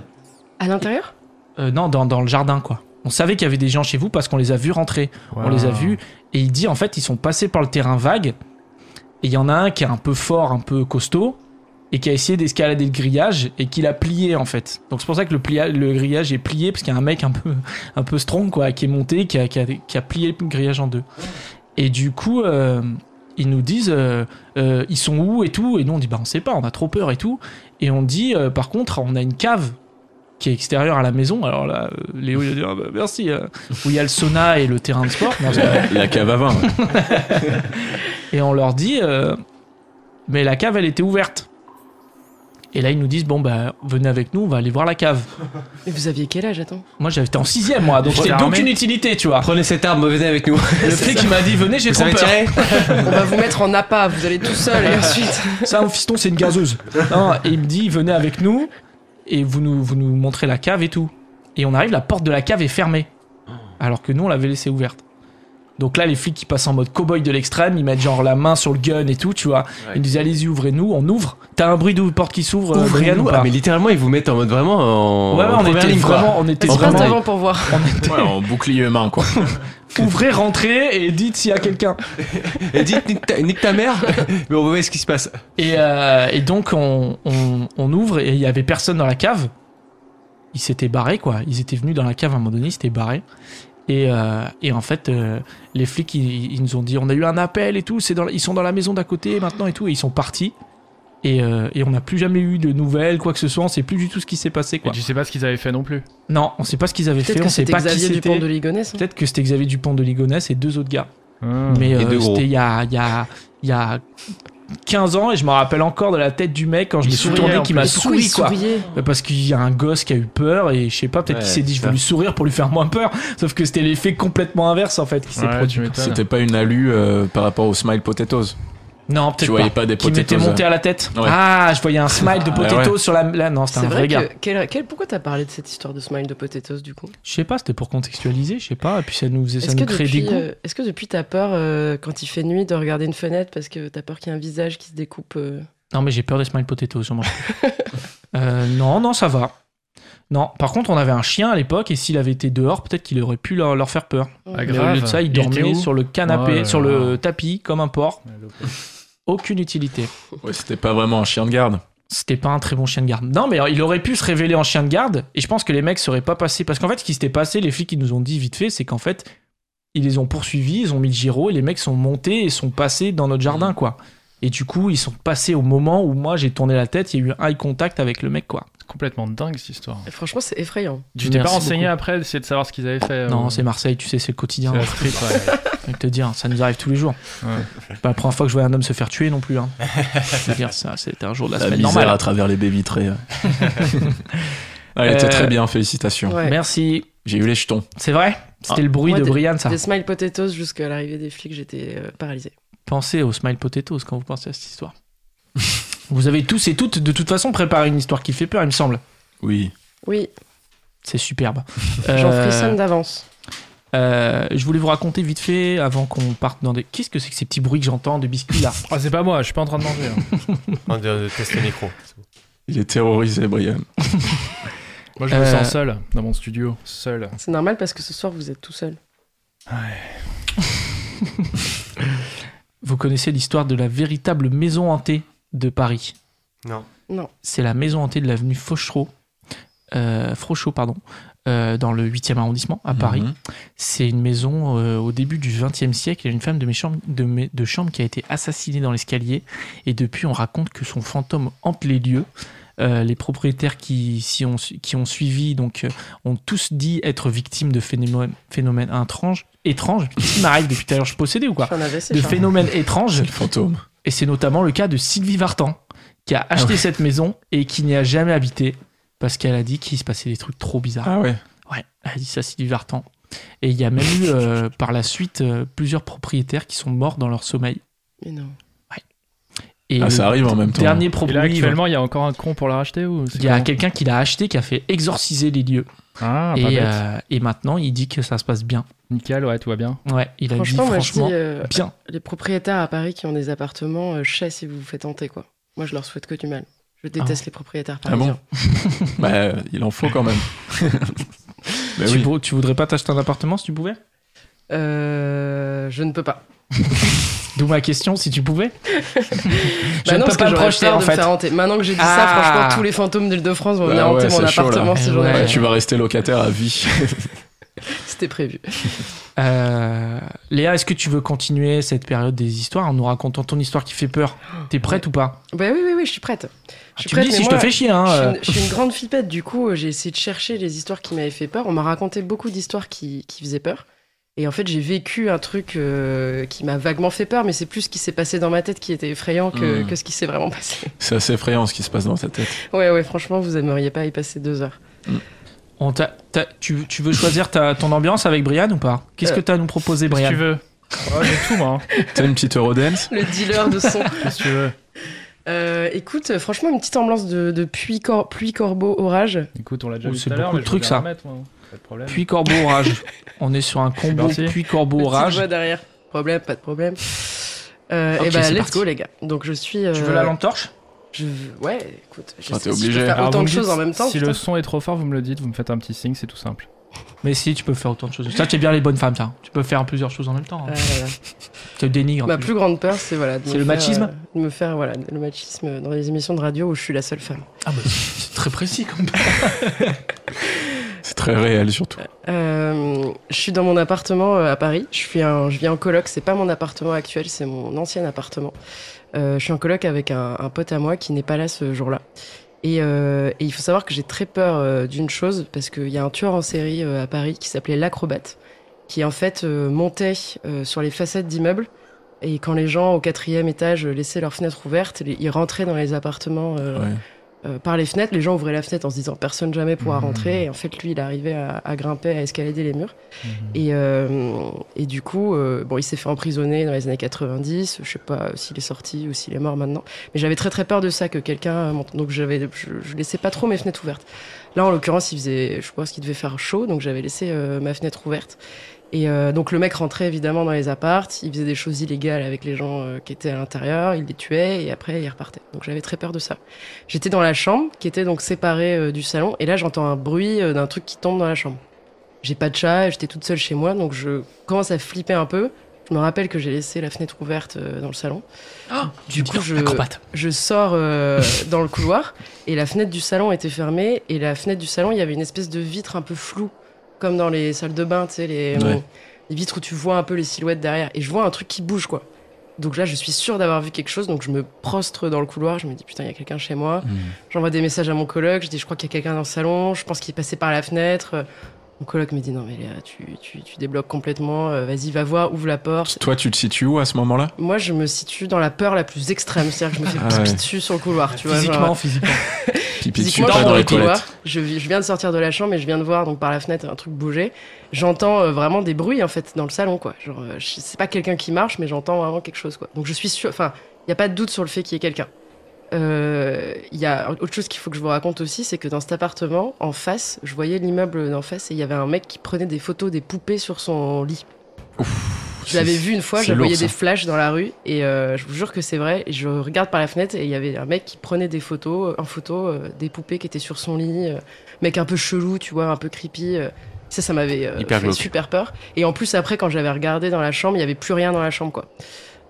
C: À l'intérieur
A: Euh, non, dans, dans le jardin, quoi. On savait qu'il y avait des gens chez vous parce qu'on les a vus rentrer. On
E: Wow.
A: les a vus. Et il dit, en fait, ils sont passés par le terrain vague. Et il y en a un qui est un peu fort, un peu costaud. Et qui a essayé d'escalader le grillage. Et qui l'a plié, en fait. Donc c'est pour ça que le, plia- le grillage est plié. Parce qu'il y a un mec un peu, un peu strong, quoi. Qui est monté, qui a, qui a- qui a plié le grillage en deux. Et du coup. euh, ils nous disent euh, euh, ils sont où et tout et nous on dit bah on sait pas on a trop peur et tout et on dit euh, par contre on a une cave qui est extérieure à la maison alors là euh, Léo il a dit Ah bah, merci euh, où il y a le sauna et le terrain de sport Non, c'est-
B: La, Euh, la cave à vin. ouais.
A: et on leur dit euh, mais la cave elle était ouverte et là ils nous disent bon bah venez avec nous on va aller voir la cave
C: Mais vous aviez quel
A: [laughs]
C: âge, attends
A: moi j'étais en sixième moi donc j'étais
E: Première
A: d'aucune
E: armée.
A: utilité tu vois
F: Prenez cette arme, venez avec nous.
A: le flic il m'a dit venez j'ai
F: Vous
A: trop
F: savez
A: peur
F: tirer
C: On va vous mettre en appât, vous allez tout seul et
A: [laughs]
C: ensuite.
A: Ça, mon fiston, c'est une gazeuse. Non, et il me dit, venez avec nous et vous nous, vous nous montrez la cave et tout. Et on arrive, la porte de la cave est fermée. Alors que nous, on l'avait laissée ouverte. Donc là, les flics qui passent en mode cow-boy de l'extrême, ils mettent genre la main sur le gun et tout, tu vois. Ils nous disent, allez-y, ouvrez-nous, on ouvre. T'as un bruit de porte qui s'ouvre, euh, Brian, ou
F: Ouvrez-nous.
A: pas
F: Ah, mais littéralement, ils vous mettent en mode vraiment en.
A: Ouais, ouais,
F: en
A: on
F: première
A: était
F: ligne, quoi.
A: vraiment, on était
C: On se passe
A: vraiment,
C: devant pour voir.
A: on était
B: Ouais, en bouclier humain, quoi.
A: ouvrez, rentrez et dites s'il y a quelqu'un.
F: Et dites, nique ta, nique ta
A: [laughs]
F: mère, mais on voit ce qui se passe.
A: Et, euh, et donc on, on- on ouvre et il y avait personne dans la cave. Ils s'étaient barrés quoi. Ils étaient venus dans la cave à un moment donné, ils s'étaient barrés. Et, euh, et en fait, euh, les flics ils, ils nous ont dit on a eu un appel et tout. C'est dans, la- ils sont dans la maison d'à côté maintenant et tout. Et ils sont partis. Et, euh, et on n'a plus jamais eu de nouvelles, quoi que ce soit. On sait plus du tout ce qui s'est passé
E: Et
A: quoi.
E: tu sais pas ce qu'ils avaient fait non plus.
A: Non, on sait pas ce qu'ils avaient
C: Peut-être
A: fait. On
C: que
A: sait
C: c'était
A: pas qui
C: Xavier Dupont
A: c'était.
C: de Ligonnès. hein.
A: Peut-être que c'était Xavier Dupont de Ligonnès et deux autres gars.
E: Ah.
A: Mais
F: Et
A: euh,
F: de gros.
A: c'était il y a, il y, a, il y a 15 ans et je me rappelle encore de la tête du mec quand je
E: Il
A: me suis
E: souriait,
A: tourné
E: en
A: qui
E: plus.
A: m'a
C: Mais pourquoi
A: souri
C: il
A: quoi.
C: souriait
A: Bah, Parce qu'il y a un gosse qui a eu peur et je sais pas, peut-être
F: Ouais,
A: qu'il s'est dit je vais
F: ça.
A: lui sourire pour lui faire moins peur. Sauf que c'était l'effet complètement inverse en fait qui s'est
E: Ouais,
A: produit.
E: tu
B: [laughs]
E: m'étonnes.
B: C'était pas une alu euh, par rapport au smile potatoes.
A: Non,
B: Tu
A: peut-être
B: voyais
A: pas.
B: pas des
A: Qui m'était
B: potatoes. euh.
A: monté à la tête.
B: Ouais.
A: Ah, je voyais un smile de
B: Ah, ouais.
A: potato sur la. Là, non, c'était
C: C'est
A: un vrai
C: vrai
A: gars.
C: que. quel- quel- Pourquoi t'as parlé de cette histoire de smile de potatoes du coup
A: Je sais pas, c'était pour contextualiser, je sais pas. Et puis ça nous faisait, ça
C: Est-ce que,
A: nous créait des
C: depuis,
A: goûts.
C: euh, est-ce que depuis t'as peur euh, quand il fait nuit de regarder une fenêtre parce que t'as peur qu'il y ait un visage qui se découpe euh,
A: Non, mais j'ai peur des smile potatoes, j'en mange plus. [laughs] Euh, non, non, ça va. Non, par contre, on avait un chien à l'époque, et s'il avait été dehors, peut-être qu'il aurait pu leur, leur faire peur.
E: Ah,
A: Mais au lieu de
E: grave.
A: ça, il
E: Il était
A: dormait
E: où
A: sur le canapé,
E: Oh là
A: sur le
E: là.
A: tapis, comme un porc. Aucune utilité.
B: Ouais, c'était pas vraiment un chien de garde.
A: C'était pas un très bon chien de garde. Non, mais alors, il aurait pu se révéler en chien de garde, et je pense que les mecs seraient pas passés. Parce qu'en fait, ce qui s'était passé, les flics, ils nous ont dit vite fait, c'est qu'en fait, ils les ont poursuivis, ils ont mis le giro, et les mecs sont montés et sont passés dans notre
E: Mmh.
A: jardin, quoi. Et du coup, ils sont passés au moment où moi j'ai tourné la tête, il y a eu un eye contact avec le mec, quoi.
E: complètement dingue cette histoire.
C: Et franchement, c'est effrayant.
E: Tu t'es pas
A: Merci
E: renseigné
A: beaucoup.
E: après d'essayer de savoir ce qu'ils avaient fait euh,
A: Non, c'est Marseille, tu sais, c'est le quotidien. hein,
E: c'est la street,
A: [laughs]
E: ouais.
A: Je vais te dire, ça nous arrive tous les jours.
E: Ouais.
A: C'est Pas la première fois que je vois un homme se faire tuer non plus.
E: [laughs]
A: Hein. Je veux dire, ça, c'était un jour de la,
B: La
A: semaine
B: misère
A: normale.
B: à travers les
A: [laughs]
B: baies vitrées. ouais. Elle était
A: Euh,
B: très bien, félicitations.
C: Ouais.
A: Merci.
B: J'ai eu les jetons.
A: C'est vrai C'était
B: Ah.
A: le bruit
C: Moi,
A: de
C: des-
A: Brian, ça.
C: Des smile potatoes jusqu'à l'arrivée des flics, j'étais euh, paralysée.
A: Pensez aux Smile Potatoes quand vous pensez à cette histoire. [laughs] vous avez tous et toutes, de toute façon, préparé une histoire qui fait peur, il me semble.
B: Oui.
C: Oui,
A: C'est superbe.
C: j'en
A: Euh,
C: frissonne d'avance.
A: euh, je voulais vous raconter vite fait avant qu'on parte dans des. Qu'est-ce que c'est que ces petits bruits que j'entends de biscuits là
E: Ah, c'est pas moi, je suis pas en train de manger.
A: [laughs]
E: hein.
D: On de, de tester le micro.
B: Il est terrorisé, Brian.
E: Moi, je me
A: Euh,
E: sens seul dans mon studio. Seul.
C: C'est normal parce que ce soir, vous êtes tout seul.
A: Vous connaissez l'histoire de la véritable maison hantée de Paris.
D: Non.
A: c'est la maison hantée de l'avenue Fauchereau, euh, Frochot, pardon, euh, dans le 8e arrondissement à Paris.
B: Mhm.
A: C'est une maison euh, au début du 20e siècle. Il y a une femme de, mes chambres- de, mes- de chambre qui a été assassinée dans l'escalier. Et depuis, on raconte que son fantôme hante les lieux. Euh, les propriétaires qui, s'y ont, su- qui ont suivi donc, euh, ont tous dit être victimes de phénomènes, phénomènes intranges- étranges. Qu'est-ce qui m'arrive depuis tout à l'heure Je suis possédé ou quoi
C: J'en avais, c'est
A: De
C: ça.
A: phénomènes étranges.
B: Le fantôme.
A: Et c'est notamment le cas de Sylvie Vartan, qui a
B: Ah
A: acheté cette maison et qui n'y a jamais habité parce qu'elle a dit qu'il se passait des trucs trop bizarres.
B: Ah ouais.
A: Ouais, elle a dit ça, Sylvie Vartan. Et il y a même eu euh, [laughs] par la suite euh, plusieurs propriétaires qui sont morts dans leur sommeil.
C: Mais non.
A: Et
B: Ah, ça
A: le
B: arrive en même temps.
A: Dernier
E: Et là,
A: propriétaire.
E: actuellement, il y a encore un con pour la racheter ou c'est
A: Il y a
E: comment
A: quelqu'un qui l'a acheté, qui a fait exorciser les lieux.
E: Ah, pas
A: et,
E: bête.
A: euh, et maintenant, il dit que ça se passe bien.
E: Nickel, ouais, tout va bien.
A: Ouais, il a
C: Franchement,
A: dit
C: moi,
A: franchement
C: je dis, euh,
A: bien.
C: les propriétaires à Paris qui ont des appartements, euh, chassez si vous vous faites tenter, quoi. Moi, je leur souhaite que du mal. Je déteste les propriétaires
B: Ah
C: parisiens.
B: bon Bah, euh, il en faut quand
A: [laughs]
B: même. bah
A: tu,
B: oui.
A: vou- tu voudrais pas t'acheter un appartement si tu pouvais
C: Euh, je ne peux pas.
A: D'où ma question, si tu
C: [laughs]
A: pouvais. je
C: Bah
A: ne
C: non,
A: peux
C: parce que
A: pas me
C: j'aurais
A: projeter
C: peur
A: en
C: de me
A: fait.
C: faire hanter. Maintenant que j'ai dit ça,
A: Ah.
C: franchement, tous les fantômes d'Île-de-France vont
B: Bah
C: venir hanter
B: ouais,
C: mon
B: c'est chaud, là.
C: appartement si
A: Eh
C: j'en ai
A: ouais.
B: Ouais,
C: un.
B: Bah, tu vas rester locataire à vie. [laughs]
C: C'était prévu.
A: Euh, Léa, est-ce que tu veux continuer cette période des histoires en nous racontant ton histoire qui fait peur T'es prête ou pas Ah,
C: Bah oui, oui, oui, je suis prête. Je suis
A: Tu me
C: prête,
A: dis
C: mais
A: si je
C: moi,
A: te fais chier. Hein,
C: Je suis,
A: euh.
C: une, je suis une grande flippette, du coup, euh, j'ai essayé de chercher les histoires qui m'avaient fait peur. On m'a raconté beaucoup d'histoires qui, qui faisaient peur. Et en fait, j'ai vécu un truc euh, qui m'a vaguement fait peur, mais c'est plus ce qui s'est passé dans ma tête qui était effrayant que,
A: Hmm.
B: Mm.
C: que ce qui s'est vraiment passé. [laughs]
B: C'est assez effrayant ce qui se passe dans ta tête.
C: Ouais, ouais, franchement, vous aimeriez pas y passer deux heures.
A: On t'a- t'a- tu, tu veux choisir ta, ton ambiance avec Brian ou pas Qu'est-ce que t'as à nous proposer,
E: Qu'est-ce que
A: Brian
E: tu veux Ouais, J'ai tout, moi. hein.
B: T'as une petite Eurodance
C: Le dealer de son.
E: Qu'est-ce que tu veux
C: [laughs] Euh, écoute, euh, franchement, une petite ambiance de, de pluie, cor- pluie, corbeau, orage.
E: Écoute, on l'a
A: Oh,
E: déjà vu
A: c'est
E: tout à l'heure,
A: beaucoup
E: mais
A: de
E: je vais
A: trucs,
E: la
A: ça.
E: remettre, moi. Pas de problème.
A: Puis Corbeau Orage. On est
C: [laughs]
A: sur un combo
E: Merci.
A: puis Corbeau
C: Petite
A: Orage.
C: voix derrière. Problème, pas de problème. Euh,
A: Ok,
C: et bah,
A: c'est
C: let's
A: parti.
C: go, les gars. Donc, je suis.
A: Tu
C: euh,
A: veux la lampe torche
C: je- Ouais, écoute, je
B: Ah,
C: sais
B: t'es
C: si je peux
B: obligé.
C: faire
E: Alors, vous
C: autant
E: me
C: de choses
E: dites
C: en même temps.
E: Si
C: putain.
E: le son est trop fort, vous me le dites, vous me faites un petit signe, c'est tout simple.
A: Mais si, tu peux faire autant de choses. Ça, t'es bien les bonnes femmes, tiens. Tu peux faire plusieurs choses en même temps.
C: Ah
A: hein.
C: là là.
A: [laughs] Tu te dénigres.
C: Ma bah, plus grande peur, c'est voilà. de
A: C'est
C: me
A: le
C: faire,
A: machisme
C: euh, de me faire voilà le machisme dans les émissions de radio où je suis la seule femme.
A: Ah, bah, c'est très précis comme
B: C'est très réel surtout.
C: Euh, je suis dans mon appartement euh, à Paris. Je suis un, je vis en coloc. C'est pas mon appartement actuel, c'est mon ancien appartement. Euh, je suis en coloc avec un, un pote à moi qui n'est pas là ce jour-là. Et, euh, et il faut savoir que j'ai très peur euh, d'une chose parce qu'il y a un tueur en série euh, à Paris qui s'appelait l'acrobate, qui en fait euh, montait euh, sur les façades d'immeubles. Et quand les gens au quatrième étage euh, laissaient leurs fenêtres ouvertes, les- ils rentraient dans les appartements euh,
B: Ouais.
C: euh, par les fenêtres, les gens ouvraient la fenêtre en se disant personne jamais pourra rentrer. Et en fait, lui, il arrivait à, à grimper, à escalader les murs. Et, euh, et du coup, euh, bon, il s'est fait emprisonner dans les années 90. Je sais pas s'il est sorti ou s'il est mort maintenant. Mais j'avais très très peur de ça que quelqu'un euh, monte. Donc j'avais, je, je laissais pas trop mes fenêtres ouvertes. Là, en l'occurrence, il faisait, je pense qu'il devait faire chaud, donc j'avais laissé euh, ma fenêtre ouverte. Et euh, donc le mec rentrait évidemment dans les appartes, il faisait des choses illégales avec les gens euh, qui étaient à l'intérieur, il les tuait et après il repartait. Donc j'avais très peur de ça. J'étais dans la chambre qui était donc séparée euh, du salon et là j'entends un bruit euh, d'un truc qui tombe dans la chambre. J'ai pas de chat, j'étais toute seule chez moi donc je commence à flipper un peu. Je me rappelle que j'ai laissé la fenêtre ouverte euh, dans le salon.
A: Du
C: Ah, coup, je-
A: Acrobate.
C: Je sors euh, dans le couloir et la fenêtre du salon était fermée et la fenêtre du salon il y avait une espèce de vitre un peu floue comme dans les salles de bain tu sais les,
B: Ouais.
C: les vitres où tu vois un peu les silhouettes derrière et je vois un truc qui bouge quoi Donc là, je suis sûre d'avoir vu quelque chose, donc je me prostre dans le couloir, je me dis putain, il y a quelqu'un chez moi.
B: Mm.
C: J'envoie des messages à mon coloc, je dis je crois qu'il y a quelqu'un dans le salon, je pense qu'il est passé par la fenêtre. Mon coloc me dit non mais Léa, tu, tu, tu débloques complètement, euh, vas-y, va voir, ouvre la porte.
B: Toi, tu te situes où à ce moment-là
C: Moi, je me situe dans la peur la plus extrême, c'est-à-dire que je me fais
B: Ah
C: pipi
B: ouais.
C: dessus sur le couloir, tu vois. genre-
A: Physiquement, physiquement.
B: Pipi dessus,
C: Physiquement,
B: pas
C: je
B: dans
C: suis
B: les
C: dans le couloir.
B: toilettes.
C: Je, vis- je viens de sortir de la chambre et je viens de voir donc par la fenêtre un truc bouger. J'entends euh, vraiment des bruits en fait dans le salon quoi. Genre euh, je- c'est pas quelqu'un qui marche mais j'entends vraiment quelque chose quoi. Donc je suis sûr, enfin il y a pas de doute sur le fait qu'il y ait quelqu'un. Euh, Il y a autre chose qu'il faut que je vous raconte aussi, c'est que dans cet appartement en face, je voyais l'immeuble d'en face et il y avait un mec qui prenait des photos des poupées sur son lit. Je l'avais vu une fois,
B: c'est
C: je
B: lourd,
C: voyais
B: ça.
C: des flashs dans la rue et euh, je vous jure que c'est vrai. Et Je regarde par la fenêtre et il y avait un mec qui prenait des photos, en photo euh, des poupées qui étaient sur son lit, euh, mec un peu chelou, tu vois, un peu creepy. euh. Ça, ça m'avait euh,
B: Hyper
C: fait
B: glauque.
C: super peur. Et en plus après, quand j'avais regardé dans la chambre, il y avait plus rien dans la chambre, quoi.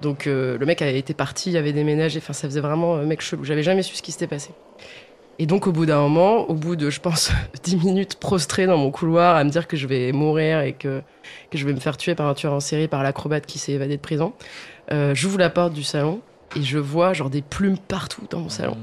C: Donc euh, le mec avait été parti, il avait déménagé. Enfin, ça faisait vraiment euh, mec chelou. J'avais jamais su ce qui s'était passé. Et donc au bout d'un moment, au bout de je pense [laughs] 10 minutes prostrée dans mon couloir à me dire que je vais mourir et que, que je vais me faire tuer par un tueur en série, par l'acrobate qui s'est évadé de prison, euh, j'ouvre la porte du salon et je vois genre des plumes partout dans mon salon.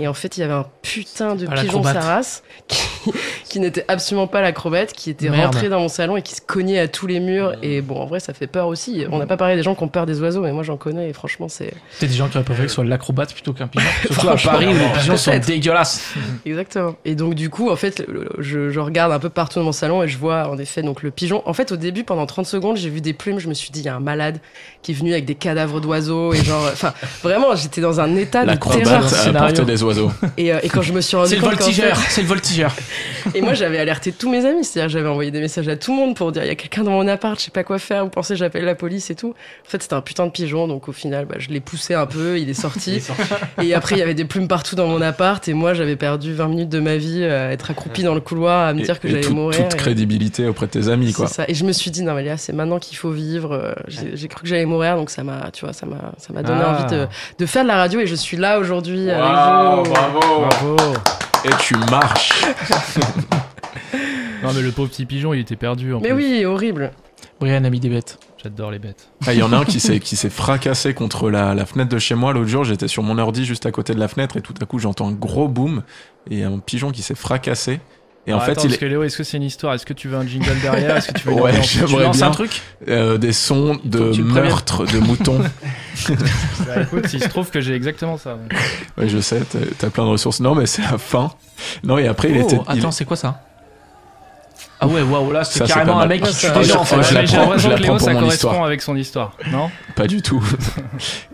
C: Et en fait, il y avait un putain de
A: pas
C: pigeon
A: l'acrobate.
C: Saras qui, [laughs] qui n'était absolument pas l'acrobate, qui était
A: Merde. Mmh.
C: rentré dans mon salon et qui se cognait à tous les murs. Et bon, en vrai, ça fait peur aussi. On n'a pas parlé des gens qui ont peur des oiseaux, mais moi j'en connais et franchement, c'est.
A: C'est des gens qui auraient préféré que ce soit l'acrobate plutôt qu'un
B: [laughs]
A: pigeon. Surtout à
C: Franchement,
A: Paris où les
C: vraiment.
A: pigeons sont
C: Peut-être.
A: dégueulasses.
C: Exactement. Et donc du coup, en fait, le- le- je, je regarde un peu partout dans mon salon et je vois en effet donc le pigeon. En fait, au début, pendant 30 secondes, j'ai vu des plumes. Je me suis dit, il y a un malade qui est venu avec des cadavres d'oiseaux et genre, enfin, vraiment, j'étais dans un état de terreur.
B: L'acrobate à la
A: scénario.
B: porte des oiseaux.
C: Et, euh, et quand je me suis rendu
A: C'est le
C: compte, qu'en
A: voltigeur, c'est le voltigeur.
C: fait- et moi, j'avais alerté tous mes amis, c'est-à-dire j'avais envoyé des messages à tout le monde pour dire, il y a quelqu'un dans mon appart, je sais pas quoi faire. Vous pensez, j'appelle la police et tout. En fait, c'était un putain de pigeon. Donc au final, bah, je l'ai poussé un peu, il est sorti. Et après, il y avait des plumes partout dans mon appart. Et moi, j'avais perdu 20 minutes de ma vie euh, à être accroupie dans le couloir, à me
B: Et-
C: dire que
B: et
C: j'allais
B: toute-
C: mourir.
B: Toute
C: et-
B: crédibilité auprès de tes amis,
C: c'est
B: quoi.
C: ça. Et je me suis dit, non, mais Léa, c'est maintenant qu'il faut vivre. Euh, J'ai j'ai cru que j'allais mourir, donc ça m'a, tu vois, ça m'a, ça m'a donné
E: Ah.
C: envie de, de faire de la radio. Et je suis là aujourd'hui
B: Waouh,
C: avec vous.
B: bravo.
E: Bravo
B: Et tu marches.
E: Non mais le pauvre petit pigeon, il était perdu en
C: Mais
E: plus.
C: oui, horrible.
A: Brian a mis des
B: [laughs]
A: bêtes.
E: J'adore les bêtes.
B: Ah, Il y en a un qui s'est qui s'est fracassé contre la, la fenêtre de chez moi l'autre jour. J'étais sur mon ordi juste à côté de la fenêtre et tout à coup j'entends un gros boom et un pigeon qui s'est fracassé. Et en
E: Alors,
B: fait,
E: Bah, attends,
B: il
E: parce
B: est
E: que Léo, est-ce que c'est une histoire Est-ce que tu veux un jingle derrière Est-ce que tu veux une
B: Ouais,
E: ambiance Tu
B: j'aimerais
E: lances
B: bien.
E: un truc
B: euh, des sons de
A: que tu le préviennes.
B: meurtre
A: [laughs]
B: de moutons.
E: Bah, écoute, s'il se trouve que j'ai exactement ça.
B: Ouais, je sais, t'as- t'as plein de ressources. Non, mais c'est la fin. Non, et après, il
A: Oh,
B: était. il-
A: attends, c'est quoi ça Ah ouais, waouh, là c'est
B: Ça, c'est
A: carrément
B: pas
A: un
B: mal.
A: mec qui tue
B: Ah,
A: des
B: je-
A: gens en fait.
B: ah, je
E: Ouais, mais j'ai
B: l'apprends-
E: l'impression
B: je
E: que
B: l'apprends
E: Léo,
B: pour
E: ça
B: mon
E: correspond
B: histoire.
E: avec son histoire, non
B: Pas du
A: [laughs]
B: tout.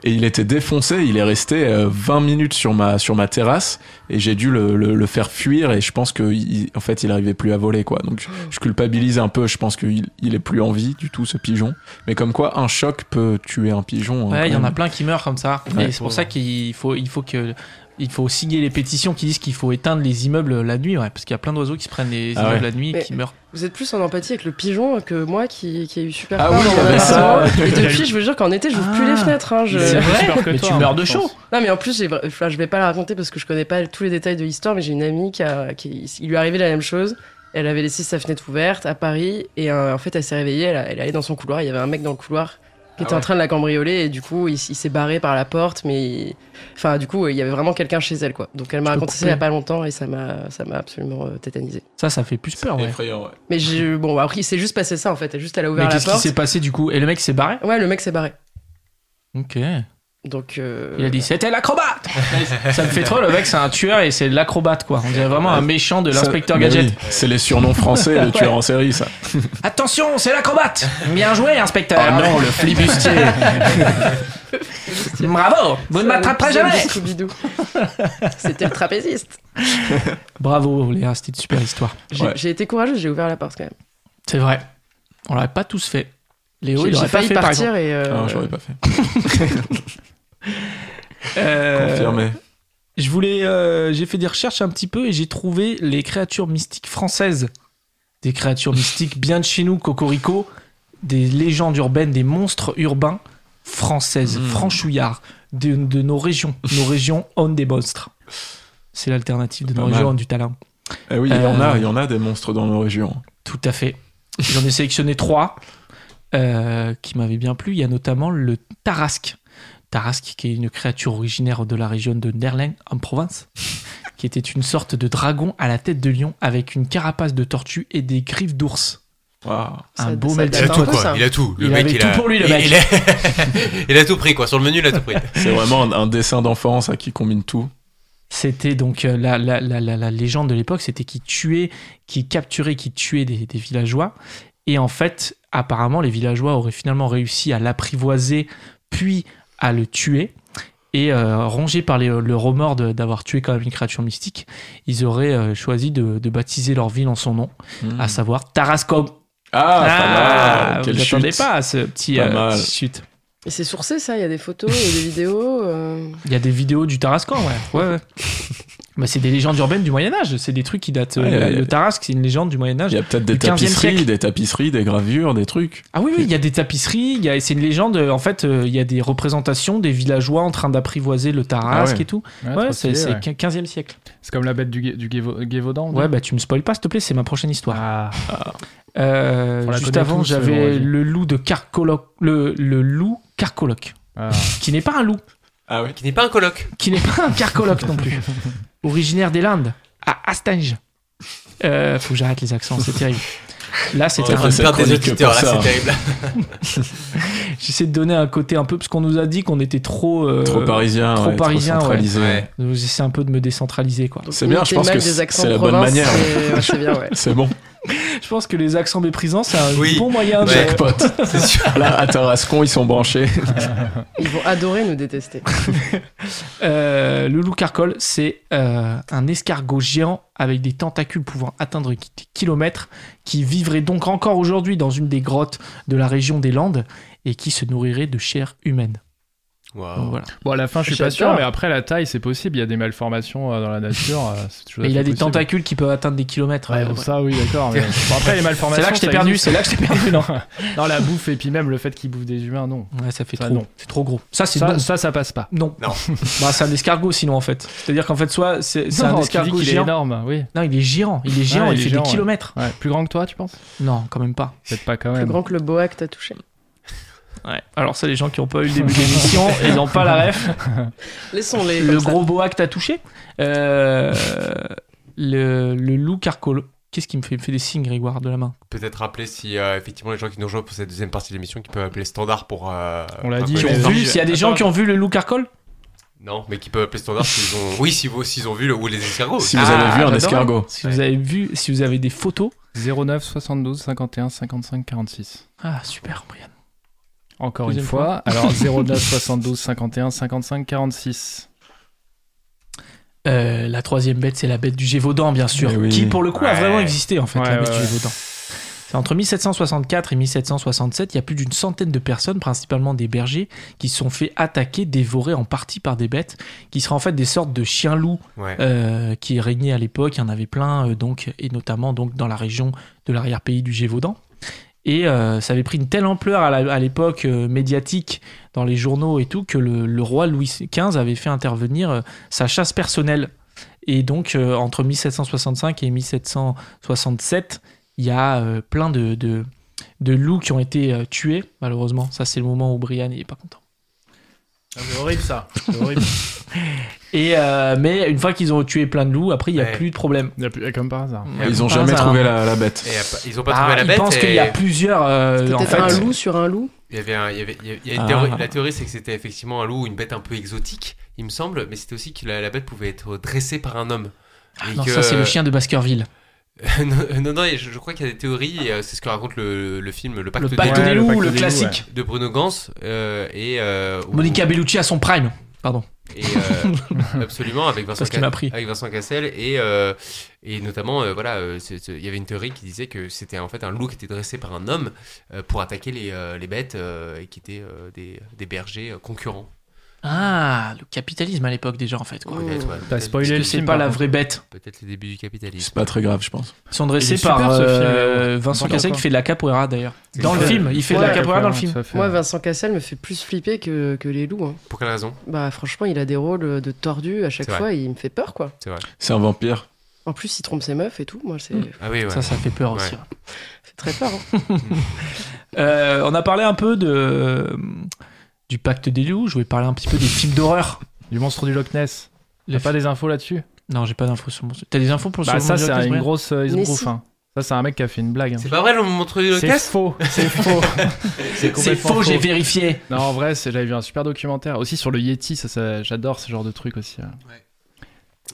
B: et il était défoncé, il est resté euh, 20 minutes sur ma, sur ma terrasse et j'ai dû le, le- le faire fuir et je pense que il- en fait il arrivait plus à voler quoi. Donc je, je culpabilise un peu, je pense qu'il il est plus en vie du tout ce pigeon. Mais comme quoi un choc peut tuer un pigeon. hein,
A: Ouais, il y
B: quand
A: en a
B: même.
A: plein qui meurent comme ça.
B: Ouais.
A: et c'est pour ça qu'il faut, il faut que. Il faut signer les pétitions qui disent qu'il faut éteindre les immeubles la nuit, ouais, parce qu'il y a plein d'oiseaux qui se prennent les
B: Ah
A: immeubles
B: ouais.
A: la nuit et
C: Mais-
A: qui meurent.
C: Vous êtes plus en empathie avec le pigeon que moi qui, qui ai eu super
B: Ah
C: peur
B: oui,
C: dans mon
B: ah bah
A: ça,
C: appartement.
E: ouais.
C: Et depuis, je veux dire qu'en été, j'ouvre plus les fenêtres. hein, je-
E: C'est vrai, peur que
A: mais
E: toi,
A: tu
E: hein,
A: meurs de
E: je
A: chaud.
E: pense.
C: Non mais en plus, j'ai... enfin, je vais pas la raconter parce que je connais pas tous les détails de l'histoire, mais j'ai une amie qui, a... qui il lui arrivait la même chose. Elle avait laissé sa fenêtre ouverte à Paris et euh, en fait elle s'est réveillée, elle, a- elle allait dans son couloir, il y avait un mec dans le couloir
A: Ah
C: qui était en train de la cambrioler et du coup il, s- il s'est barré par la porte, mais il- enfin du coup il y avait vraiment quelqu'un chez elle quoi. Donc elle m'a
A: Je peux
C: raconté ça il y a
A: couper.
C: pas longtemps et ça m'a ça m'a absolument euh, tétanisée.
A: Ça, ça fait plus peur. ouais.
B: Effrayant, ouais.
C: Mais j'ai... bon après il s'est juste passé ça en fait, elle juste elle a
A: Mais
C: ouvert la
A: qu'est-ce qui
C: porte.
A: s'est passé du coup Et le mec s'est barré
C: Ouais le mec s'est barré.
A: Ok.
C: Donc euh,
A: Il a dit c'était l'acrobate Ça me fait trop, le mec c'est un tueur et c'est l'acrobate quoi. On dirait vraiment un méchant de
B: Ça-
A: l'inspecteur
B: mais
A: Gadget.
B: oui, c'est les surnoms français
A: [laughs]
B: de tueurs en série ça.
A: Attention, c'est l'acrobate Bien joué, inspecteur
B: Ah non, le [laughs] flibustier.
A: Bravo Vous ne m'attraperez
C: C'est un
A: jamais [laughs]
C: Scooby-Doo. C'était le trapéziste.
A: Bravo Léa, c'était une super histoire.
C: J'ai
B: Ouais.
C: j'ai été courageuse, j'ai ouvert la porte quand même.
A: C'est vrai. On l'aurait pas tous fait. Léo,
C: J'ai-
A: il
C: j'ai
A: aurait pas
C: failli
A: fait par exemple.
C: partir et. euh,
B: Ah, j'aurais pas fait.
A: Euh,
B: Confirmé.
A: Je voulais, euh, j'ai fait des recherches un petit peu et j'ai trouvé les créatures mystiques françaises. Des créatures mystiques bien de chez nous, Cocorico, des légendes urbaines, des monstres urbains françaises,
B: Mmh.
A: franchouillards, de, de nos régions. Nos régions ont des monstres. C'est l'alternative de
B: Pas
A: nos
B: mal.
A: régions ont du talent.
B: Eh oui, il y en
A: Euh,
B: a, il y en a des monstres dans nos régions.
A: Tout à fait. J'en ai sélectionné trois euh, qui m'avaient bien plu. Il y a notamment le Tarasque. Tarask, qui est une créature originaire de la région de Nerling, en Provence, [laughs] qui était une sorte de dragon à la tête de lion avec une carapace de tortue et des griffes d'ours.
B: Waouh.
A: Un
C: Ça-
A: beau
C: ça
A: mec.
D: Il a
C: Attends,
D: tout,
C: un peu,
D: quoi.
C: ça.
D: Il a tout. Le
A: Il
D: mec,
A: avait
D: il
A: tout
D: a...
A: pour lui, le
D: il-
A: mec.
D: Il a... il a tout pris, quoi. Sur le menu, il a tout pris.
B: C'est vraiment un, un dessin d'enfant, ça, qui combine tout.
A: C'était donc euh, la, la, la, la, la légende de l'époque, c'était qu'il tuait, qu'il capturait, qu'il tuait des, des villageois. Et en fait, apparemment, les villageois auraient finalement réussi à l'apprivoiser, puis à le tuer. Et euh, rongés par les- le remords de- d'avoir tué quand même une créature mystique, ils auraient euh, choisi de, de baptiser leur ville en son nom,
B: Hmm.
A: à savoir Tarascon.
B: Ah, pas mal.
A: vous
B: Quelle
A: n'attendez
B: chute.
A: pas à ce petit,
B: Pas
A: euh,
B: mal.
A: petit chute.
C: Et c'est sourcé, ça Il y a des photos, il y a des vidéos. euh,
A: Il y a des vidéos du Tarascan, ouais.
E: [laughs]
A: ouais, ouais. Bah, c'est des légendes urbaines du Moyen-Âge. C'est des trucs qui datent. euh,
B: Ouais,
A: le,
B: ouais,
A: le
B: ouais.
A: Tarasque, c'est une légende du
B: Il
A: Moyen-Âge.
B: y a peut-être des
A: Du 15e siècle.
B: tapisseries, des tapisseries, des gravures, des trucs.
A: Ah oui, oui, il y a des tapisseries. il y a- C'est une légende. euh, En fait, euh, il y a des représentations des villageois en train d'apprivoiser le Tarasque
B: Ah ouais.
A: et tout.
E: Ouais,
A: Ouais,
E: trop
A: c'est
E: stylé,
A: c'est quin-
E: ouais.
A: 15e siècle.
E: C'est comme la bête du, Gué- du Guévo- Guévaudan. on dit
A: Ouais, bah tu me spoil pas, s'il te plaît, c'est ma prochaine histoire.
E: Ah,
A: Euh,
E: On la
A: juste
E: connaît
A: avant,
E: tous, euh,
A: j'avais
E: Roger.
A: le loup de Carcoloc. Le, le loup Carcoloc.
E: ah.
A: Qui n'est pas un loup.
B: Ah ouais.
D: Qui n'est pas un colloque.
A: qui n'est pas un carcoloc non
D: [laughs]
A: plus, originaire des Landes, à Astange. Euh, faut que j'arrête les accents, c'est terrible. Là,
D: On est
A: c'était
D: en
A: un...
D: train de
B: cette
D: perdre des
B: chronique
D: auditeurs,
B: pour
D: là,
B: ça.
D: c'est terrible.
A: J'essaie de donner un côté un peu, parce qu'on nous a dit qu'on était trop... euh,
B: Trop parisien,
A: trop
B: ouais,
A: parisien, ouais.
B: centralisé.
D: Ouais.
A: donc J'essaie un peu de me décentraliser, quoi.
C: donc
B: C'est bien,
C: mettez
B: je pense
C: mal
B: que
C: des
B: c'est-
C: accents
B: c'est la
C: de
B: bonne
C: province,
B: manière.
C: C'est ouais, c'est bien, ouais.
B: C'est bon.
A: Je pense que les accents méprisants, c'est un
D: Oui.
A: bon moyen de...
D: Ouais.
B: Jackpot.
D: [laughs] C'est sûr.
B: Là, à Tarascon, ils sont
D: [laughs]
B: branchés.
C: Ils vont adorer nous détester.
A: Euh, le loup carcole, c'est euh, un escargot géant avec des tentacules pouvant atteindre qui- des kilomètres, qui vivrait donc encore aujourd'hui dans une des grottes de la région des Landes et qui se nourrirait de chair humaine. Donc,
D: Waouh.
A: voilà.
E: Bon, à la fin, je suis pas
C: J'adore.
E: sûr, mais après, la taille, c'est possible. Il y a des malformations euh, dans la nature. euh, c'est tout à
A: Mais il
E: fait
A: a des
E: possible.
A: tentacules qui peuvent atteindre des kilomètres.
E: Ouais,
A: euh,
E: bon,
A: ouais.
E: ça, oui,
A: [laughs]
E: d'accord. mais- Bon, après, les malformations.
A: C'est là que je t'ai
E: ça
A: perdu,
E: existe.
A: c'est là que je t'ai [laughs] perdu, non
E: Non, la bouffe, et puis même le fait qu'ils bouffent des humains, non.
A: Ouais, ça fait
E: Ça,
A: trop.
E: non.
A: C'est trop gros. Ça, c'est
E: Ça,
A: non.
E: ça, ça passe pas.
A: Non.
D: Non.
A: [laughs] bah, c'est un escargot sinon en fait. C'est-à-dire qu'en fait, soit c'est c'est
E: Non,
A: un
E: tu dis
A: escargot
E: qu'il est
A: géant.
E: énorme, oui.
A: non, il est géant. Il est géant.
E: Ouais,
A: Ah, il,
E: il est
A: fait
E: géant,
A: des
E: ouais.
A: kilomètres.
E: Ouais, Plus grand que toi, tu penses
A: Non, quand même pas.
E: Peut-être pas quand
C: Plus
E: même.
C: grand que le boa que t'as touché.
A: Ouais. Alors ça, les gens qui n'ont pas [laughs] eu le début de l'émission et n'ont pas la ref,
C: Laissons-les.
A: le
C: comme ça.
A: gros boa que t'as touché, euh, le, le loup carcolo. Qu'est-ce qui me fait Il me fait des signes, Grégoire, de la main
D: Peut-être rappeler si, euh, effectivement, les gens qui nous rejoignent pour cette deuxième partie de l'émission, qui peuvent appeler standard pour. euh,
E: On l'a
D: un
E: dit,
D: peu-
E: mais-
A: S'il
E: Non, je-
A: y a des gens
E: attends.
A: qui ont vu le loup carcole
D: Non, mais qui peuvent appeler standard s'ils ont. Oui, s'ils vous- s'ils ont vu le ou les escargots.
B: Si vous
A: Ah,
B: avez vu un
A: j'adore.
B: escargot.
A: Si vous avez vu, si vous avez des photos.
E: 09 72 51 55 46.
A: Ah, super, Brian.
E: Encore
A: Deuxième
E: une fois.
A: [laughs]
E: Alors 09 72 51 55 46.
A: Euh, la troisième bête, c'est la bête du Gévaudan, bien sûr,
B: Eh oui.
A: qui pour le coup a
D: Ouais.
A: vraiment existé en fait,
E: Ouais,
A: la bête
E: ouais,
A: du
E: ouais.
A: Gévaudan. C'est entre 1764 et 1767, il y a plus d'une centaine de personnes, principalement des bergers, qui se sont fait attaquer, dévorer en partie par des bêtes, qui seraient en fait des sortes de chiens-loups
D: Ouais.
A: euh, qui régnaient à l'époque. Il y en avait plein, euh, donc, et notamment donc dans la région de l'arrière-pays du Gévaudan. Et euh, ça avait pris une telle ampleur à la- à l'époque euh, médiatique, dans les journaux et tout, que le, le roi Louis XV avait fait intervenir euh, sa chasse personnelle. Et donc, euh, entre 1765 et 1767, il y a euh, plein de, de, de loups qui ont été euh, tués, malheureusement. Ça, c'est le moment où Brian n'est pas content.
E: C'est Ah,
A: [laughs]
E: horrible ça. C'est horrible.
A: Et, euh, mais une fois qu'ils ont tué plein de loups, après, il n'y a
D: Ouais.
A: plus de problème.
E: Il y a plus- comme par hasard.
D: Ouais.
B: Ils ont
A: Par
B: jamais
A: hasard.
B: trouvé la, la bête.
D: Et, euh, ils ont pas
A: hein. Ah,
D: trouvé la
A: ils
D: bête.
A: pensent
D: et-
A: qu'il y a plusieurs. euh,
C: C'était
A: en fait,
C: un loup sur un loup.
D: Il y avait un- il y avait- il y a- il y a une
B: Ah.
D: théorie- la théorie, c'est que c'était effectivement un loup ou une bête un peu exotique, il me semble, mais c'était aussi que la, la bête pouvait être dressée par un homme. [laughs] Et
A: Non,
D: que-
A: ça, c'est le chien de Baskerville.
D: non, non, non, et je, je crois qu'il y a des théories, et euh, c'est ce que raconte le, le film Le Pacte,
A: Le
D: des
A: pacte
D: loups
E: Ouais,
A: des
E: le
A: loups,
E: pacte
A: le,
E: des loups,
A: classique.
D: de Bruno Gans. euh, et, euh, où-
A: Monica Bellucci à son prime. Pardon.
D: et, euh, absolument, avec
A: [laughs]
D: Vincent,
A: Parce qu'il
D: Ca-
A: m'a pris.
D: avec Vincent Cassel. Et, euh, et notamment, euh, voilà, euh, c'est- c'est- il y avait une théorie qui disait que c'était en fait un loup qui était dressé par un homme euh, pour attaquer les, euh, les bêtes euh, et qui étaient euh, des, des bergers euh, concurrents.
A: Ah, le capitalisme à l'époque, déjà, en fait. quoi.
C: Mmh.
D: Peut-être, ouais,
E: T'as
D: peut-être-
E: spoilé le
A: C'est
E: film.
A: pas
E: par
A: la
E: contre.
A: vraie bête.
D: Peut-être les débuts du capitalisme.
B: C'est pas très grave, je pense.
A: Ils sont dressés
E: Il est super,
A: par
E: ce
A: euh,
E: film.
A: Vincent
E: Dans
A: Cassel
E: quoi
A: qui fait de la capoeira d'ailleurs.
D: C'est
A: Dans le
D: vrai.
A: film, il fait de
C: Ouais,
A: la capoeira dans le film.
E: tout à fait.
C: Moi, Vincent Cassel me fait plus flipper que, que les loups. hein.
D: Pour quelle raison
C: Bah, franchement, il a des rôles euh, de tordu à chaque
D: C'est vrai.
C: fois. Il me fait peur, quoi.
B: C'est un vampire.
C: En plus, il trompe ses meufs et tout. Moi, c'est [laughs]
A: Mm.
D: Ah oui, ouais.
A: Ça, ça fait peur
D: Ouais.
A: aussi.
C: hein. c'est très peur. hein.
A: Euh, on a parlé un peu de, du Pacte des loups, je vais parler un petit peu des films d'horreur.
E: Du monstre du Loch Ness.
A: Le
E: [laughs] T'as pas des infos là-dessus
A: Non, j'ai pas d'infos sur mon. T'as des infos pour
E: Bah,
A: sur
E: ça,
A: le
E: c'est
A: Mondial
E: une
A: Casper
E: grosse. euh, ils ont
C: Mais
E: gros
C: si.
E: fin. Ça, c'est un mec qui a fait une blague. hein.
D: C'est pas vrai, le montre du
E: C'est
D: Locust
E: faux, c'est faux.
A: [laughs] C'est
E: complètement
A: faux, j'ai
E: [laughs]
A: vérifié.
E: Non, en vrai, c'est- j'avais vu un super documentaire aussi sur le Yeti. Ça, ça- j'adore ce genre de truc aussi. hein.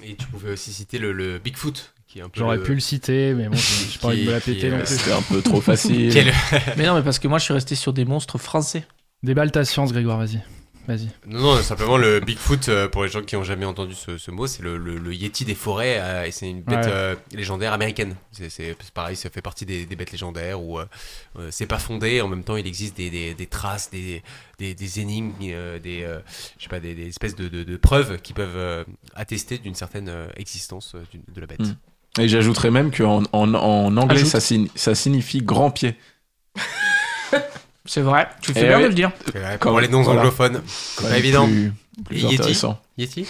D: Et tu pouvais aussi citer le, le Bigfoot, qui est un peu.
E: J'aurais
D: le-
E: pu le citer, mais bon, j'ai j'ai pas envie de me la
D: Qui- qui,
E: péter non
D: euh,
E: plus.
B: C'était un peu
D: [laughs]
B: trop facile.
D: qui est le-
A: Mais non, mais parce que moi, je suis resté sur des monstres français.
E: Déballe ta science, Grégoire, vas-y. Vas-y.
D: Non, non, simplement le Bigfoot, euh, pour les gens qui n'ont jamais entendu ce, ce mot, c'est le, le- le Yeti des forêts, euh, et c'est une bête
E: Ouais.
D: euh, légendaire américaine. C'est c'est- c'est pareil, ça fait partie des, des bêtes légendaires où euh, euh, c'est pas fondé, en même temps il existe des, des- des traces, des, des, des énigmes, euh, des, euh, je sais pas, des, des espèces de, de- de preuves qui peuvent euh, attester d'une certaine euh, existence euh, d'une- de la bête.
B: Mm. Et j'ajouterais même qu'en en, en anglais,
A: Ajoute.
B: ça, signi- ça signifie grand pied.
A: C'est vrai, tu fais
B: Eh
A: bien
B: oui.
A: de le dire.
D: Euh,
B: Comme-
D: pour les noms
B: voilà.
D: anglophones, c'est
B: Quand
D: pas
B: même
D: évident.
B: Plus, plus
D: Et Yeti
B: intéressant.
D: Yeti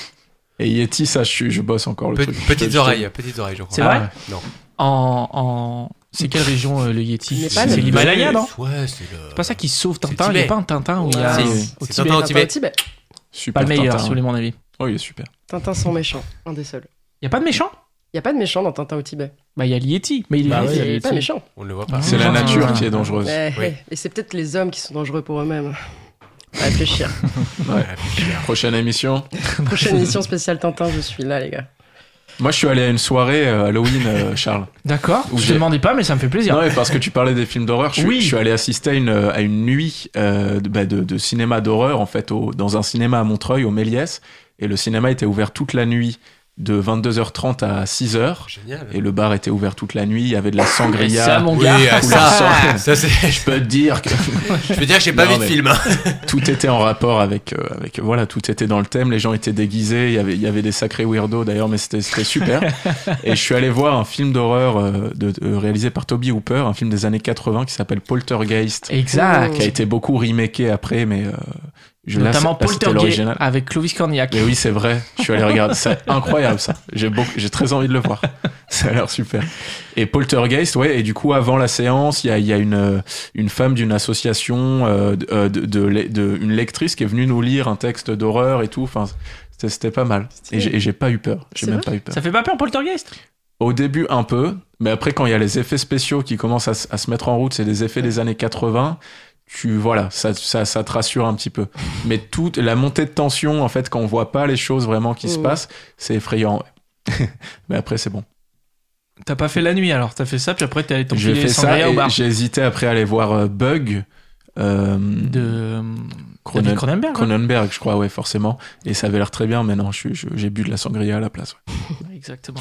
B: Et Yeti, ça, je, suis- je bosse encore le
D: Pe-
B: truc. Je te- je
D: Petites
B: te-
D: oreilles, petites oreilles, je crois. Ah,
A: C'est vrai
D: Non.
A: En. en... C'est quelle région euh, le Yeti
C: Népal.
A: C'est l'Himalaya, non
D: Ouais, c'est le.
A: C'est pas ça qui sauve
D: C'est
A: Tintin, il n'y a
D: Tibet.
A: pas un Tintin où il y a.
B: Ah,
D: C'est-
B: oui.
A: au
D: C'est
A: Tibet.
D: Tintin au
C: Tintin
D: Tibet.
C: au Tibet.
B: Super
A: Pas le meilleur,
B: Tintin.
A: celui à mon avis.
B: Oh, il est super.
C: Tintin sans méchant, un des seuls.
A: Il n'y a pas de méchant
C: Y a pas de méchant dans Tintin au Tibet.
A: Bah, il y a le Yeti, mais il est.
E: Bah ouais,
C: il
E: il y a
C: est pas
E: Yeti.
C: méchant.
D: On ne le voit
A: Ah,
D: pas.
B: C'est la nature qui est dangereuse.
C: Ouais,
D: Oui.
C: ouais. [laughs] Et c'est peut-être les hommes qui sont dangereux pour eux-mêmes. À réfléchir.
E: [laughs]
B: Prochaine émission.
C: Prochaine émission spéciale Tintin, je suis là, les gars.
B: Moi, je suis allé à une soirée euh, Halloween,
A: [laughs]
B: euh, Charles.
A: D'accord,
B: Ou
A: je te
B: j'ai-
A: demandais pas, mais ça me fait plaisir.
B: Non, mais parce que tu parlais des films d'horreur, je, suis-
A: Oui.
B: je suis allé assister à une, euh, à une nuit euh, de, bah, de- de cinéma d'horreur, en fait, au- dans un cinéma à Montreuil, au Méliès. Et le cinéma était ouvert toute la nuit, de 22h30 à 6h.
D: Génial.
B: Et le bar était ouvert toute la nuit, il
A: [laughs]
B: y avait de la
A: Et
B: sangria.
A: ça, mon
D: Oui,
A: gars.
D: ah, ça,
B: Couleur
D: ça c'est. [laughs]
B: Je peux te dire que
D: Je veux dire, j'ai pas
B: Non,
D: vu
B: mais-
D: de film. hein.
B: tout était en rapport avec, euh, avec voilà, tout était dans le thème, les gens étaient déguisés, il y avait, il y avait des sacrés weirdos d'ailleurs, mais c'était
A: [laughs]
B: c'était super. Et je suis allé voir un film d'horreur euh, de- de- réalisé par Toby Hooper, un film des années 80 qui s'appelle Poltergeist,
A: Exact.
B: qui a été beaucoup remaké après, mais euh, je, là,
A: Notamment
B: c'est- là, c'était
A: Poltergeist
B: l'original.
A: avec Clovis Cornillac.
B: Mais oui, c'est vrai. Je suis allé regarder. C'est incroyable, ça. J'ai beaucoup- j'ai très envie de le voir. [laughs] Ça a l'air super. Et Poltergeist, ouais. Et du coup, avant la séance, il y a, il y a une, euh, une femme d'une association, euh, de, euh, de- de lec- de- une lectrice qui est venue nous lire un texte d'horreur et tout. Enfin, c'était- c'était pas mal. Et j'ai et j'ai pas eu peur. J'ai
C: C'est
B: même pas eu peur.
A: Ça fait pas peur Poltergeist
B: Au début, un peu. Mais après, quand il y a les effets spéciaux qui commencent à, s- à se mettre en route, c'est des effets des années 80. Tu, voilà, ça, ça, ça te rassure un petit peu. Mais toute la montée de tension, en fait, quand on voit pas les choses vraiment qui
A: Mmh.
B: se
C: Mhm.
B: passent, c'est effrayant. ouais. [laughs] Mais après, c'est bon.
A: T'as pas fait la nuit alors, t'as fait ça, puis après t'es allé
B: J'ai
A: t'empiler
B: fait
A: les
B: ça
A: sangria au
B: et
A: bar.
B: j'ai hésité après à aller voir euh, Bug euh,
A: De.
B: Cronen-
A: David Cronenberg. hein.
B: Cronenberg, je crois, ouais, forcément. Et ça avait l'air très bien, mais non, je suis- je- j'ai bu de la sangria à la place. ouais.
A: Ouais, Exactement.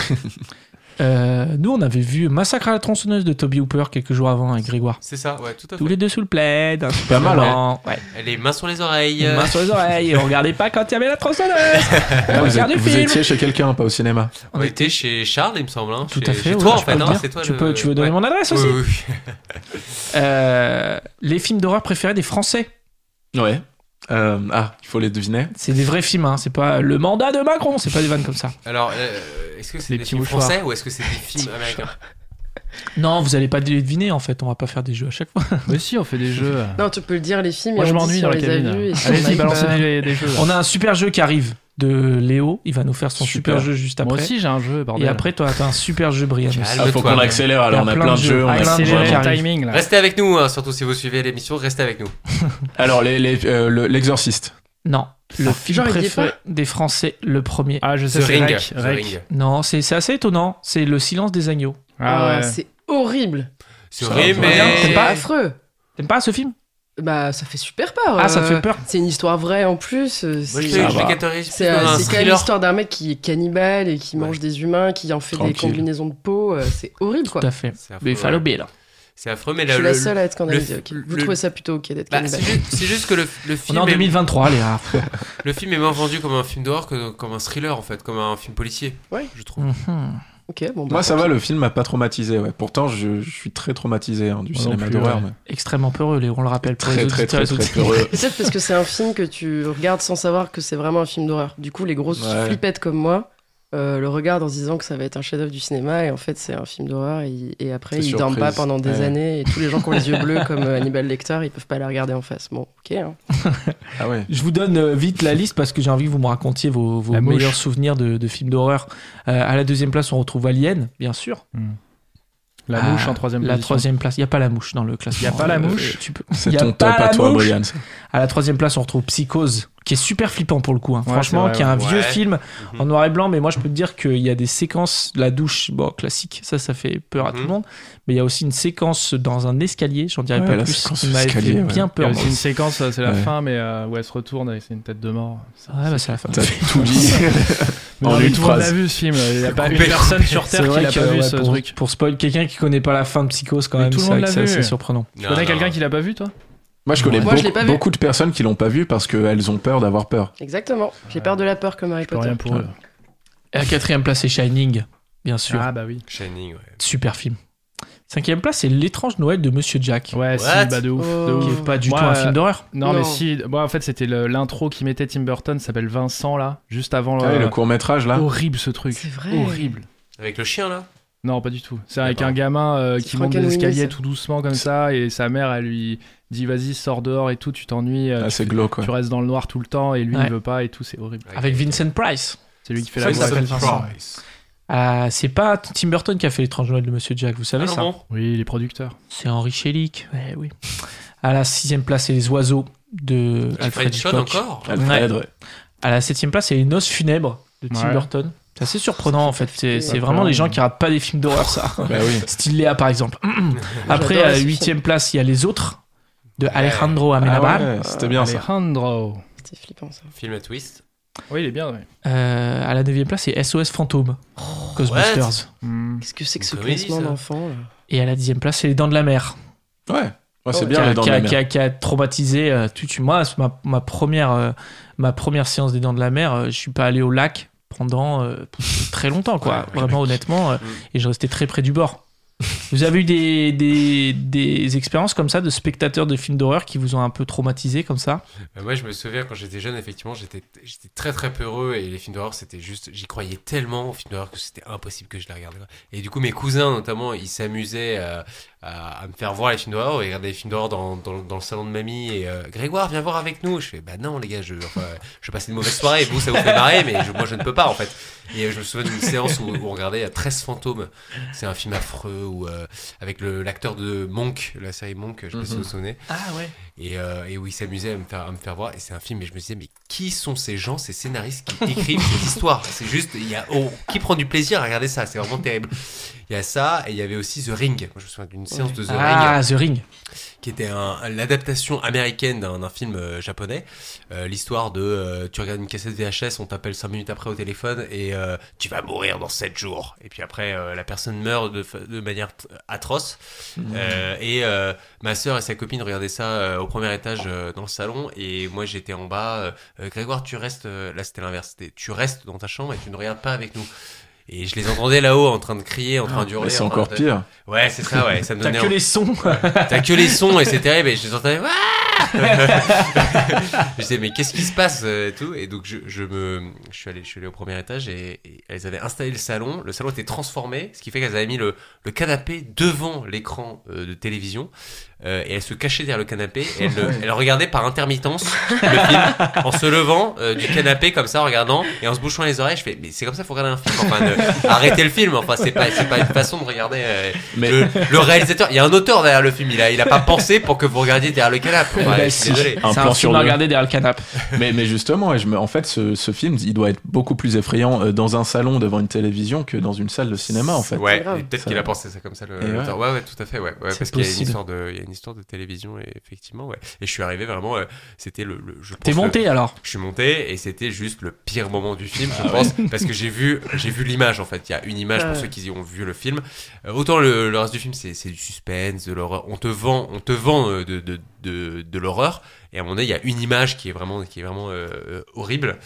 A: Euh, nous, on avait vu Massacre à la tronçonneuse de Toby Hooper quelques jours avant avec Grégoire.
D: C'est ça, ouais, tout à
A: Tous les deux sous le plaid.
B: Pas mal, hein.
A: Vraiment, ouais.
D: Les mains sur les oreilles. euh,
A: Une main sur les oreilles et on regardait pas quand il y avait la tronçonneuse. [laughs]
B: Ah,
A: On [laughs]
B: vous,
A: regarde
B: êtes-
A: le
B: vous
A: film.
B: étiez chez quelqu'un, pas au cinéma.
D: On était chez Charles, il me semble. Hein.
A: Tout
D: Chez-
A: à fait.
D: Chez
A: ouais,
D: toi, en
A: je peux
D: fait,
A: le
D: hein,
A: dire.
D: c'est toi
A: tu,
D: le-
A: peux, tu veux donner
D: Ouais.
A: mon adresse aussi
D: Oui, oui, oui.
A: Euh, Les films d'horreur préférés des Français.
B: Ouais. Euh, ah, il faut les deviner.
A: C'est des vrais films, hein. c'est pas le mandat de Macron, c'est pas des vannes comme ça.
D: Alors, euh, est-ce que c'est
E: Les
D: des
E: petits
D: films
E: mouchoirs.
D: français ou est-ce que c'est des films américains
A: Non, vous allez pas les deviner en fait, on va pas faire des jeux à chaque fois.
E: Mais si, on fait des jeux. euh.
C: Non, tu peux le dire, les films,
E: Moi,
C: et
E: je
C: on dit
E: m'ennuie
C: si
E: dans
C: on
E: la
C: les a vus
E: cabine.
C: et si on a
E: Allez-y,
C: eu
E: balancez
C: peur.
E: des, des jeux. là.
A: On a un super jeu qui arrive de Léo, il va nous faire son super,
B: Super.
A: jeu juste
E: Moi
A: après.
E: aussi, j'ai un jeu, bordel.
A: Et après, toi, t'as un super jeu, Brian. aussi.
D: Calme.
B: Ah, faut
D: Toi,
B: qu'on
D: mais-
B: accélère,
A: Il y a
B: alors on a plein de jeux. on a
A: plein de
B: plein de
A: jeux.
B: jeux.
E: accélérer Ah, le
A: arrive.
E: timing là.
D: Restez avec nous, hein, surtout si vous suivez l'émission, restez avec nous.
B: Alors, les- les, euh, le- l'exorciste.
A: Non, le film
C: J'aurais dit
A: préféré
C: pas.
A: des Français, le premier.
E: Ah, je sais,
D: The
E: c'est
D: Ring.
E: Rec.
D: The
E: Rec.
D: Ring.
A: Non, c'est c'est assez étonnant, c'est Le silence des agneaux.
E: Ah ouais.
C: C'est horrible.
D: C'est
B: Ça
D: vrai,
B: va,
D: mais.
C: C'est pas affreux.
A: T'aimes pas ce film
C: Bah, ça fait super peur.
A: Ah, ça te
C: euh,
A: fait peur.
C: C'est une histoire vraie en plus. euh,
D: Moi, je
C: C'est
D: l'ai-
B: Ça
D: je
B: va.
D: l'ai catégorisé
C: c'est,
D: plutôt dans
C: euh,
D: un
C: c'est quand même
D: thriller.
C: l'histoire d'un mec qui est cannibale et qui
D: Ouais.
C: mange des humains, qui en fait des
B: Tranquille.
C: combinaisons de peau. euh, C'est horrible quoi.
A: Tout à fait.
D: C'est affreux,
A: Buffalo
D: ouais.
A: Bill.
D: C'est affreux, mais
C: Je
D: là,
C: suis
D: le.
C: la seule à être scandalisée.
D: le-
C: ok.
D: le-
C: Vous
D: le-
C: trouvez ça plutôt ok d'être
D: Bah,
C: cannibale
D: c'est juste- c'est juste que le, le
A: On
D: film
A: est en
D: est-
A: 2023, les gars.
D: le film est moins vendu comme un film d'horreur que comme un thriller en fait, comme un film policier.
C: Ouais.
D: je trouve.
A: Mhm.
C: Ok, bon. bah,
B: Moi, ça
C: tant
B: va,
C: pis.
B: le film m'a pas traumatisé. Ouais. Pourtant, je, je suis très traumatisé hein, du
E: Moi non
B: cinéma
E: plus,
B: d'horreur.
E: ouais.
B: mais
A: Extrêmement peureux, Léo, on le rappelle. Pour
B: Très,
A: les
B: très,
A: auditeurs
B: très,
A: et
B: très
A: auditrices.
B: peureux.
C: Peut-être parce que c'est un film que tu regardes sans savoir que c'est vraiment un film d'horreur. Du coup, les grosses
B: Ouais.
C: flippettes comme moi, euh, le regardent en se disant que ça va être un chef-d'œuvre du cinéma et en fait c'est un film d'horreur et, ils- et après
B: C'est
C: ils dorment pas
B: surprise.
C: pendant des
B: Ouais.
C: années et tous les gens qui ont les yeux
B: [laughs]
C: bleus comme euh, Hannibal Lecter ils peuvent pas la regarder en face. Bon, ok. hein.
B: Ah ouais.
A: Je vous donne euh, vite la liste parce que j'ai envie que vous me racontiez vos, vos
E: La mouche.
A: meilleurs souvenirs de, de films d'horreur. Euh, à la deuxième place, on retrouve Alien, bien sûr.
E: Hmm. La
A: Ah,
E: mouche en troisième
A: La
E: position.
A: troisième place, il n'y a pas la mouche dans le classement. Euh,
E: Y a pas la mouche
A: tu peux-
B: C'est
A: Y a
B: ton top
A: pas
B: à
A: la
B: toi,
A: mouche
B: Brian. ça.
A: À la troisième place, on retrouve Psychose, qui est super flippant pour le coup. hein.
E: Ouais,
A: Franchement,
E: c'est vrai,
A: qui est un
D: ouais.
A: vieux
D: Ouais.
A: film
D: Mhm.
A: en noir et blanc, mais moi je peux te dire qu'il y a des séquences, la douche, bon, classique, ça, ça fait peur à tout le
D: Mhm.
A: monde, mais il y a aussi une séquence dans un escalier, j'en dirais
B: Ouais,
A: pas
B: la
A: plus,
B: séquence
A: qui m'avait fait
B: escalier, ouais.
A: bien
E: Il y
A: peur.
E: a aussi une séquence, euh, c'est la
B: Ouais.
E: fin, mais euh, où elle se retourne et c'est une tête de mort. Ça,
A: Ouais, bah, c'est la fin.
B: [laughs] T'as tout dit.
E: [laughs] Mais
B: En
E: non, mais
B: une
E: tout le monde
B: phrase.
E: l'a vu ce film. Il n'y a pas une
D: Coupé.
E: personne sur Terre qui l'a
A: que,
E: pas vu
A: ouais,
E: ce
A: pour,
E: truc.
A: pour spoil quelqu'un qui connaît pas la fin de Psychose quand
E: Mais
A: même,
E: tout le
A: c'est
E: monde
A: vrai que
E: l'a
A: c'est
E: vu.
A: assez surprenant.
E: Tu
D: Non,
E: connais
D: non.
E: quelqu'un qui l'a pas vu, toi
B: Moi, je connais
C: Moi, je l'ai pas
B: beaucoup,
C: vu.
B: beaucoup de personnes qui l'ont pas vu parce qu'elles ont peur d'avoir peur.
C: Exactement. J'ai peur de la peur comme Harry
E: Pour
C: Potter.
E: rien pour eux.
A: Et la quatrième place, c'est Shining, bien sûr.
E: Ah bah oui.
D: Shining, ouais.
A: Super film. Cinquième place, c'est L'étrange Noël de Monsieur Jack,
E: Ouais, si,
D: What
E: bah de ouf. de
C: Oh.
E: ouf.
A: qui est pas du
E: Moi,
A: tout un
E: euh,
A: film d'horreur.
E: Non,
C: Non.
E: mais si, moi en fait c'était le- l'intro qui mettait Tim Burton, ça s'appelle Vincent là, juste avant
B: Ah, et
E: euh,
B: le court métrage là.
E: Horrible ce truc.
C: C'est vrai.
E: Horrible.
D: Avec le chien, là
E: Non, pas du tout. C'est avec
D: Ah,
E: un gamin euh,
C: C'est
E: qui
C: Frank
E: monte
C: and
E: des
C: Winnie,
E: escaliers
C: ça.
E: tout doucement comme ça et sa mère elle lui dit vas-y sors dehors et tout, tu t'ennuies, euh,
B: Ah,
E: tu-
B: c'est glauque. quoi.
E: tu restes dans le noir tout le temps et lui
A: Ouais.
E: il veut pas et tout, c'est horrible.
A: Avec Vincent Price.
E: C'est lui qui fait
A: Ça,
E: la
A: il
E: voix.
A: s'appelle Vincent.
D: Price.
A: Ah, c'est pas Tim Burton qui a fait L'étrange Noël de Monsieur Jack, vous savez
D: Ah,
A: ça
D: non, bon.
E: Oui, les producteurs.
A: C'est Henri Selick. Eh oui. À la sixième place, c'est Les Oiseaux de Alfred
D: Alfred Hitchcock
A: Hitchcock.
D: encore
B: Alfred,
A: Ouais.
B: ouais.
A: À la septième place, c'est Les Noces Funèbres de Tim
E: Ouais.
A: Burton. C'est assez surprenant en fait. C'est c'est
E: Ouais,
A: vraiment les gens
E: ouais.
A: qui ratent pas des films d'horreur, ça.
B: Bah oui.
A: Style Léa par exemple. Après,
C: J'adore
A: à la
C: ce film.
A: huitième place, il y a Les Autres de Alejandro Amenabar.
B: Ah ouais, C'était bien ça.
E: Alejandro.
C: C'était flippant ça.
D: Film à twist.
E: Oui, il est bien. ouais.
A: Euh, à la neuvième place, c'est SOS Fantôme,
D: Oh,
A: Ghostbusters.
E: Hmm.
C: Qu'est-ce que c'est que
D: Une
C: ce
D: comédie,
C: classement
D: ça.
C: d'enfants là
A: Et à la dixième place, c'est Les Dents de la Mer.
B: Ouais. Ouais, c'est
A: qui
B: bien
A: a,
B: les dents de
A: qui a-
B: la mer.
A: qui a- qui a traumatisé euh, tout. tout- Moi, c'est ma, ma première, euh, ma première séance des Dents de la Mer, euh, je suis pas allé au lac pendant euh, [laughs] très longtemps, quoi.
D: Ouais, ouais.
A: Vraiment, honnêtement. euh,
D: Mm.
A: et je restais très près du bord. Vous avez eu des, des, des expériences comme ça de spectateurs de films d'horreur qui vous ont un peu traumatisé comme ça
D: Bah, moi, je me souviens quand j'étais jeune, effectivement, j'étais j'étais très très peureux et les films d'horreur, c'était juste. J'y croyais tellement aux films d'horreur que c'était impossible que je les regarde. Et du coup, mes cousins, notamment, ils s'amusaient euh, à, à me faire voir les films d'horreur et regarder les films d'horreur dans, dans, dans le salon de mamie. Et euh, Grégoire, viens voir avec nous. Je fais, bah non, les gars, je, enfin, je passe une mauvaise soirée. Vous, ça vous fait marrer, mais je- moi, je ne peux pas, en fait. Et euh, je me souviens d'une séance où, où on regardait euh, 13 fantômes. C'est un film affreux où, euh, avec le- l'acteur de Monk, la série Monk, je sais pas si vous
B: Mhm.
D: vous souvenez
A: Ah ouais.
D: et, euh, et où il s'amusait à me faire à me faire voir et c'est un film et je me disais mais qui sont ces gens ces scénaristes qui écrivent ces histoires c'est juste il y a oh, qui prend du plaisir à regarder ça c'est vraiment terrible il y a ça et il y avait aussi The Ring moi je me souviens d'une séance de The Ring
A: Ah, The Ring.
D: qui était un- l'adaptation américaine d'un d'un film euh, japonais. Euh, L'histoire de euh, tu regardes une cassette VHS, on t'appelle 5 minutes après au téléphone et euh, tu vas mourir dans 7 jours. Et puis après, euh, la personne meurt de, fa- de manière t- atroce.
B: Mmh.
D: Euh, et euh, ma soeur et sa copine regardaient ça euh, au premier étage euh, dans le salon et moi j'étais en bas. euh, Euh, Grégoire, tu restes, euh, là c'était l'inverse, c'était tu restes dans ta chambre et tu ne regardes pas avec nous. Et je les entendais là-haut en train de crier, en train
B: Ah. Mais
D: d'hurler.
B: c'est
D: en train
B: encore
D: de-
B: pire.
D: Ouais, c'est ça, ouais. Ça me
A: T'as
D: donnait
A: que
D: envie.
A: les
D: [laughs]
A: sons.
D: T'as que les sons et c'est terrible et je les entendais. Ah je disais mais qu'est-ce qui se passe euh, et tout et donc je, je me je suis allé je suis allé au premier étage et, et elles avaient installé le salon le salon était transformé ce qui fait qu'elles avaient mis le, le canapé devant l'écran euh, de télévision euh, et elles se cachaient derrière le canapé et elles, le- elles regardaient par intermittence le film en se levant euh, du canapé comme ça en regardant et en se bouchant les oreilles je fais mais c'est comme ça faut regarder un film enfin ne- arrêtez le film enfin c'est pas c'est pas une façon de regarder euh,
B: Mais
D: le, le réalisateur, il y a un auteur derrière le film, il a, il a pas pensé pour que vous regardiez derrière le canapé. Ouais,
A: Bah,
D: je
A: si.
D: suis désolé.
B: un
A: C'est
B: plan
A: un
B: sur
A: film à
B: deux.
A: regarder derrière le canapé.
B: Mais, mais justement, ouais, je me- en fait, ce, ce film, il doit être beaucoup plus effrayant euh, dans un salon devant une télévision que dans une salle de cinéma, en fait.
D: Ouais,
C: C'est grave.
D: et peut-être
B: Ça
D: qu'il
B: va.
D: a pensé ça comme ça, le-
B: Et ouais.
D: l'auteur. Ouais. ouais, tout à fait, ouais. ouais,
A: C'est
D: parce qu'il y, a une
A: possible.
D: histoire de- il y a une histoire de télévision, et effectivement, ouais. Et je suis arrivé vraiment, euh, c'était le, le- je pense
A: T'es
D: le-
A: monté alors
D: Je suis monté, et c'était juste le pire moment du film,
A: Ah
D: je pense, parce que j'ai vu, j'ai vu l'image, en fait. Il y a une image
C: Ouais.
D: pour ceux qui ont vu le film. Euh, autant le, le reste du film, c'est c'est du suspense, de l'horreur. On te vend, on te vend euh, de, de- de, de l'horreur. Et à un moment donné, il y a une image qui est vraiment, qui est vraiment euh, euh, horrible.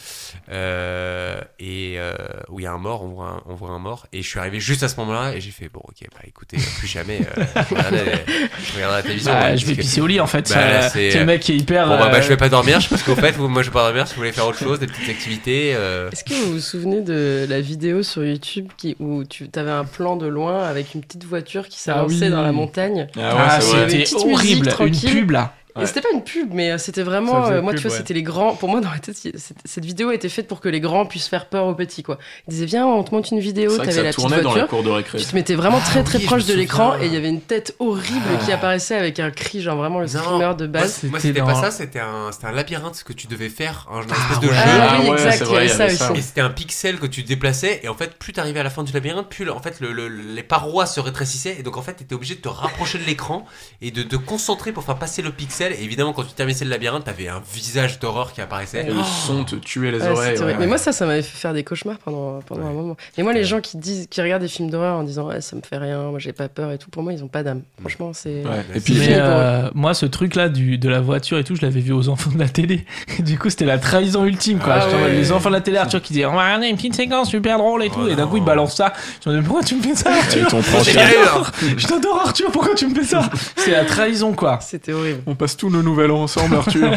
D: Euh, et euh, où il y a un mort, on voit un, on voit un mort. Et je suis arrivé juste à ce moment-là et j'ai fait, bon, ok, bah écoutez, plus jamais. euh, je, regarde la, je regarde la télévision.
A: Bah,
D: ouais,
A: je vais
D: parce que-
A: pisser au lit en fait.
D: Bah, là,
A: ça-
D: c'est-
A: c'est le mec qui est hyper.
D: Bon, bah, bah,
A: euh,
D: je vais pas dormir parce qu'en fait, vous- moi je vais pas dormir si vous voulez faire autre chose, des petites activités. euh,
C: Est-ce que vous vous souvenez de la vidéo sur YouTube qui, où tu avais un plan de loin avec une petite voiture qui s'est
A: Ah
C: lancée
A: oui.
C: dans la montagne
A: Ah,
C: c'est vrai. Une
A: c'était
C: petite musique
A: horrible, une
C: tranquille.
A: pub là.
C: Et
B: Ouais.
C: c'était pas une pub, mais euh, c'était
E: Ça
C: vraiment.
E: faisait
C: euh, moi,
E: pub,
C: tu vois,
E: ouais.
C: c'était les grands. Pour moi, dans ma tête, il- cette, cette vidéo était faite pour que les grands puissent faire peur aux petits, quoi. Ils disaient, viens, on te monte une vidéo,
B: C'est vrai que
C: t'avais
B: ça
C: la petite
B: tournait dans les
C: voiture.
B: cours de récré.
C: Tu te mettais vraiment
D: Ah
C: très très
D: oui, je
C: proche
D: me
C: de l'écran
D: souviens.
C: et il y avait une tête horrible qui apparaissait avec un cri, genre vraiment le
D: Non.
C: screamer de
D: Moi,
C: base.
D: c- Moi,
A: C'était
D: c'était pas
A: dans-
D: ça, c'était un, c'était un labyrinthe ce que tu devais faire, un, un espèce
A: Ah
D: de
A: ouais.
D: jeu.
C: Ah oui,
B: ouais,
C: exact,
B: c'est
C: il y avait
B: vrai, il y
C: ça
B: avait
C: aussi.
B: ça.
D: Et c'était un pixel que tu déplaçais, et en fait, plus t'arrivais à la fin du labyrinthe, plus en fait le- le- les parois se rétrécissaient, et donc en fait, t'étais obligé de te rapprocher de l'écran et de te concentrer pour faire passer le pixel. Et évidemment, quand tu terminais le labyrinthe, t'avais un visage d'horreur qui apparaissait.
B: Et le son te tuait les
C: Ouais,
B: oreilles.
C: c'était horrible.
B: ouais.
C: Mais moi, ça, ça m'avait fait faire des cauchemars pendant, pendant un moment. Et moi, les gens qui disent, qui regardent des films d'horreur en disant, ouais, ça me fait rien, moi, j'ai pas peur et tout, pour moi, ils ont pas d'âme. Franchement, c'est.
B: Mm. Ouais.
D: Mais
B: Et puis,
A: Mais
C: fini pour
A: euh, moi, ce truc-là du- de la voiture et tout, je l'avais vu aux enfants de la télé. [laughs] du coup, c'était la trahison ultime, quoi.
D: Ah
A: J'étais en mode,
D: ouais.
A: Les enfants de la télé, Arthur qui disait, on va regarder une petite séquence super drôle et tout.
D: Oh
A: et d'un
D: non.
A: coup, il balance ça. Je me dis, pourquoi tu me fais ça,
C: euh, [laughs]
B: Avec
A: Arthur
B: ton
D: Ah,
A: Je
B: prochain.
A: t'adore Je t'adore, Arthur, pourquoi tu me fais ça C'est la trahison, quoi.
C: C'était horrible.
B: On passe tous nos nouvel an ensemble, Arthur.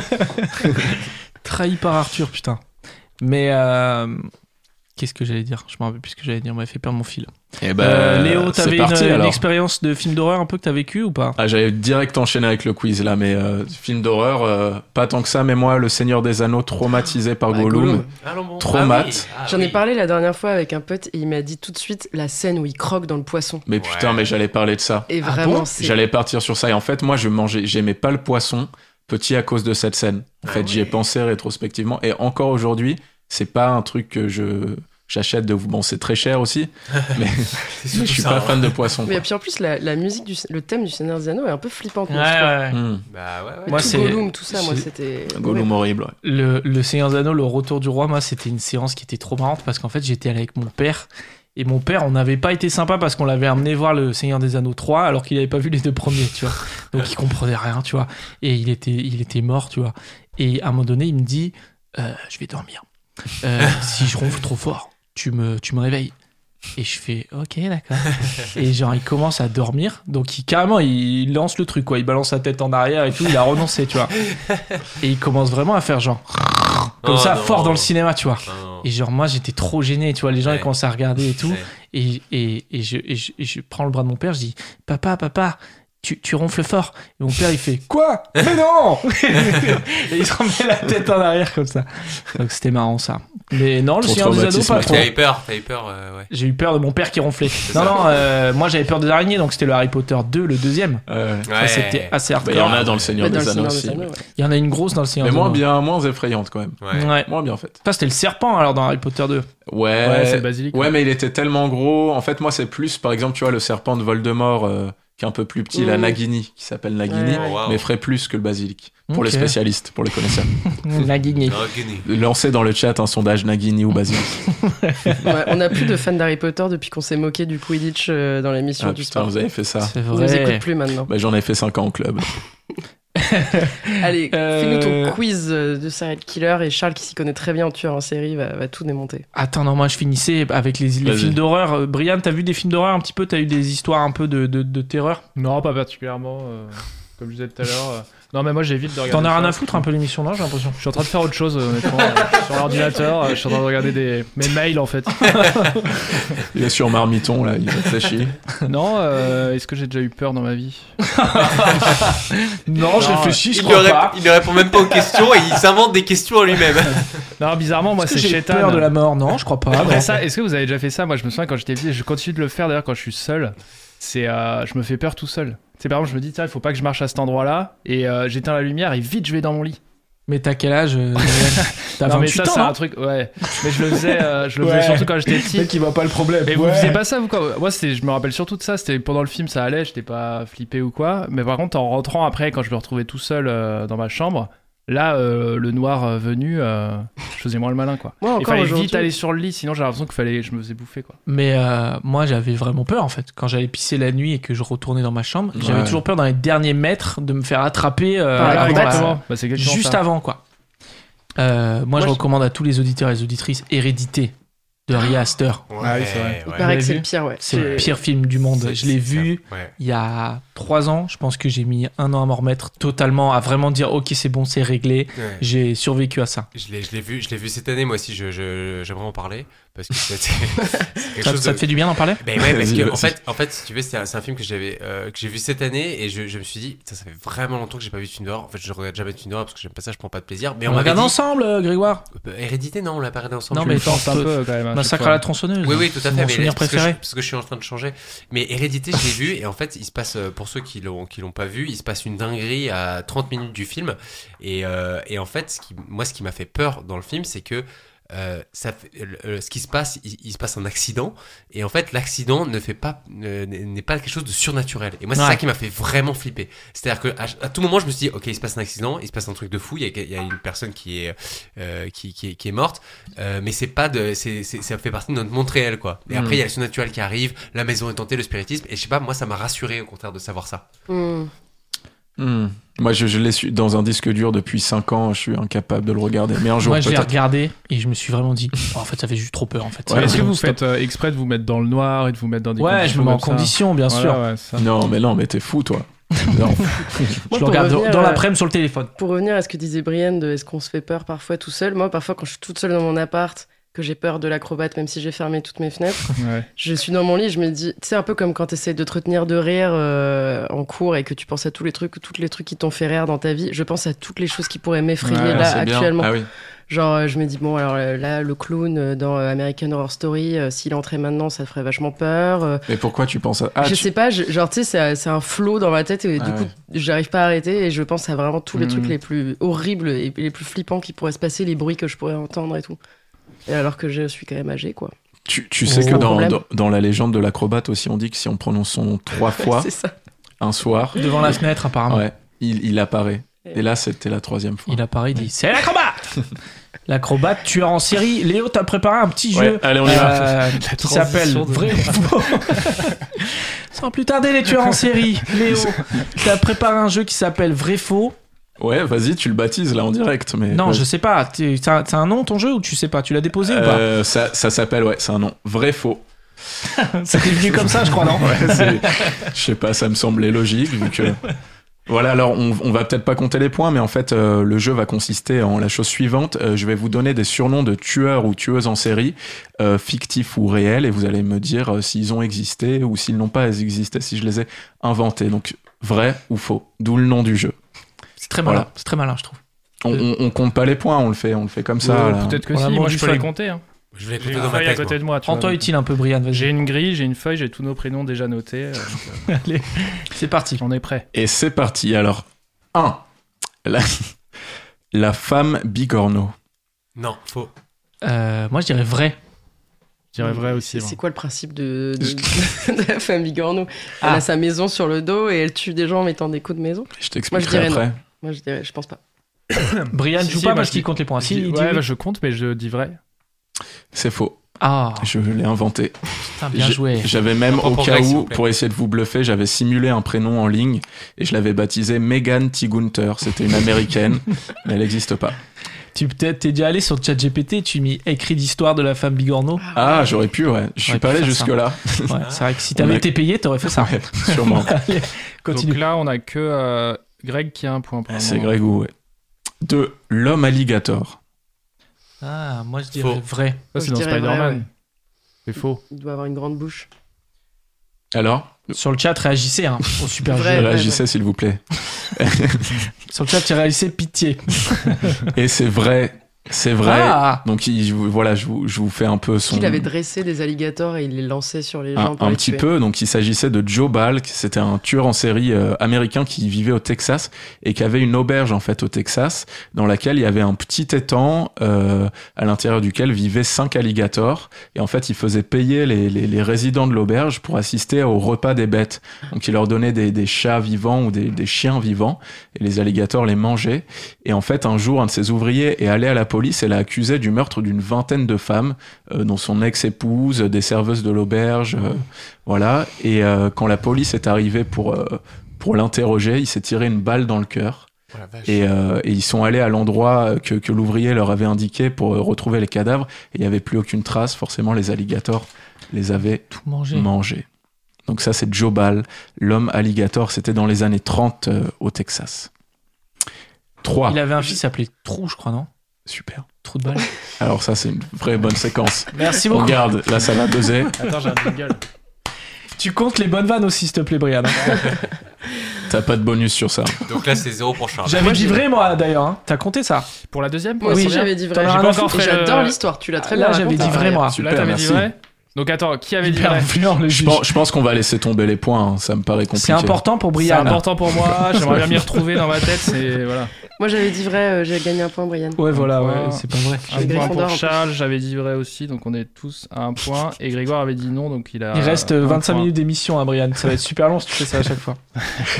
C: Euh,
A: Trahi par Arthur, putain. Mais euh, qu'est-ce que j'allais dire Je me rappelle plus ce que j'allais dire. On m'avait fait perdre mon fil.
B: Et ben,
A: Euh, Léo,
B: c'est
A: t'avais une,
B: parti,
A: une
B: alors.
A: expérience de film d'horreur un peu que t'as vécu ou pas
B: Ah, j'avais direct enchaîné avec le quiz là, mais euh, film d'horreur, euh, pas tant que ça, mais moi, Le Seigneur des Anneaux, traumatisé par
C: Ouais,
B: Gollum.
C: Bah, Gollum.
D: Allons bon.
B: Traumat.
D: Ah oui, ah
C: J'en ai
D: oui.
C: parlé la dernière fois avec un pote et il m'a dit tout de suite la scène où il croque dans le poisson.
B: Mais putain, mais j'allais parler de ça.
C: Et
A: Ah
C: vraiment,
A: bon
C: c'est.
B: J'allais partir sur ça. Et en fait, moi, je mangeais, j'aimais pas le poisson petit à cause de cette scène. En
D: Ah
B: fait, j'y ai
D: ouais.
B: pensé rétrospectivement. Et encore aujourd'hui, c'est pas un truc que je j'achète de vous. Bon, c'est très cher aussi, mais je
D: C'est surtout
B: suis
D: ça,
B: pas
D: hein.
B: fan de poisson.
C: Mais
B: quoi.
C: puis en plus, la, la musique, du, le thème du Seigneur des Anneaux est un peu flippante. moi, je trouve.
A: ouais.
B: Hmm.
D: Bah ouais, ouais.
A: Moi,
C: Moi, tout
A: c'est-
C: Gollum, tout ça, moi,
A: c'est-
C: c'était.
B: Gollum horrible. ouais.
A: Le, le Seigneur des Anneaux, le retour du roi, moi, c'était une séance qui était trop marrante parce qu'en fait, j'étais allé avec mon père. Et mon père, on n'avait pas été sympa parce qu'on l'avait amené voir le Seigneur des Anneaux 3 alors qu'il n'avait pas vu les deux premiers, tu vois. Donc il comprenait rien, tu vois. Et il était, il était mort, tu vois. Et à un moment donné, il me dit Euh, Je vais dormir.
D: [laughs]
A: Euh, si je ronfle trop fort, tu me, tu me réveilles. Et je fais Ok, d'accord. Et genre, il commence à dormir. Donc il, carrément, il lance le truc, quoi. Il balance sa tête en arrière et tout. Il a renoncé, tu vois. Et il commence vraiment à faire genre comme
D: Oh
A: ça,
D: non.
A: fort dans le cinéma, tu vois.
D: Non, non.
A: Et genre, moi, j'étais trop gêné, tu vois. Les gens,
D: Ouais.
A: ils commençaient à regarder et tout.
D: Ouais.
A: Et, et, et, je, et je, et je prends le bras de mon père, je dis Papa, papa, tu, tu ronfles fort. Et mon père, il fait Quoi Mais non Et il se remet la tête en arrière comme ça. Donc c'était marrant, ça. Mais non, le
B: Ton
A: Seigneur des Anneaux,
B: traumatisme
A: pas
B: à
A: trop.
B: toi.
D: T'avais peur, t'avais peur, euh, ouais.
A: J'ai eu peur de mon père qui ronflait. Non, non, euh, moi j'avais peur des araignées, donc c'était le Harry Potter 2, le deuxième.
B: Ouais.
A: Ça,
D: Ouais. Oh,
A: c'était assez
B: Bah, Il y en
A: hardcore.
B: a dans le Seigneur
C: Ouais, dans
B: des
C: le Seigneur
B: Anneaux
C: des
B: aussi.
C: Anneaux, ouais.
A: Il y en a une grosse dans le Seigneur
B: Mais
A: des
B: moins
A: Anneaux.
B: bien, moins effrayante quand même.
D: Ouais.
A: Ouais.
B: Moins bien fait.
A: Ça, c'était le serpent alors dans Harry Potter 2.
B: Ouais,
E: Ouais, c'est le basilic.
B: Euh, Ouais, mais il était tellement gros. En fait, moi, c'est plus, par exemple, tu vois, le serpent de Voldemort, euh, qui est un peu plus petit, la
C: Mmh.
B: Nagini, qui s'appelle Nagini,
C: Ouais.
D: Oh,
A: Ah.
D: wow.
B: mais ferait plus que le basilic. Pour les
A: Ok.
B: spécialistes, pour les connaisseurs.
A: [laughs] La guignée.
D: Oh, Gunny.
B: Lancez dans le chat un sondage Nagini ou basilic.
C: Ouais, on a plus de fans d'Harry Potter depuis qu'on s'est moqué du Quidditch euh, dans l'émission
B: Ah,
C: du
B: putain,
C: sport.
B: vous avez fait ça.
A: C'est
C: On nous écoute
A: vrai.
C: plus maintenant.
B: Bah, J'en ai fait 5 ans au club.
C: Allez,
A: Euh,
C: fais-nous ton quiz euh, de serial killer et Charles qui s'y connaît très bien en tueur en série va, va tout démonter.
A: Attends, non, moi je finissais avec les, les
B: Vas-y.
A: films d'horreur. Euh, Brian, t'as vu des films d'horreur un petit peu T'as eu des histoires un peu de, de, de terreur
E: Non, pas particulièrement. euh, comme je disais tout à l'heure. euh. Non, mais moi j'évite de regarder.
A: T'en as
E: ça.
A: rien à foutre un peu l'émission là, j'ai l'impression.
E: Je suis en train de faire autre chose, euh, honnêtement. euh, je suis sur l'ordinateur, euh, je suis en train de regarder des... mes mails en fait.
B: Il est sur Marmiton, là, il
A: [laughs]
B: fait chier.
E: [laughs] Non, euh, est-ce que j'ai déjà eu peur dans ma vie
A: Non, je
E: Non,
A: réfléchis, je
D: Il,
A: crois
D: ne rép-
A: pas.
D: il ne répond même pas aux questions et il s'invente des questions à lui-même.
E: Non, bizarrement, moi
A: Est-ce que
E: c'est
A: j'ai
E: Shetan.
A: peur de la mort Non, je crois pas.
E: Après
A: non.
E: ça, est-ce que vous avez déjà fait ça Moi, je me souviens quand j'étais petit, je continue de le faire d'ailleurs quand je suis seul. C'est, euh, je me fais peur tout seul. C'est par exemple, je me dis tiens, il faut pas que je marche à cet endroit-là et euh, j'éteins la lumière et vite je vais dans mon lit.
A: Mais t'as quel âge euh, [laughs] Brian T'as
E: non mais ça
A: 28
E: c'est
A: ans,
E: un
A: non
E: truc, ouais. Mais je le faisais, euh, je le
A: [laughs] Ouais.
E: faisais surtout quand j'étais petit.
A: qui voit Bah, pas le problème.
E: Mais vous
A: Ouais.
E: faisiez pas ça vous quoi Moi c'était, je me rappelle surtout de ça. C'était pendant le film, ça allait, j'étais pas flippé ou quoi. Mais par contre en rentrant après, quand je me retrouvais tout seul euh, dans ma chambre, Là, euh, le noir euh, venu, euh, je faisais moins le malin, quoi.
C: Moi,
E: Il
C: encore
E: fallait vite
C: aujourd'hui.
E: aller sur le lit, sinon j'ai l'impression qu'il fallait, je me faisais bouffer, quoi.
A: Mais euh, moi, j'avais vraiment peur en fait. Quand j'allais pisser la nuit et que je retournais dans ma chambre, j'avais
B: Ouais.
A: toujours peur dans les derniers mètres de me faire attraper euh,
E: Voilà,
A: avant la-
E: exactement. Bah, c'est exactement
A: juste
E: ça.
A: avant quoi. Euh, moi,
E: Moi,
A: je
E: je-
A: recommande à tous les auditeurs et les auditrices Hérédité de Ria Aster.
F: Ah oui, c'est vrai.
C: Il paraît
D: ouais.
C: que
A: l'avez
C: c'est
A: vu
C: le pire, ouais.
A: C'est le
C: J'ai-
A: pire film du monde.
D: C'est-
A: Je l'ai
D: c'est ça.
A: vu
D: Ouais.
A: il y a trois ans. Je pense que j'ai mis un an à m'en remettre totalement, à vraiment dire ok, c'est bon, c'est réglé.
D: Ouais.
A: J'ai survécu à ça.
D: Je l'ai, je l'ai vu, je l'ai vu cette année moi aussi. Je, je- j'aimerais en parler parce que c'est, [laughs] c'est quelque
A: Ça,
D: chose
A: ça
D: de-
A: te fait du bien d'en parler
D: Ben ouais, parce
B: Vas-y,
D: que
B: vas-y.
D: en fait, en fait, si tu veux, c'est un, c'est un film que j'avais, euh, que j'ai vu cette année et je, je me suis dit, putain, ça fait vraiment longtemps que j'ai pas vu de film d'horreur. En fait, je regarde jamais de film d'horreur parce que j'aime pas ça, je prends pas de plaisir. Mais on,
A: On
D: m'avait
A: regarde
D: dit,
A: ensemble, euh, Grégoire.
D: Euh, hérédité, non, on l'a pas regardé ensemble.
A: Non,
E: Tu
A: mais
E: me forces
A: attends,
E: un peu, quand même. à chaque
A: Massacre
E: fois.
A: à la tronçonneuse.
D: Oui, oui, tout à
A: C'est
D: fait.
A: Mon
D: mais
A: souvenir
D: parce que je-
A: préféré.
D: parce que je suis en train de changer. Mais Hérédité, je l'ai vu et en fait, il se passe, euh, pour ceux qui l'ont, qui l'ont pas vu, il se passe une dinguerie à 30 minutes du film. Et, euh, et en fait, ce qui, moi, ce qui m'a fait peur dans le film, c'est que euh, ça, fait- le- le- ce qui se passe, il, il se passe un accident et en fait, l'accident ne fait pas, ne- n'est pas quelque chose de surnaturel. Et moi, c'est
A: Ouais.
D: ça qui m'a fait vraiment flipper. C'est-à-dire que à, à tout moment, je me suis dit, ok, il se passe un accident, il se passe un truc de fou, il y a, il y a une personne qui est, euh, qui, qui est, qui est morte, euh, mais c'est pas de, c'est, c'est- ça fait partie de notre monde réel, quoi. Et
A: Mm.
D: après, il y a le surnaturel qui arrive, la maison est tentée, le spiritisme, et je sais pas, moi, ça m'a rassuré au contraire de savoir ça.
C: Hmm.
B: Hmm. Moi, je, je l'ai su- dans un disque dur depuis 5 ans. Je suis incapable de le regarder. Mais un jour,
A: Moi, je l'ai
B: peut-être.
A: regardé et je me suis vraiment dit, oh, en fait, ça fait juste trop peur, en fait.
B: Ouais,
E: Est-ce que
A: Donc,
E: vous
A: stop.
E: faites euh, exprès de vous mettre dans le noir et de vous mettre dans des
A: Ouais, je
E: conditions
A: me mets en
E: comme ça
A: condition, bien
E: Voilà, [laughs]
A: sûr. [laughs]
E: ouais, ça.
B: Non, mais non, mais t'es
C: [laughs]
B: fou, toi. Non.
C: Moi,
A: je le
C: pour
A: regarde
C: revenir,
A: dans
C: euh,
A: l'après-midi sur le téléphone.
C: Pour revenir à ce que disait Brienne de est-ce qu'on se fait peur parfois tout seul, moi parfois quand je suis toute seule dans mon appart, que j'ai peur de l'acrobate même si j'ai fermé toutes mes fenêtres,
E: Ouais.
C: je suis dans mon lit, je me dis, tu sais un peu comme quand t'essayes de te retenir de rire euh, en cours et que tu penses à tous les trucs, toutes les trucs qui t'ont fait rire dans ta vie, je pense à toutes les choses qui pourraient m'effrayer
E: Ouais,
C: là
B: c'est bien.
C: actuellement.
B: Ah oui.
C: Genre euh, je me dis bon alors euh, là le clown euh, dans euh, American Horror Story, euh, s'il entrait maintenant ça ferait vachement peur. euh,
B: Mais pourquoi tu penses à. Ah,
C: je
B: tu-
C: sais pas, je- genre tu sais, c'est c'est un flot dans ma tête et
B: Ah
C: du coup,
B: ouais. Mm.
C: j'arrive pas à arrêter et je pense à vraiment tous les
E: Mhm.
C: trucs les plus horribles et les plus flippants qui pourraient se passer, les bruits que je pourrais entendre et tout. Et alors que je suis quand même âgée, quoi.
B: Tu, tu sais
C: Oh.
B: que dans,
C: Problème.
B: dans, dans la légende de l'acrobate aussi, on dit que si on prononce son nom
C: [laughs]
B: trois fois
C: C'est ça.
B: un soir,
A: Devant la fenêtre, apparemment.
B: ouais, il, il apparaît.
C: Ouais.
B: Et là, c'était la troisième fois.
A: Il apparaît, il dit C'est l'acrobate L'acrobate tueur en série. Léo, t'as préparé un petit
B: Ouais,
A: jeu
B: allez, on y
A: [laughs]
B: va.
A: euh, qui
E: transition
A: s'appelle
E: de-
A: Vrai ou Faux. [laughs] Sans plus tarder, les tueurs en série. Léo, t'as préparé un jeu qui s'appelle Vrai Faux.
B: Ouais, vas-y, tu le baptises là en direct. Mais
A: Non,
B: vas-y.
A: je sais pas. T'es- T'as t'as un nom ton jeu ou tu sais pas Tu l'as déposé ou
B: Euh, ça, ça s'appelle, ouais, c'est un nom. Vrai, faux. [laughs]
A: pas C'était venu comme ça, je crois, non [laughs]
B: Ouais, c'est- je sais pas, ça me semblait logique. vu que- Voilà, alors on, on va peut-être pas compter les points, mais en fait, euh, le jeu va consister en la chose suivante. Euh, je vais vous donner des surnoms de tueurs ou tueuses en série, euh, fictifs ou réels, et vous allez me dire euh, s'ils ont existé ou s'ils n'ont pas existé, si je les ai inventés. Donc, vrai ou faux, d'où le nom du jeu.
A: C'est très malin,
B: Voilà.
A: c'est très malin, je trouve.
B: On, on- on compte pas les points, on le fait, on le fait comme ça.
E: Ouais,
B: là.
E: Peut-être que
A: Pour
E: si,
A: l'amour
E: moi
A: du
E: je peux les
A: fun.
E: compter. hein.
D: Je vais
E: J'ai
D: compter
E: une
D: dans ma
E: feuille à
D: tête.
E: côté
D: moi.
E: de moi. tu vois,
A: Prends-toi
E: donc.
A: utile un peu, Brian.
E: J'ai
A: Vas-y,
E: une grille, j'ai une feuille, j'ai tous nos prénoms déjà notés. [laughs] euh, donc, euh,
A: c'est parti.
E: on est prêt.
B: Et c'est parti. Alors, 1. La, la femme bigorneau.
D: Non, faux.
A: Euh, moi, je dirais vrai.
E: Je dirais vrai aussi.
C: C'est
E: moi.
C: c'est quoi le principe de, de, [laughs] de la famille Gorno Elle
A: Ah.
C: a sa maison sur le dos et elle tue des gens en mettant des coups de maison
B: Je
C: Moi, je
B: t'expliquerai
C: dirais
B: après.
C: Moi, je dirais, je pense pas.
A: Brian
E: Si,
A: joue
E: si,
A: pas
E: moi,
A: parce
E: je
A: qu'il
E: dis-
A: compte les points. Si,
E: Je dis-
A: il dit
E: ouais,
A: oui.
E: bah, je compte, mais je dis vrai.
B: C'est faux.
A: Ah,
B: Je l'ai inventé.
A: putain, bien
B: Je-
A: joué.
B: J'avais même,
D: Un point
B: au
D: pour
B: cas
D: Greg, s'il
B: où,
D: vous plaît.
B: pour essayer de vous bluffer, j'avais simulé un prénom en ligne et je l'avais baptisé Megan T. Gunther. C'était une américaine, mais elle n'existe pas.
A: Tu peut-être t'es déjà allé sur ChatGPT, tu mis écrit l'histoire de la femme
C: [laughs]
A: bigorneau.
B: Ah, j'aurais pu, ouais. Je
A: Ouais,
B: suis pas
A: tu
B: allé
A: fais
B: jusque-là. [laughs]
A: Ouais, c'est vrai que si
B: On
A: t'avais
B: a-
A: été payé, t'aurais fait ça.
B: Ouais, sûrement.
A: Allez, continue.
E: Donc là, on a que euh, Greg qui a un point. pour le
B: C'est
E: moment.
B: Greg ou, ouais. 2. L'homme alligator.
A: ah, moi je dirais
D: dirais Faux.
A: vrai.
C: Je
E: Ça, c'est dans
C: dirais vrai, ouais.
E: Spider-Man. C'est faux.
C: Il doit avoir une grande bouche.
B: Alors,
A: Sur le chat, réagissez hein, au super
C: Vrai.
A: jeu.
B: réagissez s'il vous plaît.
A: Sur le chat, tu réagissais pitié.
B: Et c'est vrai. C'est vrai.
A: Ah
B: Donc il- je vous- voilà, je vous, je vous fais un peu son.
C: Il avait dressé des alligators et il les lançait sur les gens
B: un,
C: pour
B: un
C: les
B: petit
C: tuer.
B: peu. Donc, il s'agissait de Joe Balk. C'était un tueur en série euh, américain qui vivait au Texas et qui avait une auberge en fait au Texas dans laquelle il y avait un petit étang euh, à l'intérieur duquel vivaient cinq alligators. Et en fait, il faisait payer les, les- les résidents de l'auberge pour assister au repas des bêtes. Donc, il leur donnait des, des chats vivants ou des, des chiens vivants et les alligators les mangeaient. Et en fait, un jour, un de ses ouvriers est allé à la police et l'a accusé du meurtre d'une vingtaine de femmes, euh, dont son ex-épouse, des serveuses de l'auberge. euh, voilà. Et euh, quand la police est arrivée pour, euh, pour l'interroger, il s'est tiré une balle dans le cœur.
D: Oh la vache.
B: Et, euh, et ils sont allés à l'endroit que, que l'ouvrier leur avait indiqué pour euh, retrouver les cadavres. Et il n'y avait plus aucune trace. Forcément, les alligators les avaient
A: Tout manger.
B: mangés. Donc ça, c'est Joe Ball, l'homme alligator. C'était dans les années 30 euh, au Texas. 3.
A: Il avait un fils appelé Trou, je crois, non
B: Super.
A: Trou de balle.
B: Alors ça, c'est une vraie bonne séquence.
A: [laughs] Merci beaucoup.
B: Regarde, là, ça va buzzer.
E: Attends, j'ai un jingle.
A: Tu comptes les bonnes vannes aussi, s'il te plaît, Brian. hein.
B: T'as pas de bonus sur ça.
D: Donc là, c'est zéro pour Charles.
A: J'avais dit vrai, moi, d'ailleurs. hein. T'as compté ça
E: [laughs] Pour la deuxième
C: Moi
E: pour la
C: aussi
E: première
C: j'avais dit
A: T'en
C: vrai.
A: as
C: J'ai
A: rien
C: pas
A: à
C: encore
A: foutre,
C: fait
A: le-
C: J'adore l'histoire, tu l'as très bien
A: euh, Là, j'avais dit
C: raconté,
A: vrai,
C: Ariel.
A: moi.
E: Là,
B: Super,
E: t'avais dit
B: merci.
E: vrai Donc attends, qui avait dit
A: Hyper
E: vrai
A: influent, le
B: Je
A: juge.
B: pense, je pense qu'on va laisser tomber les points. hein. Ça me paraît compliqué.
A: C'est important pour
E: C'est
A: Brian.
E: important pour moi, j'aimerais bien m'y retrouver dans ma tête, c'est voilà.
C: Moi j'avais dit vrai, euh, j'ai gagné un point Brian.
A: Ouais, voilà,
E: Voilà.
A: ouais, c'est pas vrai.
E: Un point
C: Gryffondor, en
E: pour
C: plus.
E: Charles, j'avais dit vrai aussi, donc on est tous à un point. Et Grégoire avait dit non, donc il a.
A: Il reste
E: un
A: euh, 25
E: point.
A: minutes d'émission, hein, Brian. Ça va être super long si tu fais ça à
B: [laughs]
A: chaque fois.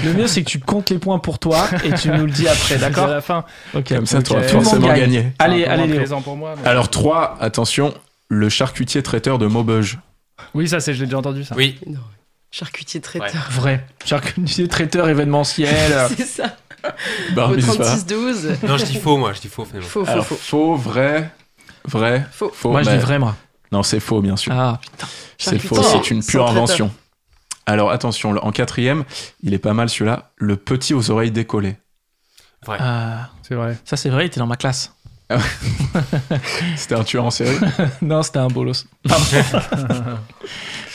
A: Le mieux, c'est que tu comptes les points pour toi et tu nous le dis après,
B: [laughs]
E: À
A: d'accord
E: la fin.
A: Ok.
B: Comme ça,
E: Ok.
B: t'auras
E: Tout le monde
B: forcément
A: gagne.
B: gagné.
E: C'est
A: Allez,
E: un peu moins
A: allez, Léo.
E: plaisant pour moi. mais-
B: Alors 3, attention, le charcutier traiteur de Maubeuge.
E: Oui, ça, c'est, je l'ai déjà entendu ça.
D: Oui,
C: Non. Charcutier traiteur.
A: Vrai. Charcutier, traiteur événementiel. [laughs] euh,
C: [laughs] C'est ça.
B: Bar
C: Au
B: mitzvah.
C: 36-12.
D: non, je dis faux, moi, je dis faux finalement.
C: Faux, faux,
B: Alors,
C: faux.
B: faux, vrai, vrai,
C: Faux.
B: faux.
A: moi, je dis
B: mais-
A: vrai, moi.
B: Non, c'est faux, bien sûr.
A: Ah,
B: c'est faux,
C: charcutier,
B: c'est une
C: sans
B: pure
C: traiteur.
B: invention. Alors attention, le- en quatrième, il est pas mal celui-là, le petit aux oreilles décollées.
A: ah.
E: C'est vrai.
A: ça, c'est vrai, il était dans ma classe.
B: C'était un tueur en série.
A: [laughs] non, c'était un bolos. Pardon. [laughs]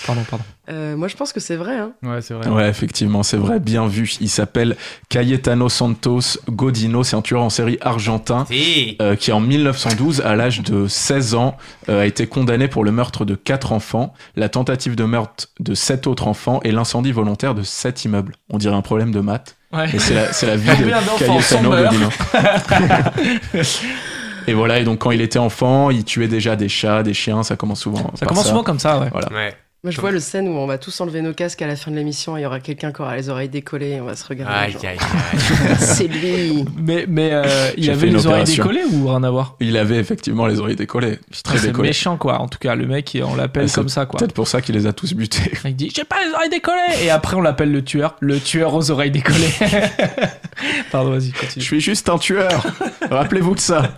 A: pardon, pardon.
C: Euh, moi je pense que c'est vrai. Hein.
E: Ouais, c'est vrai.
B: ouais, effectivement, c'est vrai, bien vu. Il s'appelle Cayetano Santos Godino, c'est un tueur en série argentin.
D: Si.
B: euh, qui en 1912, à l'âge de 16 ans, euh, a été condamné pour le meurtre de quatre enfants, la tentative de meurtre de sept autres enfants et l'incendie volontaire de sept immeubles. On dirait un problème de maths,
A: Ouais.
B: mais c'est la, c'est la
A: [laughs]
B: vie
A: Combien
B: de
A: d'enfants sont
B: Cayetano
A: morts
B: Godino. et voilà, et donc quand il était enfant, il tuait déjà des chats, des chiens, ça commence souvent.
A: Ça
B: par
A: commence souvent comme ça, ouais.
D: Ouais.
C: Moi je vois le scène où on va tous enlever nos casques à la fin de l'émission et il y aura quelqu'un qui aura les oreilles décollées et on va se regarder.
D: Aïe,
C: genre,
D: aïe, aïe.
C: [laughs] C'est lui.
A: Mais, mais euh, il
B: J'ai fait
A: avait
B: une
A: les oreilles
B: opération.
A: décollées ou rien à voir
B: Il avait effectivement les oreilles décollées, très
A: C'est
B: décollées.
A: méchant, quoi. En tout cas, le mec, on
B: Ah,
A: l'appelle
B: c'est
A: comme ça, quoi.
B: Peut-être pour ça qu'il les a tous butés.
A: Il dit J'ai pas les oreilles décollées Et après, on l'appelle le tueur. Le tueur aux oreilles décollées. [laughs] Pardon, vas-y,
B: Je
A: continue.
B: suis juste un tueur. Rappelez-vous de ça.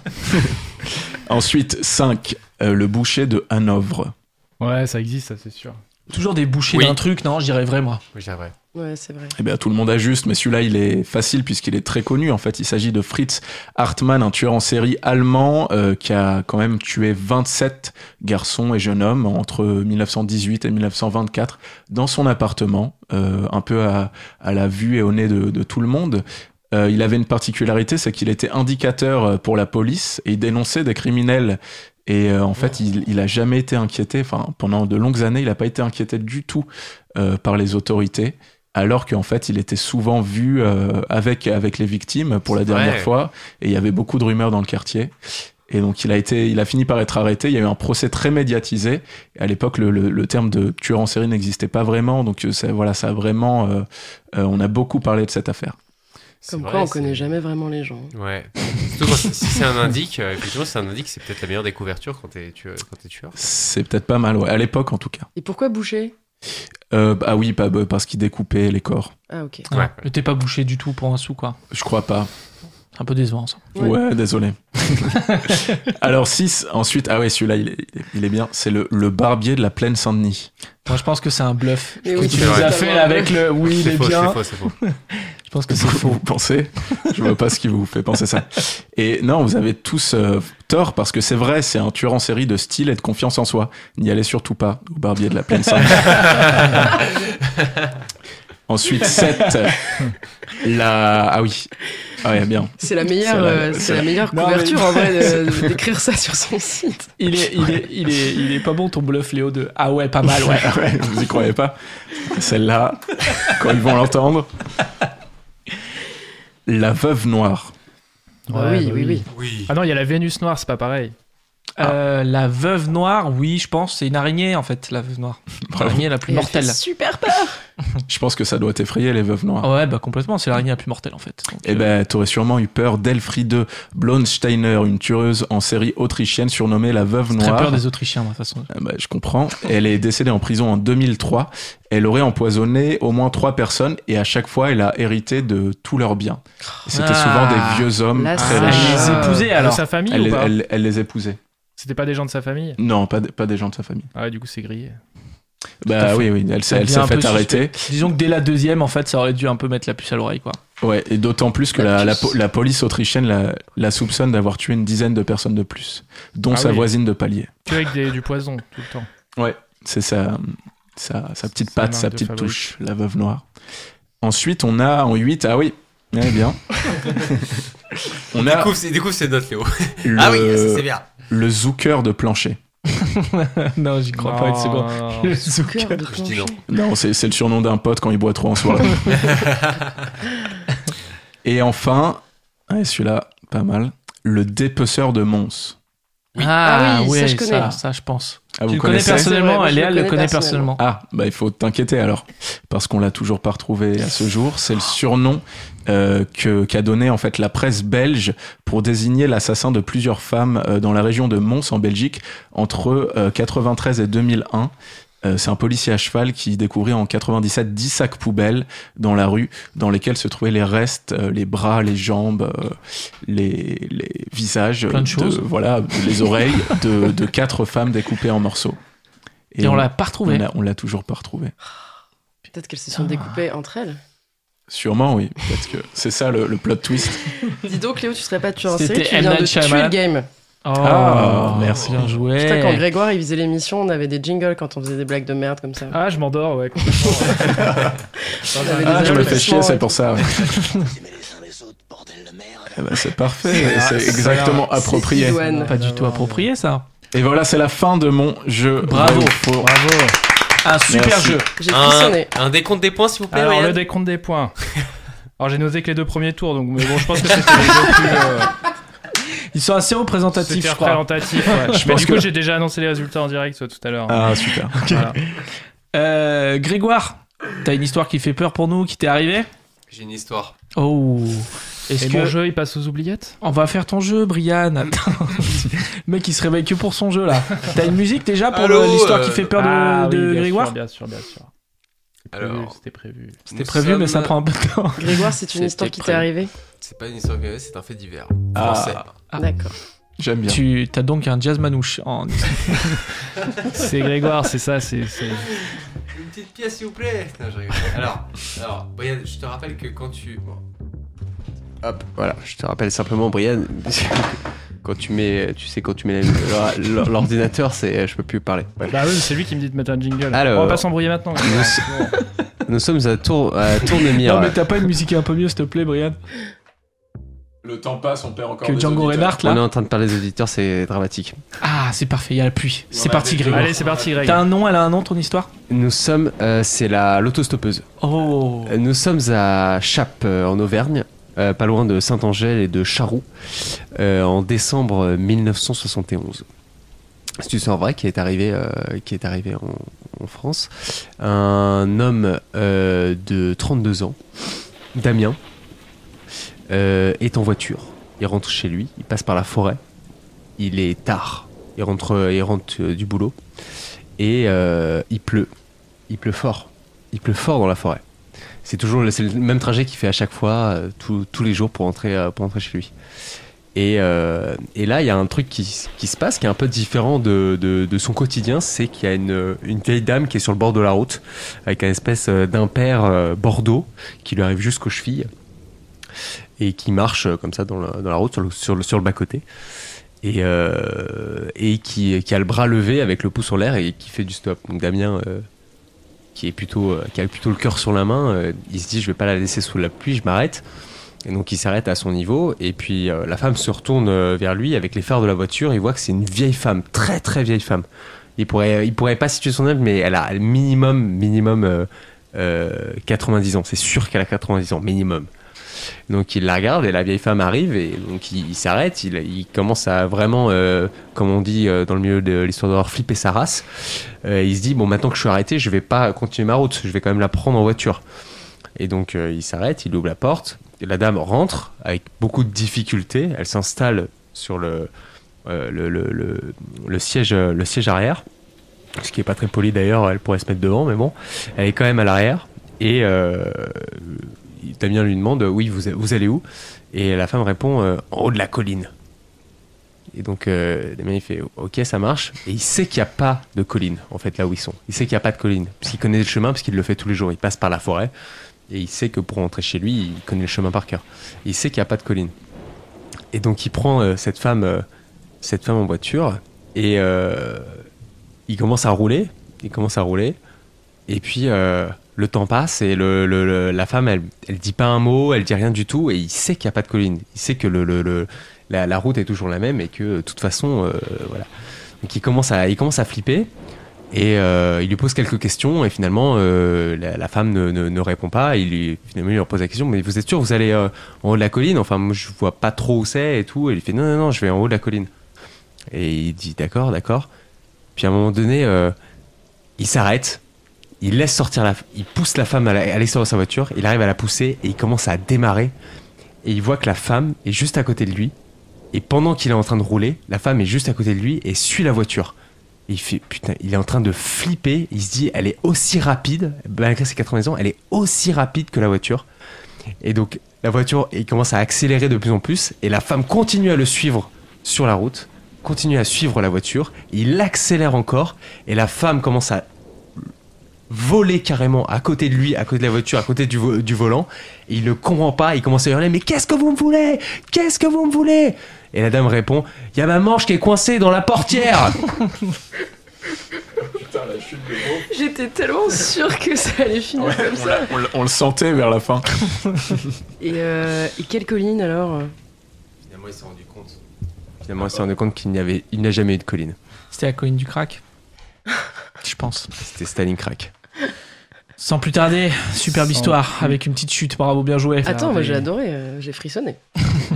B: [laughs] Ensuite, 5. le boucher de Hanovre.
E: Ouais, ça existe, ça, c'est sûr.
A: Toujours des bouchées
D: Oui.
A: d'un truc, non Je dirais vrai, moi.
D: Oui, c'est vrai.
C: Ouais, c'est vrai.
B: Eh bien, tout le monde a juste, mais celui-là, il est facile puisqu'il est très connu. En fait, il s'agit de Fritz Hartmann, un tueur en série allemand euh, qui a quand même tué 27 garçons et jeunes hommes entre 1918 et 1924 dans son appartement, euh, un peu à, à la vue et au nez de, de tout le monde. Euh, il avait une particularité, c'est qu'il était indicateur euh, pour la police et il dénonçait des criminels. Et euh, en fait, il, il a jamais été inquiété. Enfin, pendant de longues années, il n'a pas été inquiété du tout euh, par les autorités, alors qu'en fait, il était souvent vu euh, avec avec les victimes pour la
D: C'est vrai.
B: dernière fois. Et il y avait beaucoup de rumeurs dans le quartier. Et donc, il a été, il a fini par être arrêté. Il y a eu un procès très médiatisé. À l'époque, le, le- le terme de tueur en série n'existait pas vraiment. Donc, euh, ça, voilà, ça a vraiment, euh, euh, on a beaucoup parlé de cette affaire.
D: C'est
C: Comme
D: vrai,
C: quoi on
D: c'est-
C: connaît jamais vraiment les gens.
D: Ouais. Surtout quand c'est- si c'est un indique, euh, effectivement, si c'est un indique, c'est peut-être la meilleure des couvertures quand t'es tu, euh, quand t'es tueur.
B: C'est peut-être pas mal, ouais. À l'époque, en tout cas.
C: Et pourquoi boucher
B: Euh, bah, ah oui, bah, bah, parce qu'il découpait les corps.
C: Ah ok.
D: Ouais.
A: Mais t'es pas bouché du tout pour un sou, quoi.
B: Je crois pas.
A: C'est un peu décevant, ça.
B: Ouais,
C: Ouais.
B: désolé. [laughs] Alors 6, ensuite, ah ouais, celui-là, il est, il est bien, c'est le, le barbier de la plaine Saint-Denis.
A: Moi, je pense que c'est un bluff.
C: Mais
D: oui,
A: tu
D: c'est
A: nous
D: vrai.
A: as fait avec le oui, il
D: C'est
A: est
D: faux, c'est
A: bien.
D: faux, c'est faux.
A: Je pense que
B: Qu'est-ce
A: c'est
B: que
A: faux.
B: vous pensez Je vois pas ce qui vous fait penser ça. Et non, vous avez tous euh, tort parce que c'est vrai, c'est un tueur en série de style et de confiance
A: [laughs]
B: en soi. N'y allez surtout pas au barbier de la plaine Saint-Denis. Ensuite, 7. la. Ah oui. Ah ouais, bien.
C: C'est la meilleure,
B: C'est la-
C: euh,
B: c'est
C: c'est
B: la-
C: la meilleure
A: Non,
C: couverture
A: mais-
C: en vrai de- d'écrire ça sur son site.
A: Il est, il, est, il, est, il est pas bon ton bluff, Léo, de Ah ouais, pas mal, ouais.
B: [laughs] ouais, vous y croyez pas. Celle-là, quand ils vont l'entendre. La veuve noire.
C: Ah
E: bah
C: oui, oui, oui.
G: Oui.
E: Ah non, il y a la Vénus noire, c'est pas pareil.
B: Ah.
A: Euh, la veuve noire, oui, je pense, c'est une araignée en fait, la veuve noire.
B: Bravo.
A: L'araignée la plus
C: Et elle
A: mortelle.
C: fait Super peur.
B: Je pense que ça doit t'effrayer, les veuves noires.
A: Ah ouais, bah complètement, c'est l'araignée la plus mortelle en fait. Donc,
B: Eh
A: euh,
B: ben, t'aurais sûrement eu peur d'Elfriede Blonsteiner, une tueuse en série autrichienne surnommée la Veuve
A: très
B: Noire.
A: peur des Autrichiens, de toute façon.
B: Ah bah, je comprends. Elle est décédée en prison en 2003. Elle aurait empoisonné au moins trois personnes et à chaque fois, elle a hérité de tous leurs biens. Et C'était souvent
A: Ah.
B: des vieux hommes
C: Là,
B: très
C: c'est-
A: elle
B: riches.
A: les épousait, alors.
E: De sa famille
B: Elle,
E: ou pas
B: elle- elle les épousait.
E: C'était pas des gens de sa famille
B: Non, pas, de- pas des gens de sa famille.
E: Ah ouais, du coup, c'est grillé.
A: à fait.
B: Bah oui, oui, elle, s'est-
A: Ça
B: elle
A: devient
B: s'est
A: un peu
B: fait arrêter.
A: Disons que dès la deuxième, en fait, ça aurait dû un peu mettre la puce à l'oreille,
B: [laughs]
A: quoi.
B: Ouais, et d'autant plus que la, la, po- la police autrichienne la, la soupçonne d'avoir tué une dizaine de personnes de plus, dont
E: Ah
B: sa
E: oui.
B: voisine de palier.
E: Que avec des- du poison tout le temps.
B: C'est sa, sa, sa petite
E: Sa
B: patte,
E: marque
B: sa
E: de
B: petite
E: fabrique.
B: touche, la veuve noire. Ensuite, on a en 8, ah oui,
G: [laughs]
B: eh bien. on a
G: Découvre, c'est- découvre ces notes, Léo.
B: le,
G: Ah oui,
D: Euh,
G: ça, c'est bien.
B: le zooker de plancher.
A: non, j'y crois pas une
C: [laughs]
A: seconde.
E: Non.
A: Le Zucker.
C: Cœur de
G: Je dis non.
C: plancher.
B: Non, c'est c'est le surnom d'un pote quand il boit trop
G: [laughs]
B: en soirée. Et enfin, ouais, celui-là, pas mal, le dépeceur de Mons.
A: Ah,
C: Ah oui, ça,
A: ouais,
C: je connais.
A: Ça, ça, je pense.
B: Ah,
A: tu
B: vous
A: le connais
B: connaissez
A: personnellement,
C: Ouais, je
A: elle
C: le
A: le
C: connais
A: connaît personnellement.
B: Ah, bah il faut t'inquiéter alors, parce qu'on l'a toujours pas retrouvé à ce jour. C'est le surnom euh, que qu'a donné en fait la presse belge pour désigner l'assassin de plusieurs femmes euh, dans la région de Mons en Belgique entre euh, 93 et 2001. Euh, C'est un policier à cheval qui découvrit en 97 10 sacs poubelles dans la rue, dans lesquels se trouvaient les restes, euh, les bras, les jambes, euh, les, les visages,
A: Plein de choses.
B: voilà, les oreilles de, de quatre femmes découpées en morceaux.
A: Et on l'a pas retrouvé.
B: On l'a- On l'a toujours pas retrouvé.
C: Peut-être qu'elles se sont
A: Ah.
C: découpées entre elles.
B: Sûrement, oui. Peut-être que c'est ça le, le plot twist.
C: Dis donc, Léo, tu serais pas tué en
A: C'était
C: série, tu
A: M.
C: viens
A: Night
C: de tuer
A: Shyamalan.
C: le game.
A: Oh,
B: Ah, merci.
A: Bien joué.
C: Putain, quand Grégoire il faisait l'émission, on avait des jingles quand on faisait des blagues de merde comme ça.
E: Ah, je m'endors, ouais. complètement.
C: On avait
B: Ah,
C: des
B: je me fais
C: applaudissements
B: chier, c'est
C: et
B: pour
C: tout.
B: ça. ouais.
H: aimer les uns les autres, bordel de merde.
B: Eh ben, c'est parfait.
A: Ah,
B: C'est
A: c'est
B: exactement
C: C'est
B: approprié. Ah.
C: Sidoine.
A: Pas du tout approprié, ça.
B: Et voilà, c'est la fin de mon jeu.
A: Bravo.
B: Il faut-
E: Bravo.
A: Un super
B: Merci.
A: jeu.
C: J'ai
G: Un,
C: frissonné.
G: un décompte des points, s'il vous plaît.
E: Alors,
G: Ryan.
E: le décompte des points. Alors, j'ai nausé que les deux premiers tours, donc mais bon, je pense que c'était les deux plus. euh,
A: Ils sont assez représentatifs, [laughs]
E: C'était
A: je crois.
E: représentatif, ouais.
B: Je
E: Mais
B: pense
E: du coup,
B: que-
E: j'ai déjà annoncé les résultats en direct toi, tout à l'heure.
B: Ah, super.
E: Voilà.
A: Euh, Grégoire, t'as une histoire qui fait peur pour nous, qui t'est arrivée
G: J'ai une histoire.
A: Oh. Est-ce
E: Et
A: que
E: mon jeu, il passe aux oubliettes
A: on va faire ton jeu, Brian Attends. [laughs] Le mec, il se réveille que pour son jeu là. T'as une musique déjà pour
G: Allô,
A: le- l'histoire
G: euh,
A: qui fait peur de,
E: Ah oui,
A: de
E: bien
A: Grégoire
E: sûr, Bien sûr, bien sûr. C'était prévu,
G: Alors,
E: C'était prévu.
A: C'était prévu, mais ça prend un peu de temps.
C: Grégoire, c'est une
G: C'était
C: histoire qui t'est
G: prévu.
C: arrivée
G: C'est pas une histoire que c'est un fait divers.
B: Ah.
G: Français.
A: Ah.
C: D'accord.
B: J'aime bien.
A: Tu as donc un jazz manouche. En...
E: C'est Grégoire, c'est ça, c'est. c'est- [laughs]
G: Une petite pièce, s'il vous plaît. Non, je rigole. Alors, alors, Brian, je te rappelle que quand tu. bon,
D: Hop, voilà. Je te rappelle simplement, Brian, [laughs] quand tu mets, tu sais, quand tu mets la- la- l'ordinateur, c'est, euh, je peux plus parler. Ouais.
E: Bah oui, c'est lui qui me dit de mettre un jingle.
D: Alors.
E: On va pas s'embrouiller maintenant.
D: Nous, [laughs] nous sommes à tour, à tournemire.
A: non, mais
D: là.
A: t'as pas une musique un peu mieux, s'il te plaît, Brian
B: Le temps passe, on perd encore.
A: Que Django Reinhardt
E: Oh
D: On est
A: là
D: en train de parler des auditeurs, c'est dramatique.
A: Ah, c'est parfait, il y a la pluie. C'est
B: a
A: parti,
B: des deux.
A: Grégoire.
E: Allez, c'est parti, Greg.
A: T'as un nom, elle a un nom, ton histoire
D: Nous sommes, euh, c'est la l'autostoppeuse.
A: Oh.
D: Euh, Nous sommes à Chape euh, en Auvergne, euh, pas loin de Saint-Angèle et de Charroux, euh, en décembre euh, 1971. C'est une histoire vraie qui est arrivée, euh, qui est arrivée en, en France. Un homme euh, de 32 ans, Damien, euh, est en voiture. Il rentre chez lui, il passe par la forêt. Il est tard. Il rentre, euh, il rentre euh, du boulot et euh, il pleut. Il pleut fort. Il pleut fort dans la forêt. C'est toujours le, c'est le même trajet qu'il fait à chaque fois, euh, tous- tous les jours pour entrer, euh, pour entrer chez lui. Et, euh, et là, il y a un truc qui, s- qui se passe qui est un peu différent de, de- de son quotidien, c'est qu'il y a une, une vieille dame qui est sur le bord de la route, avec un espèce euh, d'impair euh, bordeaux qui lui arrive jusqu'aux chevilles, et qui marche euh, comme ça dans la, dans la route, sur le, sur le, sur le bas-côté, et, euh, et qui, qui a le bras levé avec le pouce en l'air et qui fait du stop. Donc Damien euh,
F: qui est plutôt, euh, qui a plutôt le cœur sur la main, euh, il se dit je vais pas la laisser sous la pluie, je m'arrête. Et donc il s'arrête à son niveau et puis euh, la femme se retourne euh, vers lui avec les phares de la voiture. Il voit que c'est une vieille femme, très très vieille femme. Il pourrait, il pourrait pas situer son âge, mais elle a minimum, minimum euh, euh, 90 ans. C'est sûr qu'elle a 90 ans, minimum. Donc il la regarde et la vieille femme arrive et donc il, il s'arrête. Il, il commence à vraiment, euh, comme on dit euh, dans le milieu de l'histoire d'horreur, flipper sa race. Euh, il se dit bon maintenant que je suis arrêté, je vais pas continuer ma route, je vais quand même la prendre en voiture. Et donc euh, il s'arrête, il ouvre la porte. Et la dame rentre avec beaucoup de difficultés. Elle s'installe sur le, euh, le, le, le, le siège, euh, le siège arrière. Ce qui est pas très poli d'ailleurs, elle pourrait se mettre devant, mais bon, elle est quand même à l'arrière. Et euh, Damien lui demande Oui, vous, vous allez où Et la femme répond euh, En haut de la colline. Et donc euh, Damien il fait Ok, ça marche. Et il sait qu'il n'y a pas de colline, en fait, là où ils sont. Il sait qu'il n'y a pas de colline. Parce qu'il connaît le chemin, parce qu'il le fait tous les jours. Il passe par la forêt. Et il sait que pour rentrer chez lui, il connaît le chemin par cœur. Et il sait qu'il n'y a pas de colline. Et donc il prend euh, cette, femme, euh, cette femme en voiture. Et euh, il commence à rouler. Il commence à rouler. Et puis euh, le temps passe et le, le- le- la femme, elle, elle dit pas un mot, elle dit rien du tout, et il sait qu'il n'y a pas de colline. Il sait que le, le- le- la, la route est toujours la même et que de toute façon, euh, voilà. Donc il commence à, il commence à flipper. Et euh, il lui pose quelques questions et finalement euh, la, la femme ne, ne- ne répond pas. Il lui, finalement il lui repose la question mais vous êtes sûr vous allez euh, en haut de la colline Enfin moi je vois pas trop où c'est et tout. Et il fait non non non je vais en haut de la colline. Et il dit d'accord d'accord. Puis à un moment donné euh, il s'arrête il laisse sortir la, il pousse la femme à la- à l'extérieur de sa voiture, il arrive à la pousser et il commence à démarrer et il voit que la femme est juste à côté de lui et pendant qu'il est en train de rouler, la femme est juste à côté de lui et suit la voiture. Et il fait putain, il est en train de flipper, il se dit elle est aussi rapide, malgré ses 80 ans, elle est aussi rapide que la voiture. Et donc la voiture, il commence à accélérer de plus en plus et la femme continue à le suivre sur la route, continue à suivre la voiture, il accélère encore et la femme commence à voler carrément à côté de lui, à côté de la voiture, à côté du, vo- du volant. Et il ne comprend pas, il commence à hurler Mais qu'est-ce que vous me voulez Qu'est-ce que vous me voulez Et la dame répond Il y a ma manche qui est coincée dans la portière [laughs]
C: J'étais tellement sûre que ça allait finir comme
B: on,
C: ça.
B: l'a- on l'a- on le sentait vers la fin.
C: Et, euh, et quelle colline alors
D: Finalement, il s'est rendu compte.
F: Finalement, elle s'est rendue compte qu'il n'y avait, il n'y a jamais eu de colline.
A: C'était la colline du crack. Je pense.
F: C'était Stalingrad.
A: Sans plus tarder, superbe
E: Sans
A: histoire
E: plus.
A: avec une petite chute. Bravo, bien joué.
C: Attends, moi j'ai adoré, euh, j'ai frissonné.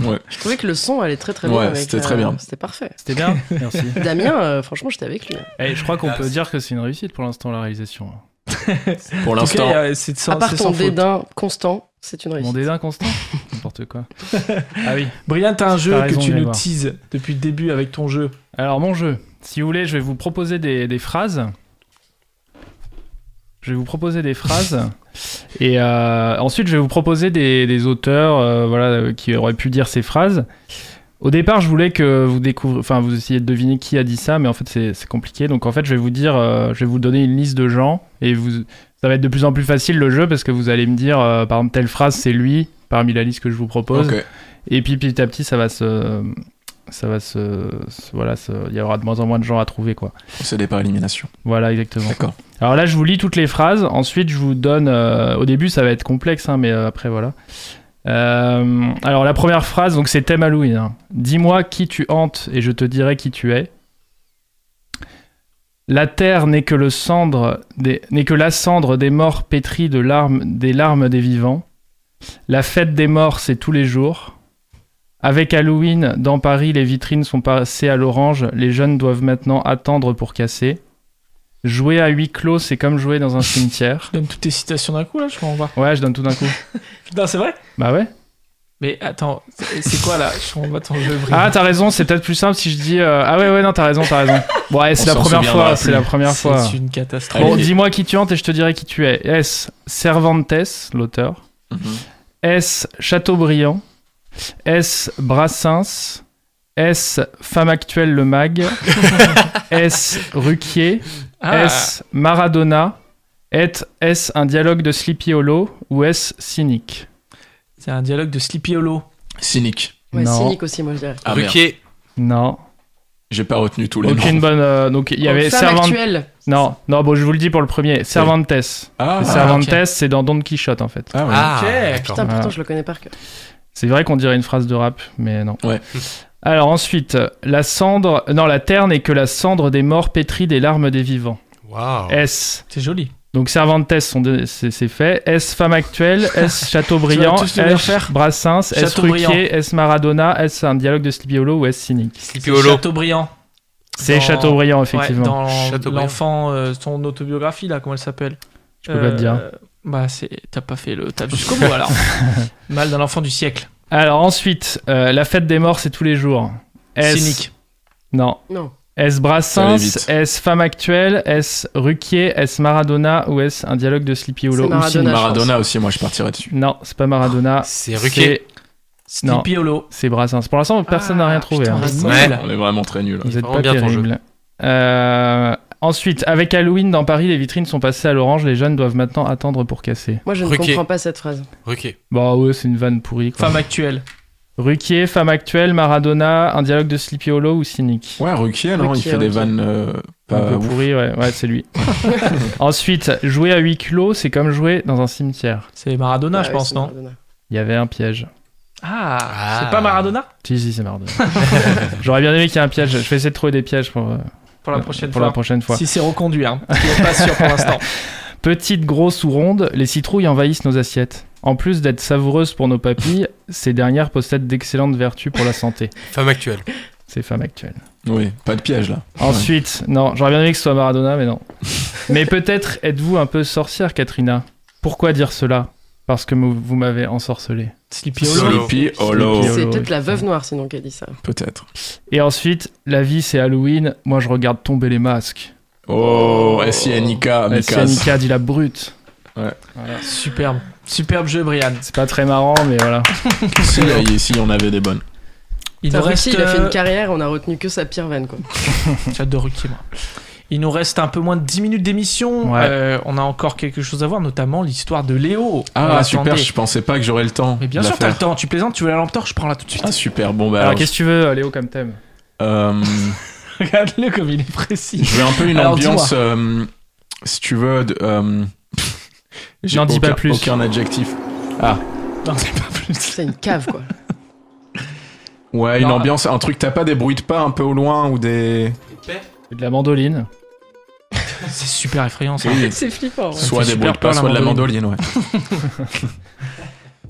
B: Ouais.
C: Je trouvais que le son allait très très bien.
B: Ouais,
C: avec, euh,
B: c'était très bien.
C: C'était parfait.
E: C'était bien [laughs] Merci.
C: Damien, euh, franchement, j'étais avec lui.
E: Eh, je crois qu'on peut dire que c'est une réussite pour l'instant, la réalisation.
B: Pour
A: En tout
B: l'instant,
A: cas, euh, c'est sans,
C: à part
A: c'est
C: ton
A: sans faute.
C: dédain constant, c'est une
E: Mon
C: réussite.
E: dédain constant N'importe quoi. [laughs] Ah oui.
A: Brian, t'as un jeu
E: T'as
A: que
E: raison
A: tu
E: de les
A: nous
E: voir.
A: teases depuis le début avec ton jeu.
E: Alors, mon jeu. Si vous voulez, je vais vous proposer des, des phrases. Je vais vous proposer des phrases. Et euh, ensuite, je vais vous proposer des, des auteurs euh, voilà, euh, qui auraient pu dire ces phrases. Au départ, je voulais que vous découvriez, enfin, vous essayiez de deviner qui a dit ça, mais en fait, c'est c'est compliqué. Donc, en fait, je vais vous dire, euh, je vais vous donner une liste de gens et vous, ça va être de plus en plus facile le jeu parce que vous allez me dire, euh, par exemple, telle phrase, c'est lui parmi la liste que je vous propose.
B: ok.
E: Et puis petit à petit, ça va se. Ça va se. se- voilà, se- il y aura de moins en moins de gens à trouver, quoi.
B: c'est des par élimination.
E: Voilà, exactement.
B: D'accord.
E: Alors là, je vous lis toutes les phrases. Ensuite, je vous donne. euh, au début, ça va être complexe, hein, mais euh, après, voilà. Euh, alors, la première phrase, donc c'est thème Halloween. hein. Dis-moi qui tu hantes et je te dirai qui tu es. La terre n'est que le cendre des- n'est que la cendre des morts pétrie de larmes des larmes des vivants. La fête des morts, c'est tous les jours. Avec Halloween, dans Paris, les vitrines sont passées à l'orange. Les jeunes doivent maintenant attendre pour casser. Jouer à huis clos, c'est comme jouer dans un cimetière.
A: Je donne toutes tes citations d'un coup là, je crois, on va.
E: Ouais, je donne tout d'un coup.
A: Non, c'est vrai
E: Bah ouais.
A: Mais attends, c'est c'est quoi là Je comprends pas ton jeu, Brian.
E: Ah, t'as raison, c'est peut-être plus simple si je dis. euh, Ah ouais, ouais, non, t'as raison, t'as raison. Bon, ouais, c'est
B: On
E: la
B: s'en
E: première
B: souviendra
E: fois,
B: plus.
E: c'est la première fois.
A: C'est une catastrophe.
E: Bon,
B: Allez.
E: dis-moi qui tu hantes et je te dirai qui tu es. S. Cervantes, l'auteur.
B: Mhm.
E: S. Chateaubriand. S. Brassens. S. Femme actuelle,
A: [laughs]
E: le mag. S. Ruquier.
A: Ah,
E: S. Maradona. Et- S. Un dialogue de Sleepy Hollow. Ou S. Cynique.
A: C'est un dialogue de Sleepy Hollow.
B: Cynique.
C: Ouais,
E: Non.
C: cynique aussi, moi je dirais.
B: Ah, merde.
D: Ruquier.
E: Non.
B: J'ai pas retenu tous les
E: Aucune
B: noms.
E: bonne. euh, donc il y avait
C: Oh, Femme
E: Servante.
C: actuelle.
E: Non, non, bon, je vous le dis pour le premier. Cervantes.
B: Ah,
E: Cervantes,
A: ok.
E: c'est dans Don Quichotte, en fait.
B: ah ouais.
D: Ah,
A: Ok.
D: d'accord.
C: Putain, pourtant,
E: Voilà.
C: je le connais par cœur.
E: C'est vrai qu'on dirait une phrase de rap, mais non.
B: Ouais.
E: [laughs] Alors ensuite, la cendre... Non, la terre n'est que la cendre des morts pétrie des larmes des vivants.
A: Oh.
D: Waouh.
E: S.
A: C'est joli.
E: Donc Cervantes, sont des- c'est c'est fait. S. Femme
A: [laughs]
E: actuelle. S. Chateaubriand.
A: Tu vas tous les
E: S.
A: refaire
E: Brassens. S.
A: Chateaubriand.
E: Ruquier. S. Maradona. S. Un dialogue de Sleepy Hollow ou S. Cynique.
D: Sleepy Hollow.
A: Chateaubriand.
E: C'est
A: Dans-
E: Chateaubriand, effectivement.
A: Ouais, dans
D: Chateaubriand.
A: l'enfant, euh, son autobiographie, là, comment elle s'appelle
E: Je peux pas te dire.
A: Bah, c'est... t'as pas fait le. T'as jusqu'au bout
E: [laughs]
A: alors. Mal d'un enfant du siècle.
E: Alors ensuite, euh, la fête des morts, c'est tous les jours. S.
A: Cynique.
E: Non.
C: Non.
E: S.
B: Ça allait
E: Brassens,
B: vite.
E: S. Femme actuelle, S. Ruquier, S. Maradona ou S. Un dialogue de Sleepy Hollow
C: C'est
E: ou
C: Maradona,
E: Cynique.
B: Maradona aussi, moi je partirais dessus.
E: Non, c'est pas Maradona.
D: Oh, C'est Ruquier.
E: C'est- Non,
A: Sleepy Hollow.
E: c'est Brassens. Pour l'instant, personne n'a
A: Ah,
E: rien trouvé.
A: putain,
E: hein.
A: on est
D: Ouais.
A: nuls.
B: On est vraiment très nuls.
E: Vous êtes
D: Vraiment
E: pas
D: bien ton jeu.
E: terrible. Euh, ensuite, avec Halloween dans Paris, les vitrines sont passées à l'orange. Les jeunes doivent maintenant attendre pour casser.
C: Moi, je ne
D: Ruquier.
C: comprends pas cette phrase.
D: Ruquier.
E: Bah ouais, c'est une vanne pourrie. Quoi.
A: Femme actuelle.
E: Ruquier, femme actuelle, Maradona, un dialogue de Sleepy Hollow ou cynique.
B: Ouais, Ruquier, non, il
C: Ruquier,
B: fait des
C: Ruquier.
B: vannes euh,
E: un
B: pas
E: peu
B: ouf.
E: pourri, ouais, ouais,
B: [laughs]
E: c'est lui. ensuite, jouer à huis clos, c'est comme jouer dans un cimetière.
A: C'est Maradona,
C: Ah
A: je
C: oui,
A: pense,
C: c'est
A: non
C: Maradona.
E: Il y avait un piège.
A: ah,
D: Ah.
A: c'est pas Maradona
E: Si, si,
B: [laughs]
E: c'est Maradona. J'aurais bien aimé qu'il y ait un piège. Je vais essayer de trouver des pièges pour, euh,
A: Pour la prochaine
E: pour
A: fois.
E: la prochaine fois.
A: Si c'est reconduit, hein. Ce qui est pas sûr pour
E: [laughs]
A: l'instant.
E: Petites, grosses ou rondes, les citrouilles envahissent nos assiettes. En plus d'être savoureuses pour nos papilles,
A: [laughs]
E: ces dernières possèdent d'excellentes vertus pour la santé.
D: Femme actuelle.
E: C'est femme actuelle.
B: Oui, pas de piège là.
E: Ensuite, non, j'aurais bien aimé que ce soit Maradona,
A: [laughs]
E: mais non. mais peut-être êtes-vous un peu sorcière, Katrina. Pourquoi dire cela Parce que vous vous m'avez ensorcelé.
A: Sleepy Hollow.
D: Solo.
B: Sleepy
E: Oh,
B: Hollow,
E: Sleepy
C: c'est
E: oui,
C: peut-être la
E: oui.
C: veuve noire, sinon, qui a dit ça.
B: peut-être.
E: Et ensuite, la vie c'est Halloween, moi je regarde tomber les masques. Euh,
B: Oh, S.I.N.I.K.
E: C'est
B: Mikas.
E: Nika dit la brute.
B: Ouais.
E: Voilà.
A: Superbe. Superbe jeu, Brian.
E: C'est pas très marrant, mais voilà.
B: Si, si, on avait des bonnes.
A: Il
C: Putain,
A: nous reste.
C: Ruquier, il a fait
A: euh,
C: une carrière, on a retenu que sa pire vanne, quoi.
A: J'adore Ruquier, moi. Il nous reste un peu moins de 10 minutes d'émission.
E: Ouais.
A: Euh, on a encore quelque chose à voir, notamment l'histoire de Léo. On
B: Ah,
A: l'attendait.
B: super, je pensais pas que j'aurais le temps.
A: Mais bien
B: de la
A: sûr, t'as
B: faire.
A: le temps. Tu plaisantes, tu veux la lampe torche, je prends la tout de suite.
B: Ah, super, bon, bah.
E: Alors,
B: alors,
E: qu'est-ce que tu veux, Léo, comme thème
B: euh,
A: Regarde-le comme il est précis.
B: je veux un peu une
A: Alors,
B: ambiance, euh, si tu veux. de, euh, [laughs] j'ai
E: N'en dis pas
B: aucun-
E: plus.
B: Aucun adjectif. Ah.
A: [laughs] Non, c'est pas plus.
C: C'est une cave, quoi.
B: Ouais, une
A: Non,
B: ambiance, un truc, t'as pas des bruits de pas un peu au loin ou des.
E: De la mandoline.
A: [laughs] C'est super effrayant, ça.
C: c'est flippant. ouais.
B: Soit
A: fait
B: des
A: super
B: bruits de
A: peur,
B: pas,
A: la
B: soit de la mandoline, ouais.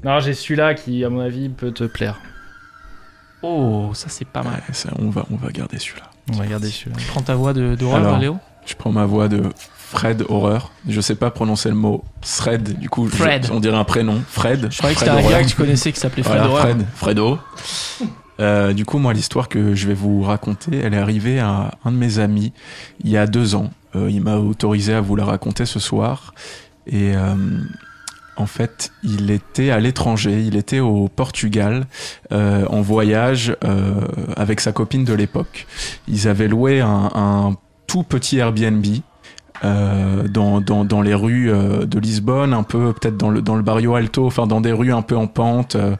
E: Non, j'ai celui-là qui, à mon avis, peut te plaire.
A: Oh, ça c'est pas mal.
B: Ah Ouais, ça, on, va, on va garder celui-là.
E: On va garder celui-là.
A: Prends ta voix de d'horreur,
B: Alors.
A: hein, Léo.
B: Je prends ma voix de Fred Horreur. Je sais pas prononcer le mot Fred, du coup, je-
A: Fred.
B: on dirait un prénom. Fred.
A: Je croyais que
B: Fred
A: c'était un
B: Horreur.
A: gars que tu connaissais qui s'appelait Fred
B: Voilà,
A: Horreur.
B: Fred, Fredo. Euh, du coup, moi, l'histoire que je vais vous raconter, elle est arrivée à un de mes amis il y a deux ans. Euh, il m'a autorisé à vous la raconter ce soir. Et euh, en fait, il était à l'étranger, il était au Portugal euh, en voyage euh, avec sa copine de l'époque. Ils avaient loué un, un tout petit Airbnb. euh, dans, dans, dans les rues euh, de Lisbonne, un peu peut-être dans le, dans le barrio alto, enfin dans des rues un peu en pente, euh,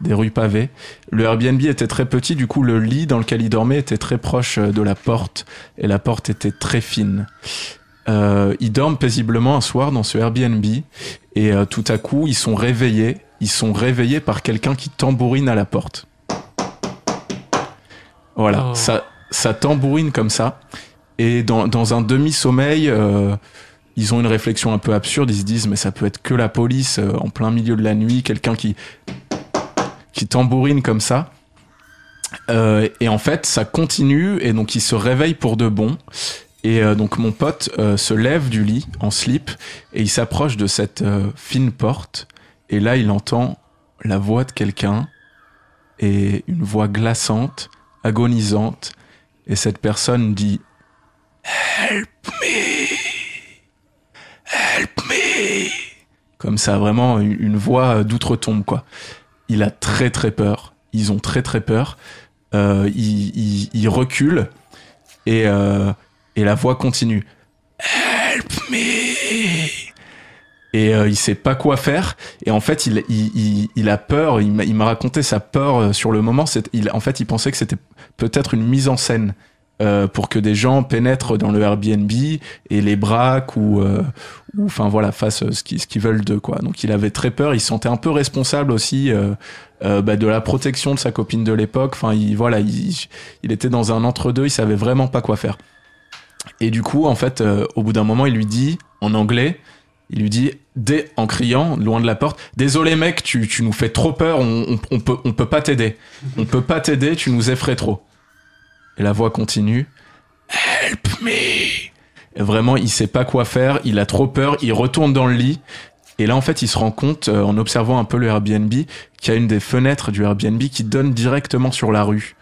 B: des rues pavées. Le Airbnb était très petit, du coup le lit dans lequel il dormait était très proche euh, de la porte, et la porte était très fine. Euh, ils dorment paisiblement un soir dans ce Airbnb, et euh, tout à coup ils sont réveillés, ils sont réveillés par quelqu'un qui tambourine à la porte. Voilà,
A: Oh.
B: ça, ça tambourine comme ça, et dans, dans un demi-sommeil... euh, ils ont une réflexion un peu absurde, ils se disent mais ça peut être que la police euh, en plein milieu de la nuit, quelqu'un qui qui tambourine comme ça. Euh, et en fait, ça continue et donc il se réveille pour de bon. Et euh, donc mon pote euh, se lève du lit en slip et il s'approche de cette euh, fine porte. Et là, il entend la voix de quelqu'un et une voix glaçante, agonisante. Et cette personne dit Help me, help me. Comme ça, vraiment une une voix euh, d'outre-tombe quoi il a très très peur. Ils ont très très peur. Euh, ils, ils- ils reculent et, euh, et la voix continue. Help me! Et euh, il sait pas quoi faire. Et en fait, il, il, il, il a peur. Il m'a il m'a raconté sa peur euh, sur le moment. C'est- Il, en fait, il pensait que c'était peut-être une mise en scène euh, pour que des gens pénètrent dans le Airbnb et les braquent ou, euh, ou enfin voilà, fassent ce qu'ils ce qu'ils veulent d'eux, quoi. Donc il avait très peur, il se sentait un peu responsable aussi euh, euh, bah, de la protection de sa copine de l'époque. Enfin, il, voilà, il, il était dans un entre-deux, il savait vraiment pas quoi faire. Et du coup, en fait, euh, au bout d'un moment, il lui dit, en anglais, il lui dit, dès, en criant, loin de la porte, désolé mec, tu, tu nous fais trop peur, on, on, on peut, on peut pas t'aider. On peut pas t'aider, tu nous effraies trop. Et la voix continue, help me! Et vraiment, il sait pas quoi faire, il a trop peur, il retourne dans le lit. Et là, en fait, il se rend compte, euh, en observant un peu le Airbnb, qu'il y a une des fenêtres du Airbnb qui donne directement sur la rue.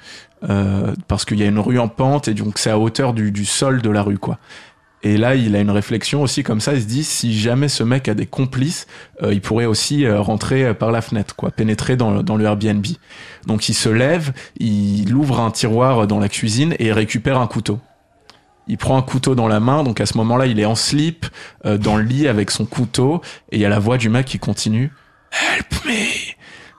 B: Euh, parce qu'il y a une rue en pente et donc c'est à hauteur du, du sol de la rue quoi. Et là, il a une réflexion aussi comme ça. Il se dit si jamais ce mec a des complices, euh, il pourrait aussi euh, rentrer euh, par la fenêtre, quoi, pénétrer dans, dans le Airbnb. Donc il se lève, il ouvre un tiroir dans la cuisine et il récupère un couteau. Il prend un couteau dans la main, donc à ce moment-là, il est en slip euh, dans le lit avec son couteau et il y a la voix du mec qui continue Help me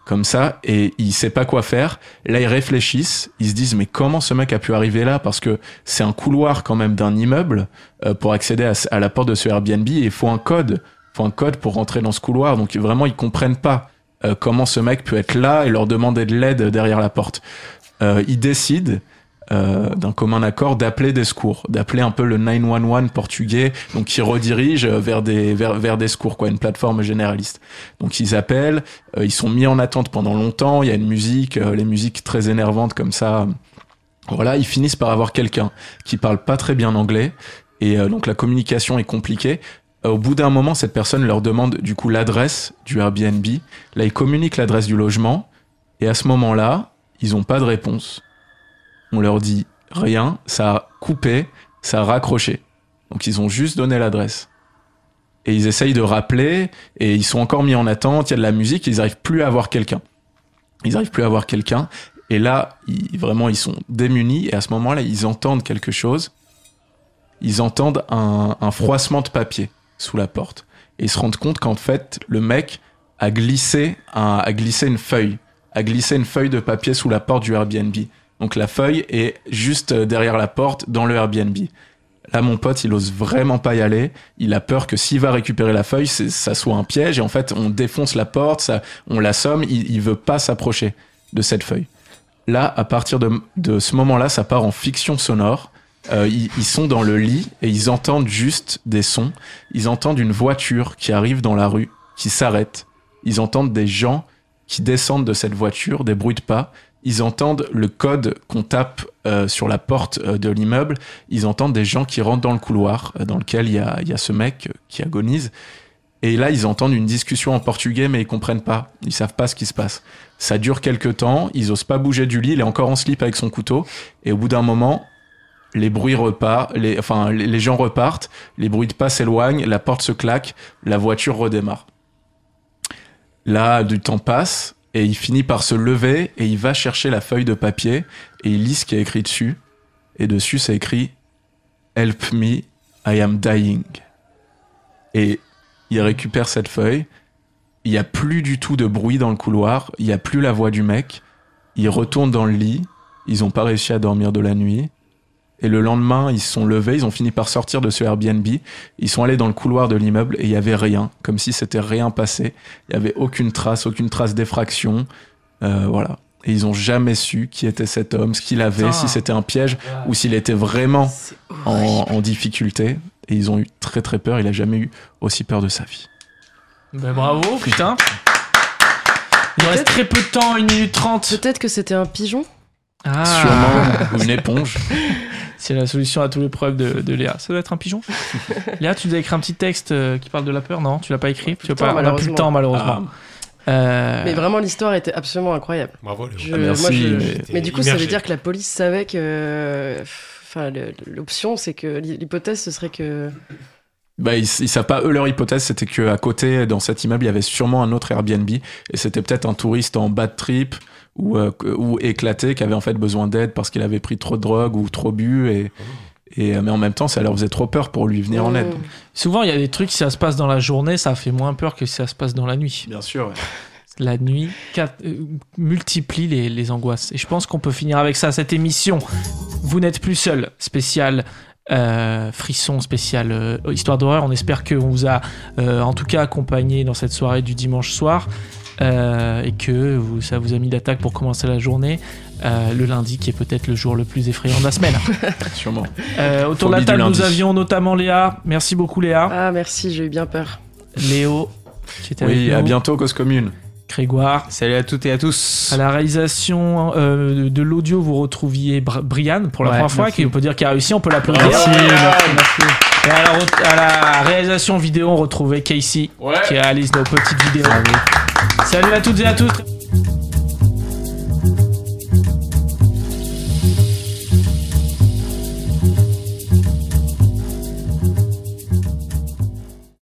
B: comme ça et il sait pas quoi faire. Là, ils réfléchissent, ils se disent mais comment ce mec a pu arriver là parce que c'est un couloir quand même d'un immeuble euh, pour accéder à, à la porte de ce Airbnb et il faut un code, faut un code pour rentrer dans ce couloir. Donc vraiment, ils comprennent pas euh, comment ce mec peut être là et leur demander de l'aide derrière la porte. Euh, ils décident euh, d'un commun accord d'appeler des secours, d'appeler un peu le 911 portugais, donc qui redirige euh, vers des vers, vers des secours quoi, une plateforme généraliste. Donc ils appellent, euh, ils sont mis en attente pendant longtemps, il y a une musique, euh, les musiques très énervantes comme ça. Voilà, ils finissent par avoir quelqu'un qui parle pas très bien anglais et euh, donc la communication est compliquée. Euh, Au bout d'un moment, cette personne leur demande du coup l'adresse du Airbnb. Là, ils communiquent l'adresse du logement et à ce moment-là, ils ont pas de réponse. On leur dit rien, ça a coupé, ça a raccroché. Donc ils ont juste donné l'adresse. Et ils essayent de rappeler, et ils sont encore mis en attente, il y a de la musique, ils n'arrivent plus à avoir quelqu'un. Ils n'arrivent plus à avoir quelqu'un. Et là, ils- vraiment, ils sont démunis, et à ce moment-là, ils entendent quelque chose. Ils entendent un, un froissement de papier sous la porte. Et ils se rendent compte qu'en fait, le mec a glissé, un- a glissé une feuille. A glissé une feuille de papier sous la porte du Airbnb. Donc la feuille est juste euh, derrière la porte dans le Airbnb. Là, mon pote, il ose vraiment pas y aller. Il a peur que s'il va récupérer la feuille, c'est- ça soit un piège. Et en fait, on défonce la porte, ça, on l'assomme. Il, il veut pas s'approcher de cette feuille. Là, à partir de, de ce moment-là, ça part en fiction sonore. Euh, ils, ils sont dans le lit et ils entendent juste des sons. Ils entendent une voiture qui arrive dans la rue, qui s'arrête. Ils entendent des gens qui descendent de cette voiture, des bruits de pas ils entendent le code qu'on tape euh, sur la porte euh, de l'immeuble, ils entendent des gens qui rentrent dans le couloir euh, dans lequel il y a, il y a ce mec euh, qui agonise. Et là, ils entendent une discussion en portugais, mais ils comprennent pas. Ils savent pas ce qui se passe. Ça dure quelques temps. Ils osent pas bouger du lit. Il est encore en slip avec son couteau. Et au bout d'un moment, les bruits repartent. Les, enfin, les, les gens repartent. Les bruits de pas s'éloignent. La porte se claque. La voiture redémarre. Là, du temps passe et il finit par se lever et il va chercher la feuille de papier et il lit ce qui est écrit dessus. Et dessus, c'est écrit Help me, I am dying. Et il récupère cette feuille. Il n'y a plus du tout de bruit dans le couloir. Il n'y a plus la voix du mec. Il retourne dans le lit. Ils n'ont pas réussi à dormir de la nuit. Et le lendemain, ils se sont levés. Ils ont fini par sortir de ce Airbnb. Ils sont allés dans le couloir de l'immeuble et il n'y avait rien. Comme si c'était rien passé. Il n'y avait aucune trace, aucune trace d'effraction. Euh, voilà. Et ils n'ont jamais su qui était cet homme, ce qu'il avait,
E: Putain.
B: si c'était un piège ou s'il était vraiment
C: C'est
B: en, en difficulté et ils ont eu très très peur. Il a jamais eu aussi peur de sa vie.
A: Ben, bravo, putain. Il reste très peu de temps, 1 minute 30.
C: Peut-être que c'était un pigeon
A: Ah,
B: Sûrement
F: [laughs]
B: ou une éponge.
A: C'est la solution à tous les problèmes de, de Léa. Ça doit être un [laughs] pigeon. Léa, tu nous as écrit un petit texte euh, qui parle de la peur, non Tu l'as pas écrit
C: Plus
A: Tu as
C: le temps,
A: pas, On a plus le
C: malheureusement.
A: temps, malheureusement.
B: Ah.
A: Euh,
C: Mais vraiment, l'histoire était absolument incroyable.
D: Bravo, les
C: Je-
B: Ah, merci,
C: moi, je-
B: mais-
C: mais du coup, ça
D: Immergé.
C: veut dire que la police savait que. Enfin, le- l'option, c'est que. L'hypothèse, ce serait que.
B: Bah, ils, ils savent pas, eux, leur hypothèse, c'était que à côté, dans cet immeuble, il y avait sûrement un autre Airbnb et c'était peut-être un touriste en bad trip ou, euh, que- ou éclaté qui avait en fait besoin d'aide parce qu'il avait pris trop de drogue ou trop bu et. Et, euh, mais en même temps, ça leur faisait trop peur pour lui venir en aide.
C: Hmm.
B: donc.
A: Souvent, il y a des trucs, si ça se passe dans la journée, ça fait moins peur que si ça se passe dans la nuit.
B: Bien sûr. ouais.
A: La nuit quatre- euh, multiplie les, les angoisses. Et je pense qu'on peut finir avec ça, cette émission. Vous n'êtes plus seul, spécial euh, frisson, spécial euh, histoire d'horreur. On espère qu'on vous a euh, en tout cas accompagné dans cette soirée du dimanche soir euh, et que vous- ça vous a mis d'attaque pour commencer la journée. euh, le lundi qui est peut-être le jour le plus effrayant de la
B: [laughs]
A: semaine.
B: sûrement.
A: Euh, autour de
B: Phobie
A: la
B: du
A: table,
B: lundi.
A: nous avions notamment Léa. Merci beaucoup Léa.
C: Ah, merci, j'ai eu bien peur.
A: Léo, qui était avec
B: Oui,
A: nous.
B: à bientôt, cause commune.
A: Grégoire.
F: Salut à toutes et à tous.
A: À la réalisation euh, de l'audio, vous retrouviez Br- Brian pour la
E: Ouais,
A: première fois,
E: merci.
A: qui on peut dire qu'il a réussi, on peut l'applaudir.
E: Merci, merci,
A: Et à la, à la
E: Ah
A: réalisation vidéo, on retrouvait Casey, qui réalise nos petites vidéos. Salut à toutes et à tous.